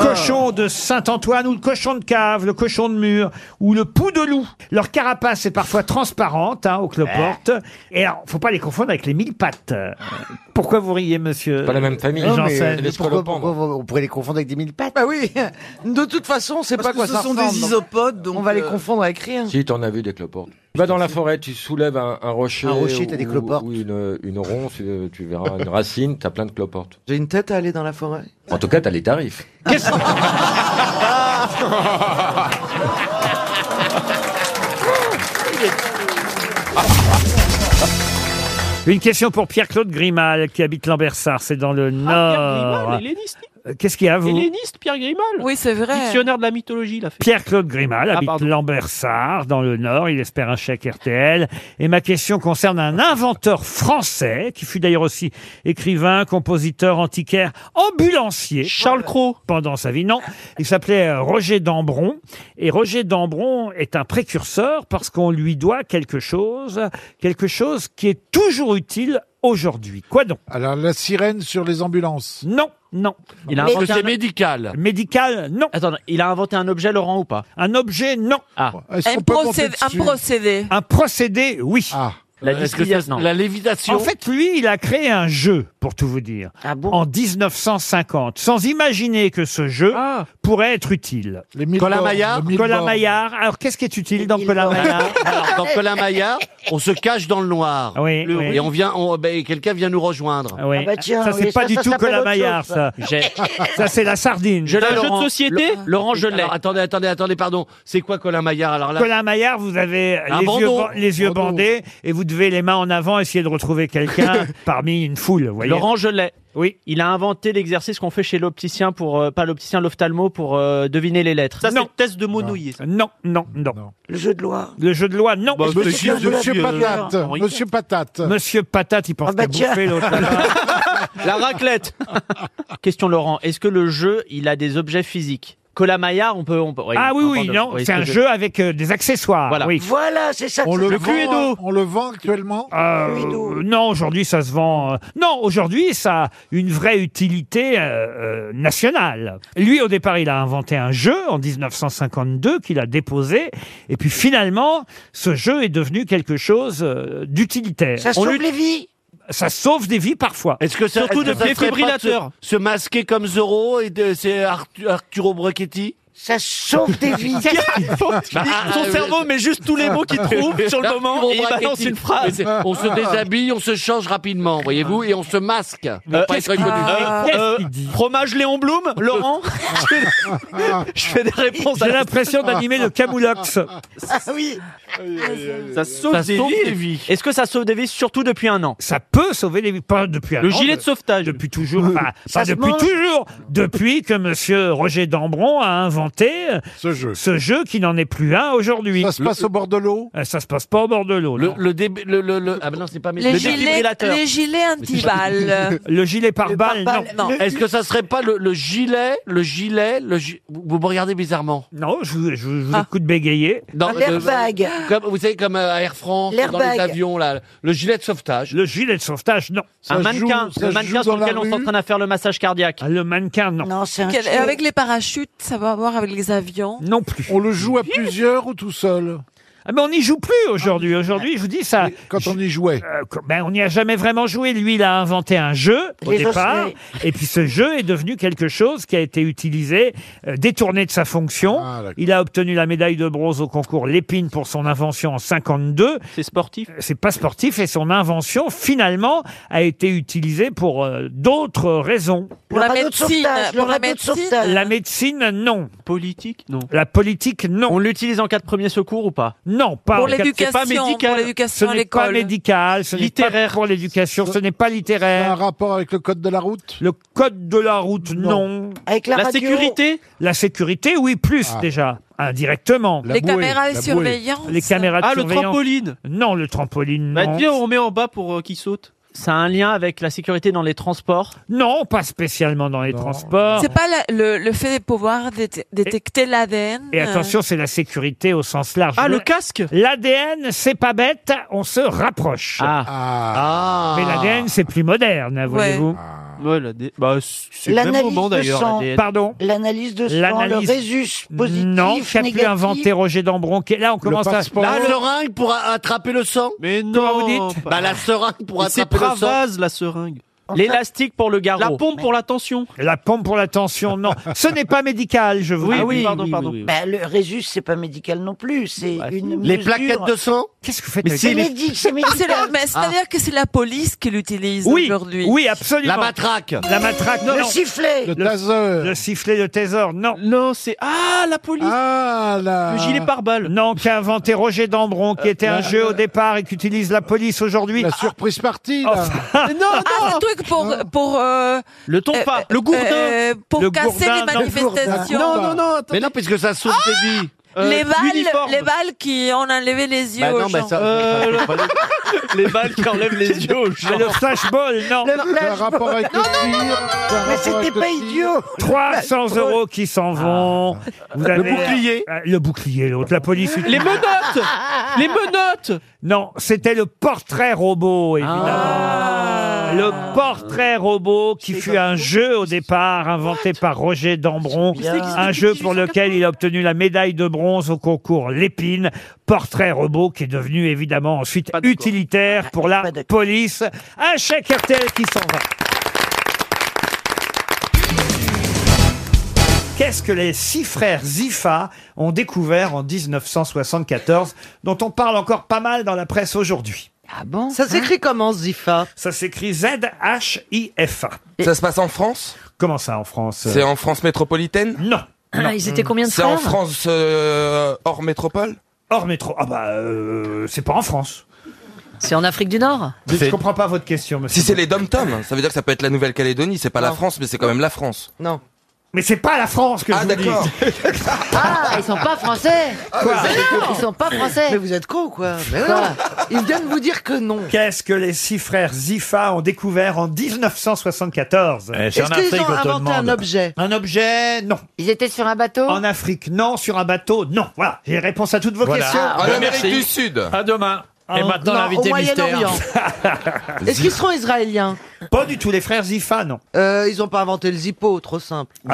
cochon de Saint-Antoine ou le cochon de cave, le cochon de mur ou le pou de loup. Leur carapace est parfois transparente hein, aux cloportes. Et alors, faut pas les confondre avec les mille pattes. Euh, Pourquoi vous riez, monsieur
Pas la même famille.
Janssen
Non, mais- mais
pourquoi, pourquoi vous- on pourrait les confondre avec des mille pattes
Bah oui. De toute façon, c'est
Parce
pas
que
quoi
ce
ça
sont
ressemble,
des
donc
isopodes, donc
On va les
euh,
confondre avec rien.
Si, t'en as vu des cloportes. Tu vas dans la forêt, tu soulèves un, un rocher.
Un rocher, t'as
ou-
des cloportes.
Ou une, une ronce, euh, tu verras une racine, t'as plein de cloportes.
J'ai une tête à aller dans la forêt.
En tout cas, t'as les tarifs.
Une question pour Pierre-Claude Grimal, qui habite Lambersart, c'est dans le Nord.
Grimal, helléniste.
Euh, Qu'est-ce qu'il y a, vous
Helléniste, Pierre Grimal Oui, c'est vrai. Dictionnaire de la mythologie, il a fait.
Pierre-Claude Grimal
Ah,
habite
pardon.
Lambersart, dans le Nord. Il espère un chèque RTL. Et ma question concerne un inventeur français, qui fut d'ailleurs aussi écrivain, compositeur, antiquaire, ambulancier. Charles Cros. Pendant sa vie, non. Il s'appelait euh, Roger Dambron. Et Roger Dambron est un précurseur parce qu'on lui doit quelque chose, quelque chose qui est toujours utile aujourd'hui. Quoi donc Alors, la sirène sur les ambulances Non, non.
Il a inventé un-
médical. Médical, non. Attends, il a inventé un objet, Laurent, ou pas Un objet, non.
Un procédé, un procédé.
Un procédé, oui.
La Ah. Euh, Est-ce que distillation. c'est- la lévitation
En fait, lui, il a créé un jeu, pour tout vous dire,
Ah
en 1950, sans imaginer que ce jeu pourrait être utile.
Colin bords, Maillard le Ah. mille
Colin
bords.
Maillard. Alors, qu'est-ce qui est utile dans Colin Maillard
Alors, dans Colin Maillard, on se cache dans le noir. Le-
Ah oui. Ah
Et on vient, on- ben, quelqu'un vient nous rejoindre.
bah Oui. ça, c'est pas du tout Colin Maillard, ça. Ah. Ça, c'est la sardine.
Ça, Laurent. Lo- Alors, attendez, attendez, attendez, pardon. C'est quoi Colin Maillard Alors là,
Colin Maillard, vous avez les
Un
yeux,
bandeau.
ban- les yeux bandés et vous devez les mains en avant essayer de retrouver quelqu'un parmi une foule. vous voyez.
Laurent Gelet.
Oui.
Il a inventé l'exercice qu'on fait chez l'opticien pour, euh, pas l'opticien, l'ophtalmo pour euh, deviner les lettres. Ça, c'est le test de Monouillé.
Non, non, non.
Le jeu de loi.
Le jeu de loi, non.
Bah, Monsieur- monsieur- monsieur monsieur,
Patate. Monsieur Patate. Monsieur Patate, il pense qu'à bouffer l'autre.
Ah bah La raclette. Question Laurent, est-ce que le jeu, il a des objets physiques Cola Maillard, on peut... On peut
Ah oui, oui, non, c'est un jeu avec euh, des accessoires.
Voilà.
oui.
Voilà, c'est ça que On ça le s'appelle. Cluedo.
On le vend actuellement Euh, Non, aujourd'hui, ça se vend. euh, Non, aujourd'hui, ça a une vraie utilité euh, euh, nationale. Lui, au départ, il a inventé un jeu en 1952 qu'il a déposé. Et puis finalement, ce jeu est devenu quelque chose euh, d'utilitaire.
Ça sauve
les vies ça sauve des vies parfois.
Est-ce que ça- est-ce que ça serait pas de Se, se masquer comme Zorro et de- c'est Artu- Arturo Brachetti ça sauve
des vies. Son cerveau met juste tous les mots qu'il trouve sur le moment et il balance une phrase.
On se déshabille, on se change rapidement, voyez-vous, et on se masque. pour pas
Qu'est-ce
être
qu'il-
reconnu.
euh, euh, Fromage Léon Blum, Laurent Je fais- Je fais des réponses à
J'ai
la-
l'impression d'animer le camoulox.
Ah oui Ça sauve,
Ça
des,
sauve
vies.
des
Est-ce que ça sauve des vies surtout depuis un an
Ça peut sauver des vies, pas depuis un
Le
an,
gilet de sauvetage.
Depuis toujours, pas,
Ça
pas
se
depuis
mange.
toujours, depuis que Monsieur Roger Dambron a inventé ce jeu, ce jeu qui n'en est plus un aujourd'hui. Ça se
passe au
bord de l'eau Ça se passe pas au bord de l'eau.
Le,
non.
le, dé- le, le, le- ah ben non, c'est pas
Les
le
gilets-
défibrillateur.
les gilets antiballes. Le gilet pare-balles, non. Le-
Est-ce que ça serait pas le, le gilet, le gilet, le gi- Vous vous me regardez bizarrement.
Non, je vous, je vous écoute bégayer.
Dans-
L'airbag.
euh, Comme, vous savez, comme euh, à Air France, dans
L'airbag.
les avions, là, le gilet de sauvetage.
Le gilet de sauvetage, non.
Un mannequin, le mannequin sur lequel on s'entraîne à faire le massage cardiaque.
Ah, Le mannequin, non.
Non, c'est
Quel- et avec les parachutes, ça va avoir avec les avions.
Non plus. On le joue à plusieurs ou tout seul ah ben on n'y joue plus
Ah,
aujourd'hui. Aujourd'hui, je vous dis ça. Quand on y jouait ben On n'y a jamais vraiment joué. Lui, il a inventé un jeu au
Les
départ.
osselets.
Et puis ce jeu est devenu quelque chose qui a été utilisé, euh, détourné de sa fonction. il a obtenu la médaille de bronze au concours Lépine pour son invention en 52.
C'est sportif
C'est pas sportif et son invention finalement a été utilisée pour euh, d'autres raisons.
Pour Le la radeau de médecine, sauvetage, le pour la radeau de médecine. sauvetage.
La médecine, non.
Politique, non.
La politique, non.
On l'utilise en cas de premier secours ou pas
Non, pas
Pour
en cas- c'est
l'éducation,
pas médical.
pour l'éducation
Ce
à
n'est pas
l'école.
médical, ce n'est pas pour l'éducation, ce n'est pas littéraire. un rapport avec le code de la route Le code de la route, non.
Avec la La radio sécurité
La sécurité, oui, plus
Ah.
déjà. Indirectement.
Les bouée, caméras de la bouée. surveillance.
Les caméras de
Ah, le
surveillance.
trampoline.
Non, le trampoline,
Bah,
non.
viens, on met en bas pour euh, qu'il saute. Ça a un lien avec la sécurité dans les transports
Non, pas spécialement dans les transports.
C'est pas la- le, le fait de pouvoir dé- détecter l'ADN.
Et attention, c'est la sécurité au sens large.
Ah, le
casque
L'ADN, c'est pas bête, on se rapproche.
Ah.
Mais l'ADN, c'est plus moderne, hein, voyez-vous.
Ouais, la dé- bah, c'est le même moment d'ailleurs. la DN.
Pardon
L'analyse de sang,
L'analyse-
le résus positif,
Non, qu'a pu
négatif.
inventer Roger Dambron qui- Là, on commence à...
La seringue pour a- attraper le sang
Mais non
vous dites
Bah la seringue pour
Mais C'est
attraper le sang.
Pravaz, la seringue.
L'élastique pour le garrot.
La pompe pour
la tension.
La pompe pour la tension, non. Ce n'est pas médical, je vous
Oui,
le dis.
oui, pardon, pardon.
Ah,
Bah, le Résus, c'est pas médical non plus. C'est une
Les
mesure-
plaquettes de sang Qu'est-ce que vous faites
Mais
avec
c'est
les-
Ah,
médi- c'est médical.
euh, C'est Ah. la- mais C'est-à-dire que c'est la police qui l'utilise
Oui,
aujourd'hui.
oui, absolument. La matraque. non.
Le
taser. Le sifflet de taser, non. Non, c'est ah la police. Ah
Le gilet
pare-balles. Non, qu'a inventé Roger Dambron, qui
Euh,
était un
la-
jeu au départ et qu'utilise la police aujourd'hui. Oh, La surprise partie.
non, le truc pour. pour
le
tonfa. Euh, Le gourdin. euh, pour casser les manifestations. Non, non, non, attendez.
Mais non, parce que ça sauve des vies. Euh,
les, balles, les balles qui ont enlevé les yeux
Bah
aux
non, bah
gens.
ça- Euh, le-
Les balles qui enlèvent les yeux aux gens.
Le flashball, non.
Le flashball. Un rapport avec le tir, un rapport avec le tir.
300 euros qui s'en vont. Vous
Bah, Ah. Le bouclier.
Ah, Le bouclier, l'autre. La police.
Les menottes.
Les menottes Non, c'était le portrait robot, évidemment.
Ah.
Le portrait robot qui fut un jeu au départ inventé par Roger Dambron, un jeu pour lequel il a obtenu la médaille de bronze au concours Lépine. Portrait robot qui est devenu évidemment ensuite utilitaire pour la police. Un chèque RTL qui s'en va. Qu'est-ce que les six frères Zifa ont découvert en 1974, dont on parle encore pas mal dans la presse aujourd'hui Ah bon
Ça
Hein?
s'écrit
comment Zifa Ça s'écrit Z-H-I-F-A.
Ça se passe en France
Comment ça en France
C'est en France métropolitaine
Non.
Ah,
Non.
Ils étaient combien de
C'est en
frères
France euh, hors métropole
Hors métro. Ah bah, euh, c'est pas en France.
C'est en Afrique du Nord
Je comprends pas votre question, monsieur.
Si c'est les dom-toms, ça veut dire que ça peut être la Nouvelle-Calédonie. C'est pas la France, mais c'est quand même la France.
Non.
Mais c'est pas la France que
ah,
je vous dis.
d'accord.
Ah, ils sont pas français
Ah,
Quoi
Mais non Ils sont pas français
Mais vous êtes con ou quoi Mais
Quoi
non. Il vient de vous dire que non.
Qu'est-ce que les six frères Zifa ont découvert en 1974
Est-ce qu'ils ont inventé un objet
Un objet, non.
Ils étaient sur un bateau
En Afrique, non. Sur un bateau, non. Voilà, j'ai réponse à toutes vos
Voilà.
questions.
En Amérique du Sud.
À demain.
Et maintenant,
Non, l'invité au mystère. Moyen-Orient. Est-ce qu'ils seront israéliens
Pas du tout, les frères Zifa, non. Ah,
Euh, ils ont pas inventé le zippo, trop simple.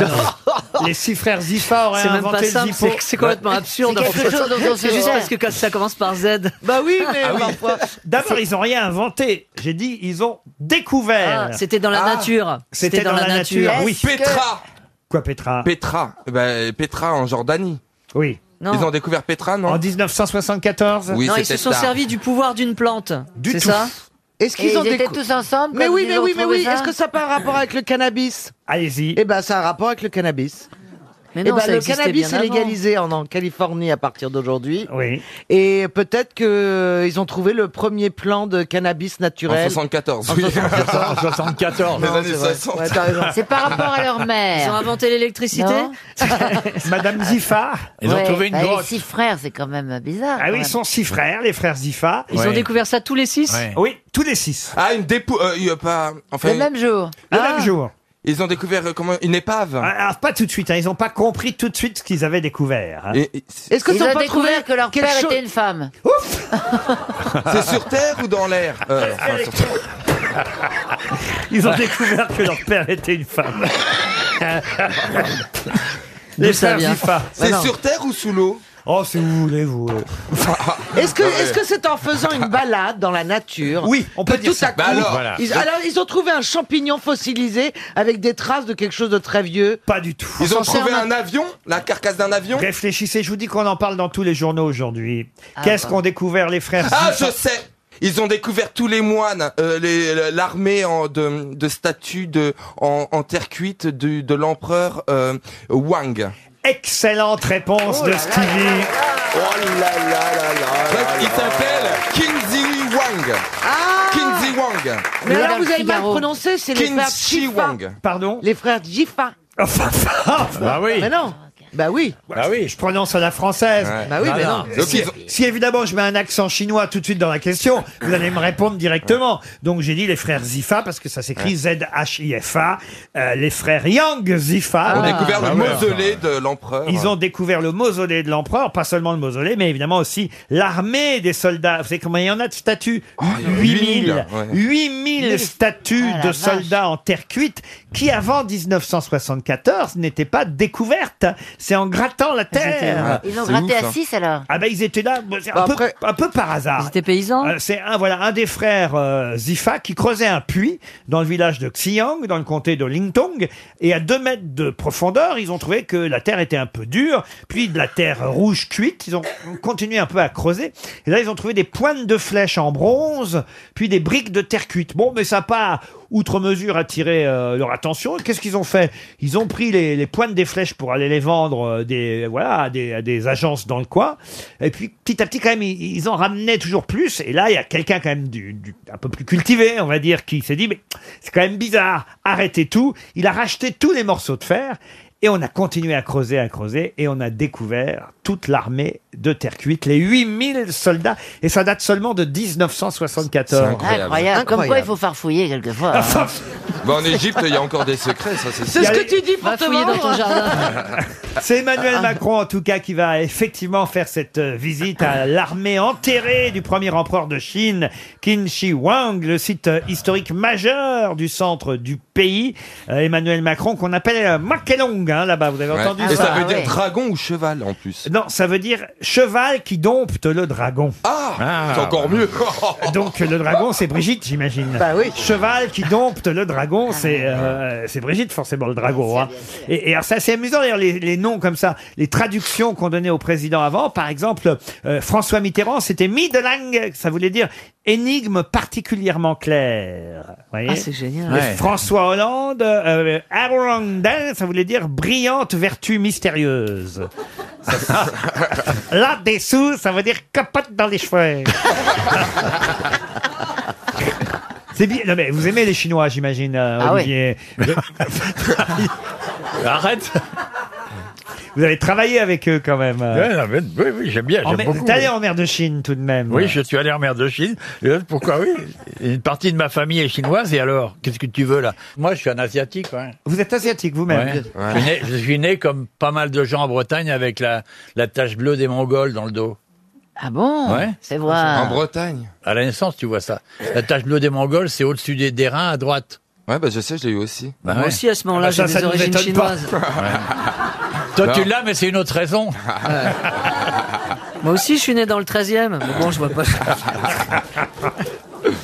les six frères Zifa auraient
C'est même
inventé
pas simple,
le zippo.
c'est- c'est complètement absurde.
C'est quelque chose dont on se
C'est juste
sert.
parce
que ça commence par Z.
Bah oui, mais
Ah oui.
parfois.
D'abord, ils ont rien inventé. J'ai dit, ils ont découvert.
Ah, c'était dans la nature.
C'était dans, la nature, oui.
Petra
Quoi, Petra
Petra. Eh ben, Petra en Jordanie.
Oui.
Non.
Ils ont découvert Petra, non
En 1974
Oui,
non, ils
c'était
se sont
tard.
servis du pouvoir d'une plante.
Du
C'est
tout.
ça
Est-ce qu'ils
Et
ont
ils étaient
décou-
tous ensemble
Mais
comme
oui,
ils
mais
ont
oui, mais
trouvé
oui.
ça
Est-ce que ça n'a pas un rapport avec le cannabis
Allez-y.
Eh ben, ça a un rapport avec le cannabis.
Mais
Eh
non,
ben,
ça
le
existait
cannabis
bien
est
avant.
légalisé en, en Californie à partir d'aujourd'hui.
Oui.
Et peut-être que euh, ils ont trouvé le premier plan de cannabis naturel.
En 74.
En
oui.
74.
Les
Non,
années
c'est vrai.
60.
Ouais, t'as raison.
C'est par rapport à leur mère. Ils ont inventé l'électricité Non.
Madame Zifa.
Ouais, bah, Les six frères, c'est quand même bizarre.
Ah
quand
oui,
même.
ils sont six frères, les frères Zifa.
Ils ont découvert ça tous les six
Oui, tous les six.
Ah, une dépouille. Euh, il y a pas. Enfin, Ah.
Le même jour.
Le
Ah.
même jour.
Ils ont découvert euh, comment une épave.
Ah, ah, pas tout de suite, hein, ils n'ont pas compris tout de suite ce qu'ils avaient découvert. hein.
Et- et-
Est-ce que
Ils
ça
ont
pas trouvé
découvert que leur
quelque
père
chose-
était une femme.
C'est sur Terre ou dans l'air Euh, enfin, sur Terre.
Ils ont découvert que leur père était une femme. les
D'où ça
frères
vient
Zifa.
Bah
C'est sur Terre ou sous l'eau
Oh, si vous voulez, vous. euh.
Est-ce que
Ah ouais.
est-ce que c'est en faisant une balade dans la nature
Oui, on peut
que
dire
tout
ça.
à coup,
Bah alors, voilà.
ils, alors ils ont trouvé un champignon fossilisé avec des traces de quelque chose de très vieux.
Pas du tout.
Ils ont
On s'en
trouvé
sert
un avion La carcasse d'un avion
Réfléchissez, je vous dis qu'on en parle dans tous les journaux aujourd'hui.
Ah,
Qu'est-ce
bah.
qu'ont découvert les frères
Ah,
Zifa
je sais ils ont découvert tous les moines, euh, les- l'armée en- de, de statues de, en, en terre cuite du- de l'empereur euh, Wang.
Excellente
Oh
réponse de Stevie.
Il s'appelle Kinzi Wang. Kinzi
Ah.
Wang.
Mais
Le
alors
Madame
vous avez mal
Figaro.
prononcé, c'est les frères
Kinzi
Jifa.
Wang.
Pardon
Les frères Jifa.
Bah oui.
Mais non. Bah oui.
Bah oui.
Je prononce à la française.
Bah oui, mais non.
Donc,
Si,
ils ont-
si évidemment je mets un accent chinois tout de suite dans la question, vous allez me répondre directement. Donc j'ai dit les frères Zifa parce que ça s'écrit Z-H-I-F-A. Euh, les frères Yang Zifa.
ont découvert
Ah
le
ouais.
mausolée de l'empereur.
bah Ils ont découvert le mausolée de l'empereur, pas seulement le mausolée, mais évidemment aussi l'armée des soldats. Vous savez combien il y en a de statues
Oh, il y en a
8000
ouais.
8000 statues
Ah, la
de
vache.
soldats en terre cuite qui, avant 1974, n'étaient pas découvertes. c'est en grattant la
Ah,
terre.
Ils ont gratté à 6 alors.
Ah ben ils étaient là, bon, c'est un, peu, un peu par hasard. Ils étaient paysans C'est un, voilà, un des frères euh, Zifa qui creusait un puits dans le village de Xiang, dans le comté de Lingtong, et à 2 mètres de profondeur, ils ont trouvé que la terre était un peu dure, puis de la terre rouge cuite, ils ont continué un peu à creuser, et là ils ont trouvé des pointes de flèches en bronze, puis des briques de terre cuite. Bon, mais ça n'a pas outre mesure attiré euh, leur attention. Qu'est-ce qu'ils ont fait Ils ont pris les, les pointes des flèches pour aller les vendre euh, des, voilà, à, des, à des agences dans le coin. Et puis petit à petit, quand même, ils, ils en ramenaient toujours plus. Et là, il y a quelqu'un quand même du, du- un peu plus cultivé, on va dire, qui s'est dit, mais c'est quand même bizarre, arrêtez tout. Il a racheté tous les morceaux de fer. Et on a continué à creuser, à creuser, et on a découvert toute l'armée de terre cuite, les 8000 soldats, et ça date seulement de 1974.
Incroyable. Comme quoi, il faut farfouiller quelquefois. hein.
Bah, en Égypte, il y a encore des secrets, ça c'est
C'est
sûr.
ce que
tu dis pour te
fouiller
vendre.
dans ton jardin.
C'est
Ah,
Emmanuel Macron, en tout cas, qui va effectivement faire cette euh, visite à l'armée enterrée du premier empereur de Chine, Qin Shi Huang, le site euh, historique majeur du centre du pays. Euh, Emmanuel Macron, qu'on appelle euh, Makelong, hein, là-bas, vous avez
Ah Ouais.
entendu
Et
ça
ça veut dire dragon ou cheval en plus.
Non, ça veut dire cheval qui dompte le dragon.
Ah, c'est encore mieux.
Donc le dragon, c'est Brigitte, j'imagine. Bah oui. Cheval qui dompte le
Ah,
dragon, c'est euh, c'est Brigitte forcément le dragon. hein. Et, et alors c'est assez amusant d'ailleurs les, les noms comme ça, les traductions qu'on donnait au président avant. Par exemple, euh, François Mitterrand, c'était Midelang, ça voulait dire énigme particulièrement claire. Vous voyez
Ah, c'est génial.
Et
Ouais.
François Hollande, euh, Arundel, ça voulait dire brillante vertu mystérieuse. Là dessous, ça veut dire capote dans les cheveux. C'est bien. Non mais vous aimez les Chinois, j'imagine, euh,
Ah ouais.
Olivier. Arrête. Vous avez travaillé avec eux quand même. euh.
Ouais, non, mais- oui, oui, j'aime bien.
En
j'aime
mer-
beaucoup.
T'es allé en mer de Chine tout de même.
Oui, je suis allé en mer de Chine. Et là, Pourquoi oui Une partie de ma famille est chinoise, et alors Qu'est-ce que tu veux là Moi, je suis un Asiatique. ouais.
Vous êtes asiatique vous-même.
Ouais. Je, suis né, je suis né comme pas mal de gens en Bretagne avec la, la tache bleue des Mongols dans le dos.
Ah bon
Ouais.
C'est voir.
Bretagne À la naissance, tu vois ça. La tache bleue des Mongols, c'est au-dessus des, des reins à droite. Ouais, bah je sais, je l'ai eu aussi.
Moi aussi, à ce moment-là, Ah bah j'ai ça, des ça nous origines étonne pas. chinoises.
Toi,
Non.
tu l'as, mais c'est une autre raison.
Moi aussi, je suis né dans le 13e. Mais bon, je vois pas.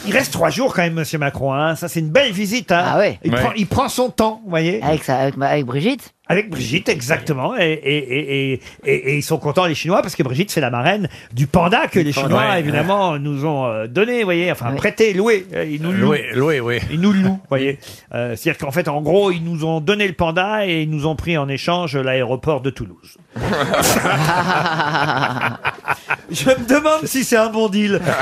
Il reste trois jours quand même, Monsieur Macron. hein. Ça, c'est une belle visite. hein. Il,
Ah Ouais.
prend, il prend son temps, vous voyez.
Avec, ça, avec, ma- avec Brigitte
Avec Brigitte, exactement. Et, et, et, et, et- et ils sont contents, les Chinois, parce que Brigitte, c'est la marraine du panda que
Du
les
panda.
Chinois,
Ouais.
évidemment, nous ont euh, donné, vous voyez. Enfin, prêté, loué. Euh, Ils nous louent.
Loué, loué, oui.
Ils nous le louent, vous voyez. Euh, C'est-à-dire qu'en fait, en gros, ils nous ont donné le panda et ils nous ont pris en échange l'aéroport de Toulouse. Je me demande si c'est un bon deal.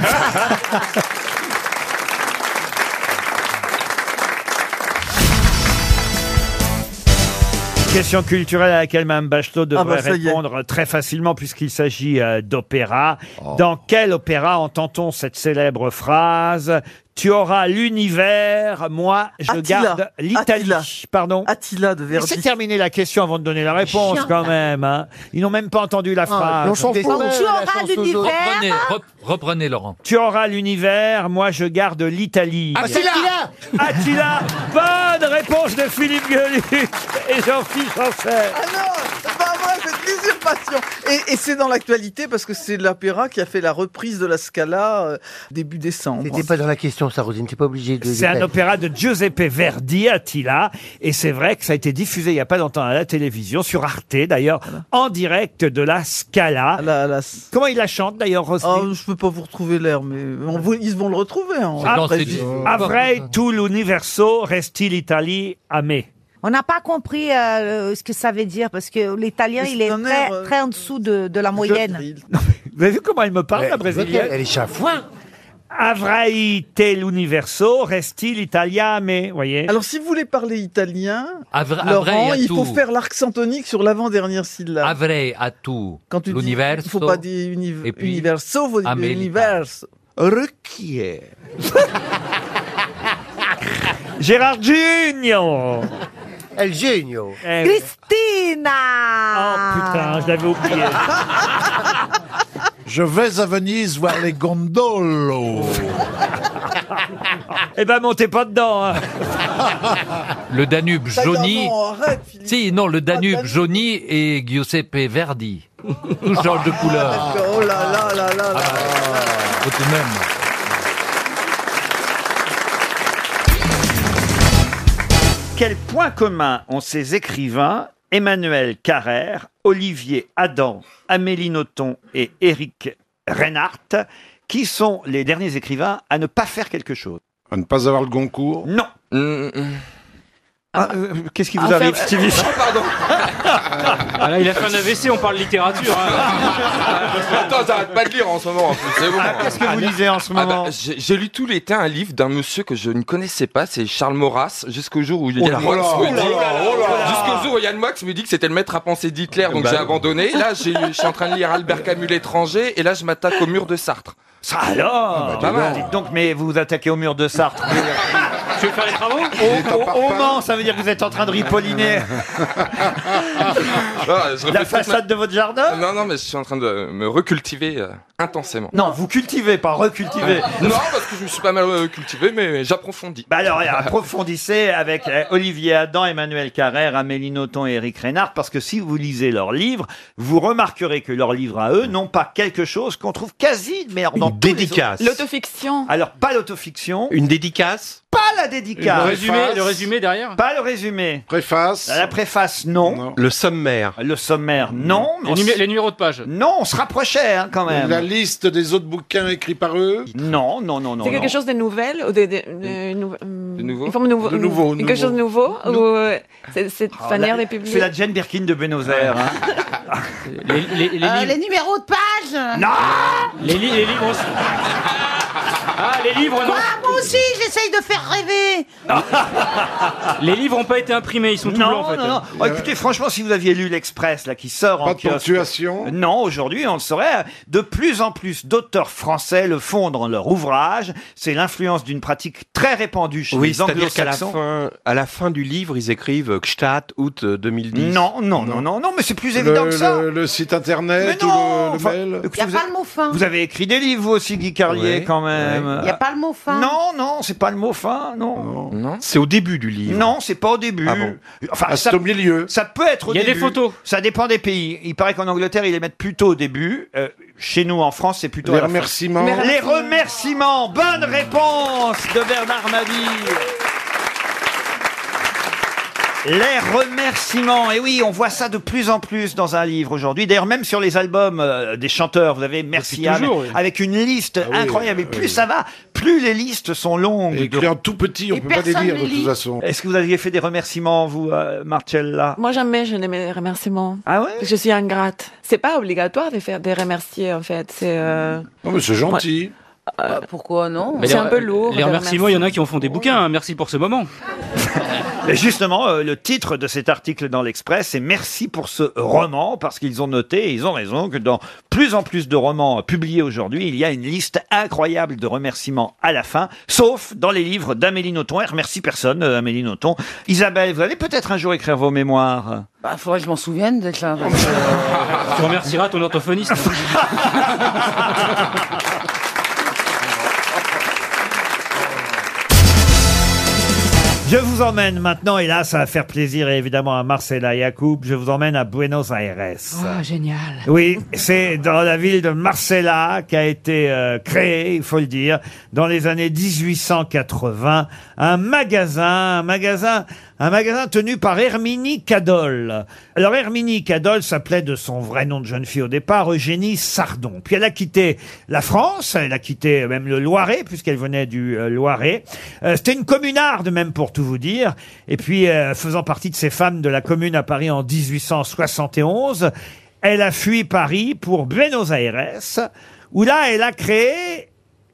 Question culturelle à laquelle Mme Bachelot devrait
bah, ça y est.
répondre très facilement puisqu'il s'agit euh, d'opéra. Dans quel opéra entend-on cette célèbre phrase Tu auras l'univers, moi je garde l'Italie. Pardon
Attila de Verdi.
Laissez terminer la question avant de donner la réponse
Chiant.
quand même. hein. Ils n'ont même pas entendu
Ah,
la phrase. Euh,
Reprenez, rep- reprenez, Laurent.
Tu auras l'univers, moi je garde l'Italie.
Ah,
Attila
Attila Bonne réponse de Philippe Gueluc et Jean-Philippe Janssen.
Ah non, c'est pas vrai, c'est de l'usurpation. Et, et c'est dans l'actualité parce que c'est l'opéra qui a fait la reprise de la Scala euh, début décembre.
C'était pas dans la question, ça, Rosine. T'es pas obligé de.
C'est un opéra de Giuseppe Verdi, Attila, et c'est vrai que ça a été diffusé il n'y a pas longtemps à la télévision, sur Arte d'ailleurs,
Ah bah.
en direct de la Scala. Comment il la chante d'ailleurs,
Ah,
Roselyne
je peux pas vous retrouver l'air, mais on va- ils vont le retrouver. hein. Après,
Après,
j'ai-
Ah, vrai, tout l'universo resti l'Italie amé.
On n'a pas compris euh, ce que ça veut dire parce que l'italien, il est très, très en dessous de, de la moyenne.
Vous avez vu comment elle me parle, la brésilienne
elle est
chafouin. Avrai te l'universo, resti l'Italia amé, voyez
Alors, si vous voulez parler italien,
Avra-
Laurent,
Avrai à
il faut
tout.
faire l'arc syntonique sur l'avant-dernière syllabe.
Avrei à tout.
Quand tu dis-
L'univers.
il faut pas dire uni-
Et puis-
universo, faut dire
Amélie.
univers.
Requier.
Gérard Junior
El Genio.
Eh,
Eh Oh,
Christina
Putain, je l'avais oublié.
Oh,
Je vais à Venise voir les gondolos.
Eh ben, montez pas dedans. hein.
Le Danube
Ça,
jauni.
non, arrête,
Si, non, le Danube jauni et Giuseppe Verdi. Tout genre de couleur.
Oh là là là là là.
Ah, bah,
Faut tout de même.
Quel point commun ont ces écrivains Emmanuel Carrère, Olivier Adam, Amélie Nothomb et Éric Reinhardt, qui sont les derniers écrivains à ne pas faire quelque chose À ne pas avoir le Goncourt Non. Ah, euh, Qu'est-ce qui
vous arrive, Stevie
Ah,
Pardon.
Ah, il a fait un AVC, on parle littérature. hein.
Ah, Attends, j'arrête pas de lire en ce moment. en plus, c'est bon.
qu'est-ce que vous lisez en ce moment
bah, J'ai j'ai lu tout l'été un livre d'un monsieur que je ne connaissais pas, c'est Charles Maurras, jusqu'au jour où
Oh
Yann
là
Moix
là,
me
oh là
dit-
là, oh là.
jusqu'au jour où Yann Moix me dit que c'était le maître à penser d'Hitler, donc
Bah,
j'ai
oui.
abandonné. Et Là, j'ai- je suis en train de lire Albert Camus l'étranger, et là, je m'attaque au mur de Sartre. Ah, bah,
Ça
Ah bah,
alors
Pas mal.
Dites donc, mais vous vous attaquez au mur de Sartre.
Tu veux faire les travaux
Au, au- au Mans, ça veut dire que vous êtes en train de ripolliner
Ah,
la façade de votre jardin
Non, non, mais je suis en train de me recultiver euh, intensément.
Non, vous cultivez, pas recultivez.
non, parce que je me suis pas mal euh, cultivé, mais j'approfondis.
Bah alors, approfondissez avec euh, Olivier Adam, Emmanuel Carrère, Amélie Nothomb et Eric Reynard, parce que si vous lisez leurs livres, vous remarquerez que leurs livres à eux n'ont pas quelque chose qu'on trouve quasi, mais alors dans Une
dédicace.
L'autofiction. Alors, pas l'autofiction.
Une dédicace
Pas la dédicace.
Le résumé- le
résumé derrière Pas le résumé. Préface. La préface, non.
Le sommaire.
Le sommaire, non.
Les, numé- les numéros de page.
Non, on se rapprochait hein, quand même.
La
liste des autres bouquins écrits par eux Non, non, non, non.
C'est quelque
non.
chose de nouvelle ou de, de- euh, nou-
De nouveau
une forme nouveau,
De nouveau,
quelque chose de nouveau ou euh, c'est- cette
Oh,
manière
la-
de publier
C'est la Jane Birkin de Buenos Aires. hein.
Euh,
Ah,
les numéros de page
Non
Les, li- les livres aussi. Ah, les livres, non.
Ah, moi aussi, j'essaye de faire rêver
Ah. Les livres n'ont pas été imprimés, ils sont tout
Non,
blancs en fait.
non, non. Oh, écoutez, franchement, si vous aviez lu l'Express, là, qui sort en
Pas de
kiosque- euh, Non, aujourd'hui, on le saurait. De plus en plus d'auteurs français le font dans leur ouvrage. C'est l'influence d'une pratique très répandue chez
Oui,
les
c'est-à-dire qu'à la
anglo-saxons.
fin, à la fin du livre, ils écrivent euh, Gstaad, août 2010.
Non, non, non, non, non, mais c'est plus évident que ça.
site internet
Mais non, enfin, écoutez,
Il n'y
vous
a pas
avez-
le mot fin.
Vous avez écrit des livres, vous aussi, Guy Carlier,
Ouais,
quand même.
Il n'y a pas le mot fin.
Non, non, c'est pas le mot fin, non.
C'est au début Oh, du livre.
Non, c'est pas au début.
Ah bon.
Enfin,
Ah, c'est
ça-
au milieu.
Ça peut être au
Il y a
début.
des photos.
Ça dépend des pays. Il paraît qu'en Angleterre, ils les mettent plutôt au début. Euh, chez nous, en France, c'est plutôt.
Les
à la fin.
remerciements.
Les remerciements. Bonne réponse de Bernard Mabille. Les remerciements, et oui, on voit ça de plus en plus dans un livre aujourd'hui. D'ailleurs, même sur les albums euh, des chanteurs, vous avez merci Anne,
toujours, oui.
avec une liste
Ah
incroyable. et plus ça va, plus les listes sont longues. Écrit en tout petit, on
Et peut pas les personne lire, les de lit. toute
façon. Est-ce que vous aviez fait des remerciements, vous, euh, Marcella
Moi jamais je n'aime les remerciements.
Ah ouais
Je suis ingrate. C'est pas obligatoire de faire des remercier en fait. C'est euh,
Oh,
Euh, pourquoi non
C'est un peu
euh,
lourd, Oh.
Les
de
remerciements, il y en a qui en font des bouquins. hein. Merci pour ce moment.
Mais Justement, euh, le titre de cet article dans l'Express, c'est Merci pour ce roman, parce qu'ils ont noté, et ils ont raison, que dans plus en plus de romans euh, publiés aujourd'hui, il y a une liste incroyable de remerciements à la fin, sauf dans les livres d'Amélie Nothomb. Elle remercie personne, euh, Amélie Nothomb. Isabelle, vous allez peut-être un jour écrire vos mémoires.
Bah, faudrait que je m'en souvienne déjà.
euh,
Tu remercieras ton orthophoniste.
Je vous emmène maintenant, et là, ça va faire plaisir évidemment à Marcella Yacoub. Je vous emmène à Buenos Aires.
Ah, génial.
Oui, c'est dans la ville de Marcella qu'a été euh, créé, il faut le dire, dans les années 1880, un magasin, un magasin, un magasin tenu par Herminie Cadol. Alors Herminie Cadol s'appelait de son vrai nom de jeune fille au départ Eugénie Sardon. Puis elle a quitté la France, elle a quitté même le Loiret puisqu'elle venait du euh, Loiret. Euh, C'était une communarde même pour tout vous dire. Et puis euh, faisant partie de ces femmes de la commune à Paris en 1871. Elle a fui Paris pour Buenos Aires, où là, elle a créé.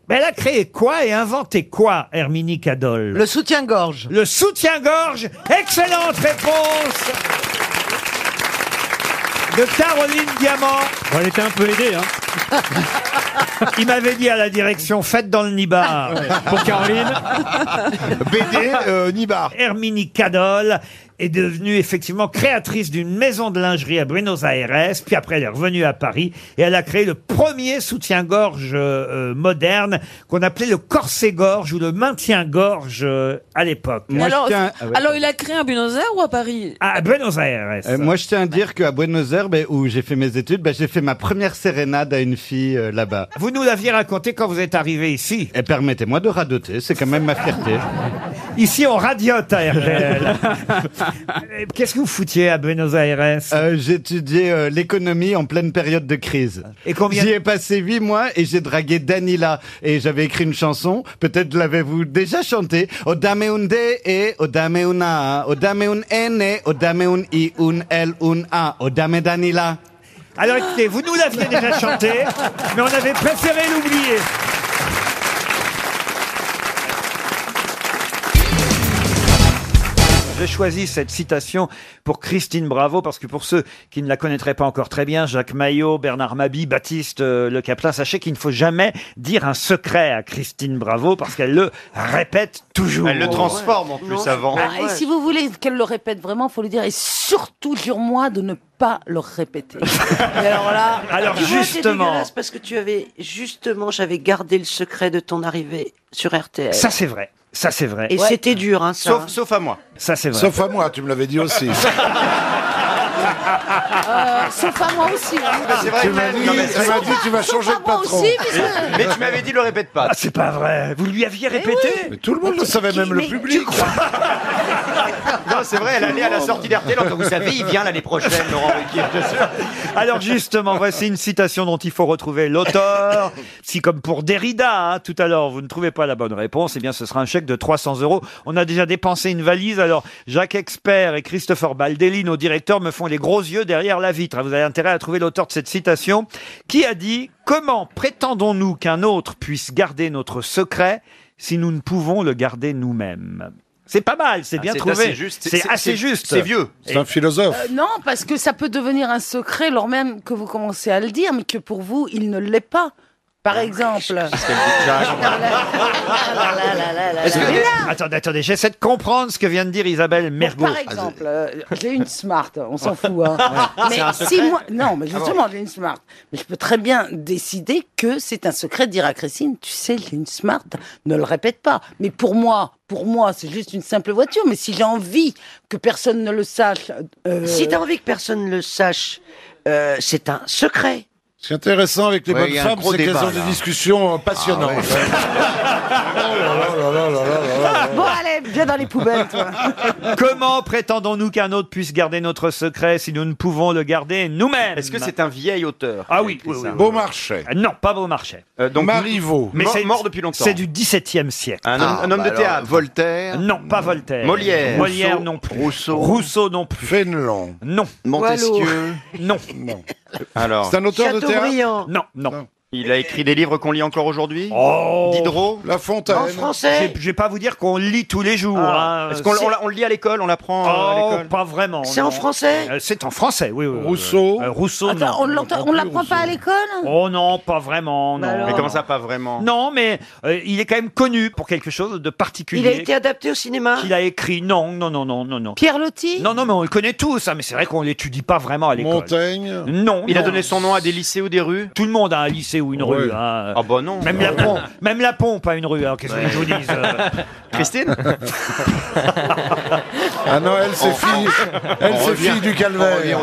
ben, Elle a créé quoi et inventé quoi, Herminie Cadol Le soutien-gorge. Le soutien-gorge. Excellente réponse de Caroline Diamant.
On était un peu aidés, hein.
Il m'avait dit à la direction, faites dans le Nibar.
Pour Caroline.
BD Nibar. Herminie Cadol
est devenue effectivement créatrice d'une maison de lingerie à Buenos Aires, puis après elle est revenue à Paris et elle a créé le premier soutien-gorge euh, euh, moderne qu'on appelait le corset-gorge ou le maintien-gorge euh, à l'époque.
alors, alors, il a créé un Buenos Aires ou à Paris
à Buenos Aires.
Euh, moi, je tiens à dire qu'à Buenos Aires, ben, où j'ai fait mes études, ben, j'ai fait ma première sérénade à une fille euh, là-bas.
Vous nous l'aviez raconté quand vous êtes arrivé ici.
Et Eh, permettez-moi de radoter, c'est quand même ma fierté.
Ici, on radiote à RTL. Euh, Qu'est-ce que vous foutiez à Buenos Aires
Euh, J'étudiais euh, l'économie en pleine période de crise.
Et combien-
J'y ai passé huit mois et j'ai dragué Danila. Et j'avais écrit une chanson, peut-être l'avez-vous déjà chantée. O dame un D et o dame un A, o dame un N, E, o dame un I, un L, un A, o dame Danila.
Alors écoutez, vous nous l'aviez déjà chanté, mais on avait préféré l'oublier. J'ai choisi cette citation pour Christine Bravo parce que pour ceux qui ne la connaîtraient pas encore très bien, Jacques Maillot, Bernard Mabi, Baptiste euh, Le Caplin, sachez qu'il ne faut jamais dire un secret à Christine Bravo parce qu'elle le répète toujours.
Elle le transforme en plus
Non,
avant.
bah, Et si vous voulez qu'elle le répète vraiment, faut lui dire et surtout jure-moi de ne pas le répéter.
Et alors là,
Alors,
tu vois, c'est
justement.
dégueulasse parce que tu avais justement, j'avais gardé le secret de ton arrivée sur RTL.
Ça c'est vrai, ça c'est vrai.
Et c'était dur, hein, ça.
Sauf-
à moi.
Ça c'est vrai.
Sauf à moi, tu me l'avais dit aussi.
Euh, sauf à moi aussi. hein.
Ah, c'est vrai Tu que- m'as dit- non, mais c'est tu vrai. m'as dit, tu vas
Sauf
changer
Ah,
à
de
moi
patron.
aussi, parce que-
Mais tu m'avais dit, le répète pas.
Ah, c'est pas vrai. Vous lui aviez répété
Mais tout le monde le savait, même le public.
Non, c'est vrai, elle allait à la sortie d'RTL. Vous savez, il vient l'année prochaine, Laurent Ruquier, bien sûr.
Alors justement, voici une citation dont il faut retrouver l'auteur. Si comme pour Derrida, hein, tout à l'heure, vous ne trouvez pas la bonne réponse, eh bien ce sera un chèque de 300 euros. On a déjà dépensé une valise, alors Jacques Expert et Christopher Baldelli, nos directeurs, me font les gros yeux derrière la vitre. Vous avez intérêt à trouver l'auteur de cette citation qui a dit « Comment prétendons-nous qu'un autre puisse garder notre secret si nous ne pouvons le garder nous-mêmes ?» C'est pas mal, c'est
Ah,
bien
c'est
trouvé.
assez juste. C'est-
C'est
c'est-
assez
c'est-
juste.
c'est vieux.
C'est un philosophe.
Euh, non, parce que ça peut devenir un secret lors même que vous commencez à le dire, mais que pour vous, il ne l'est pas.
Ah,
Par exemple. Ah,
Est-ce que- Attendez, attendez, j'essaie de comprendre ce que vient de dire Isabelle Mergo. Ah,
Par exemple, euh, j'ai une smart, on s'en fout. hein.
Ouais.
Mais
C'est un
si
secret
moi, non, mais
Ah bon.
justement, j'ai une smart. Mais je peux très bien décider que c'est un secret de dire à Christine, tu sais, j'ai une smart, ne le répète pas. Mais pour moi, pour moi, c'est juste une simple voiture. Mais si j'ai envie que personne ne le sache, euh,
Si t'as envie que personne ne le sache, euh, c'est un secret.
Ce qui est intéressant avec les
Ouais, il
bonnes
y a un
femmes,
gros
c'est qu'elles
débat,
ont des
là.
discussions euh, passionnantes.
Ah,
bon, allez, viens dans les poubelles, toi.
Comment prétendons-nous qu'un autre puisse garder notre secret si nous ne pouvons le garder nous-mêmes
Est-ce que c'est un vieil auteur
Ah oui, oui, oui, oui.
Beaumarchais.
Ah Non, pas Beaumarchais.
Euh, donc,
Marivaux.
Mort-
c'est-
mort depuis longtemps.
C'est du XVIIe siècle.
Un homme- Ah, un homme bah de alors, théâtre.
Voltaire Non, pas Voltaire.
Molière.
Molière
Rousseau.
non plus.
Rousseau.
Rousseau non plus.
Fénelon.
Non.
Montesquieu.
Non.
Alors.
C'est un auteur de théâtre
Non, non.
Il a écrit des livres qu'on lit encore aujourd'hui
Oh.
Diderot
La Fontaine.
Je- Je vais pas vous dire qu'on lit tous les jours.
Ah.
hein.
Est-ce qu'on l-
C'est-
on l'a- on le lit à l'école On l'apprend euh, à
Oh,
l'école
pas vraiment.
C'est en
non.
français
Euh, C'est en français, oui. oui, oui.
Rousseau.
Euh, Rousseau,
Attends,
non.
Bah, on l'entend, on l'apprend pas à l'école
Oh non, pas vraiment, non.
Mais comment ça, pas vraiment
Non, mais euh, il est quand même connu pour quelque chose de particulier.
Il a été adapté au cinéma.
qu'il a écrit. Non, non, non, non, non, non.
Pierre Loti
Non, non, mais on le connaît tous, ça mais c'est vrai qu'on l'étudie pas vraiment à l'école.
Montaigne.
Non.
Il a
non.
donné son nom à des lycées ou des rues
Tout le monde a un lycée ou une
Ouais.
rue. hein.
Ah bah non.
Même la pompe, même la pompe a une rue. alors Qu'est-ce que je vous dis
Christine
Ah non, elle, c'est
On-
fille, elle,
on
c'est
revient-
fille du
Ah.
calvaire.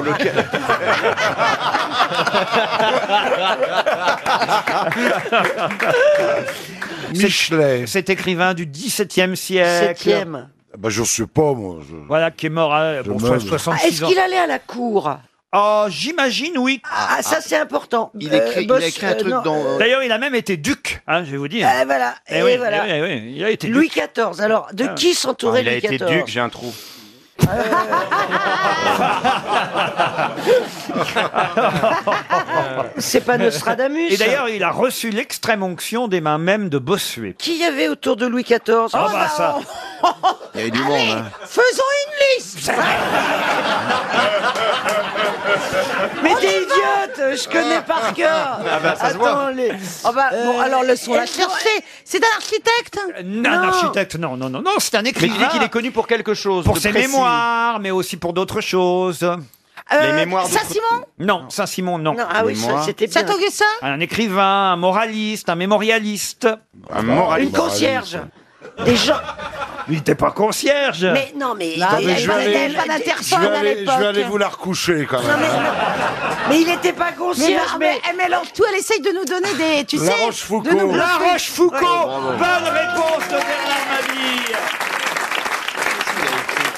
Michelet.
Cet écrivain du XVIIe siècle.
Septième.
Bah, je sais pas, moi. je-
Voilà, qui est mort à bon,
Dommage.
Ah,
66
Est-ce
ans.
qu'il allait à la cour
Oh, j'imagine, oui.
Ah, ça c'est important. Euh, Boss- euh, non, euh,
D'ailleurs, il a même été duc, hein, je vais vous dire.
Eh, voilà,
Eh
eh,
oui,
voilà.
eh oui, eh oui, il a été
Louis
duc. Ah
XIV. Alors, de qui
Ah,
s'entourait
Il a
Louis Euh,
été
XIV
duc, j'ai un trou.
C'est pas Nostradamus.
Et d'ailleurs, il a reçu l'extrême onction des mains même de Bossuet.
Qui y avait autour de Louis Oh, XIV
Ah bah ça,
Il y avait du monde, hein.
Faisons une liste
Mais t'es idiote, je connais par cœur.
Ah bah, ça se voit.
Attends, les- Ah bah, bon, alors laissons-la
elle
chercher. C'est un architecte hein
Non, un architecte, non, non, non, non, c'est un écrivain.
tu dis qu'il est connu pour quelque chose
Pour
de
ses
précis.
mémoires, mais aussi pour d'autres choses.
Les mémoires d'autres-
Saint-Simon
Non, Saint-Simon, non.
Non, ah oui, ça,
Mémoires.
c'était bien. Saint-Augustin
Un écrivain, un moraliste, un mémorialiste. Un
moraliste. Une concierge.
Des gens... Il n'était pas concierge
Mais non, mais Attends, il mais avait je vais pas- il aller- avait pas d'interphone
je vais
à
aller-
l'époque.
Je vais aller vous la recoucher quand même.
Mais il n'était pas
Mais,
concierge,
non,
mais...
mais elle mélange tout, elle essaye de nous donner des. Tu
La
sais
Rochefoucauld.
de nous
La
bluffer.
Rochefoucauld.
Ouais.
Bonne réponse de Bernard Mabille.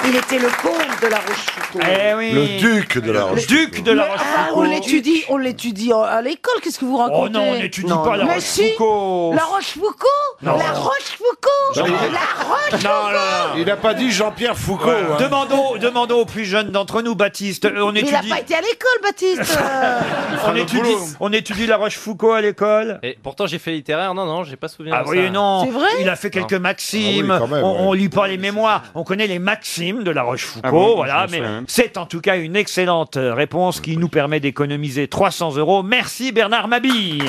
Il était le comte de la Rochefoucauld.
Le duc de la
Le
Roche.
duc Eh de la
Ah, on
Rochefoucauld.
l'étudie, on l'étudie en- à l'école, qu'est-ce que vous racontez
Oh non, on n'étudie pas la
mais
Rochefoucauld.
si, La Rochefoucauld
Non.
La Rochefoucauld
Non.
La Rochefoucauld
Il n'a pas dit Jean-Pierre Foucault.
Voilà.
hein.
Demandons, demandons aux plus jeunes d'entre nous, Baptiste. euh, On
Mais il n'a
étudie,
pas été à l'école, Baptiste
on étudie, on étudie La Rochefoucauld à l'école.
Et pourtant, j'ai fait littéraire. Non, non, j'ai pas souvenir
Ah
de ça.
oui, non.
C'est vrai
Il a fait quelques
Non.
maximes.
Ah oui, quand même,
on, on lit pas les mémoires. On connaît les maximes de La Rochefoucauld.
Ah bon,
voilà,
je me
mais
souviens même.
c'est en tout cas euh, une excellente réponse qui nous permet d'économiser 300 euros. Merci Bernard Mabille.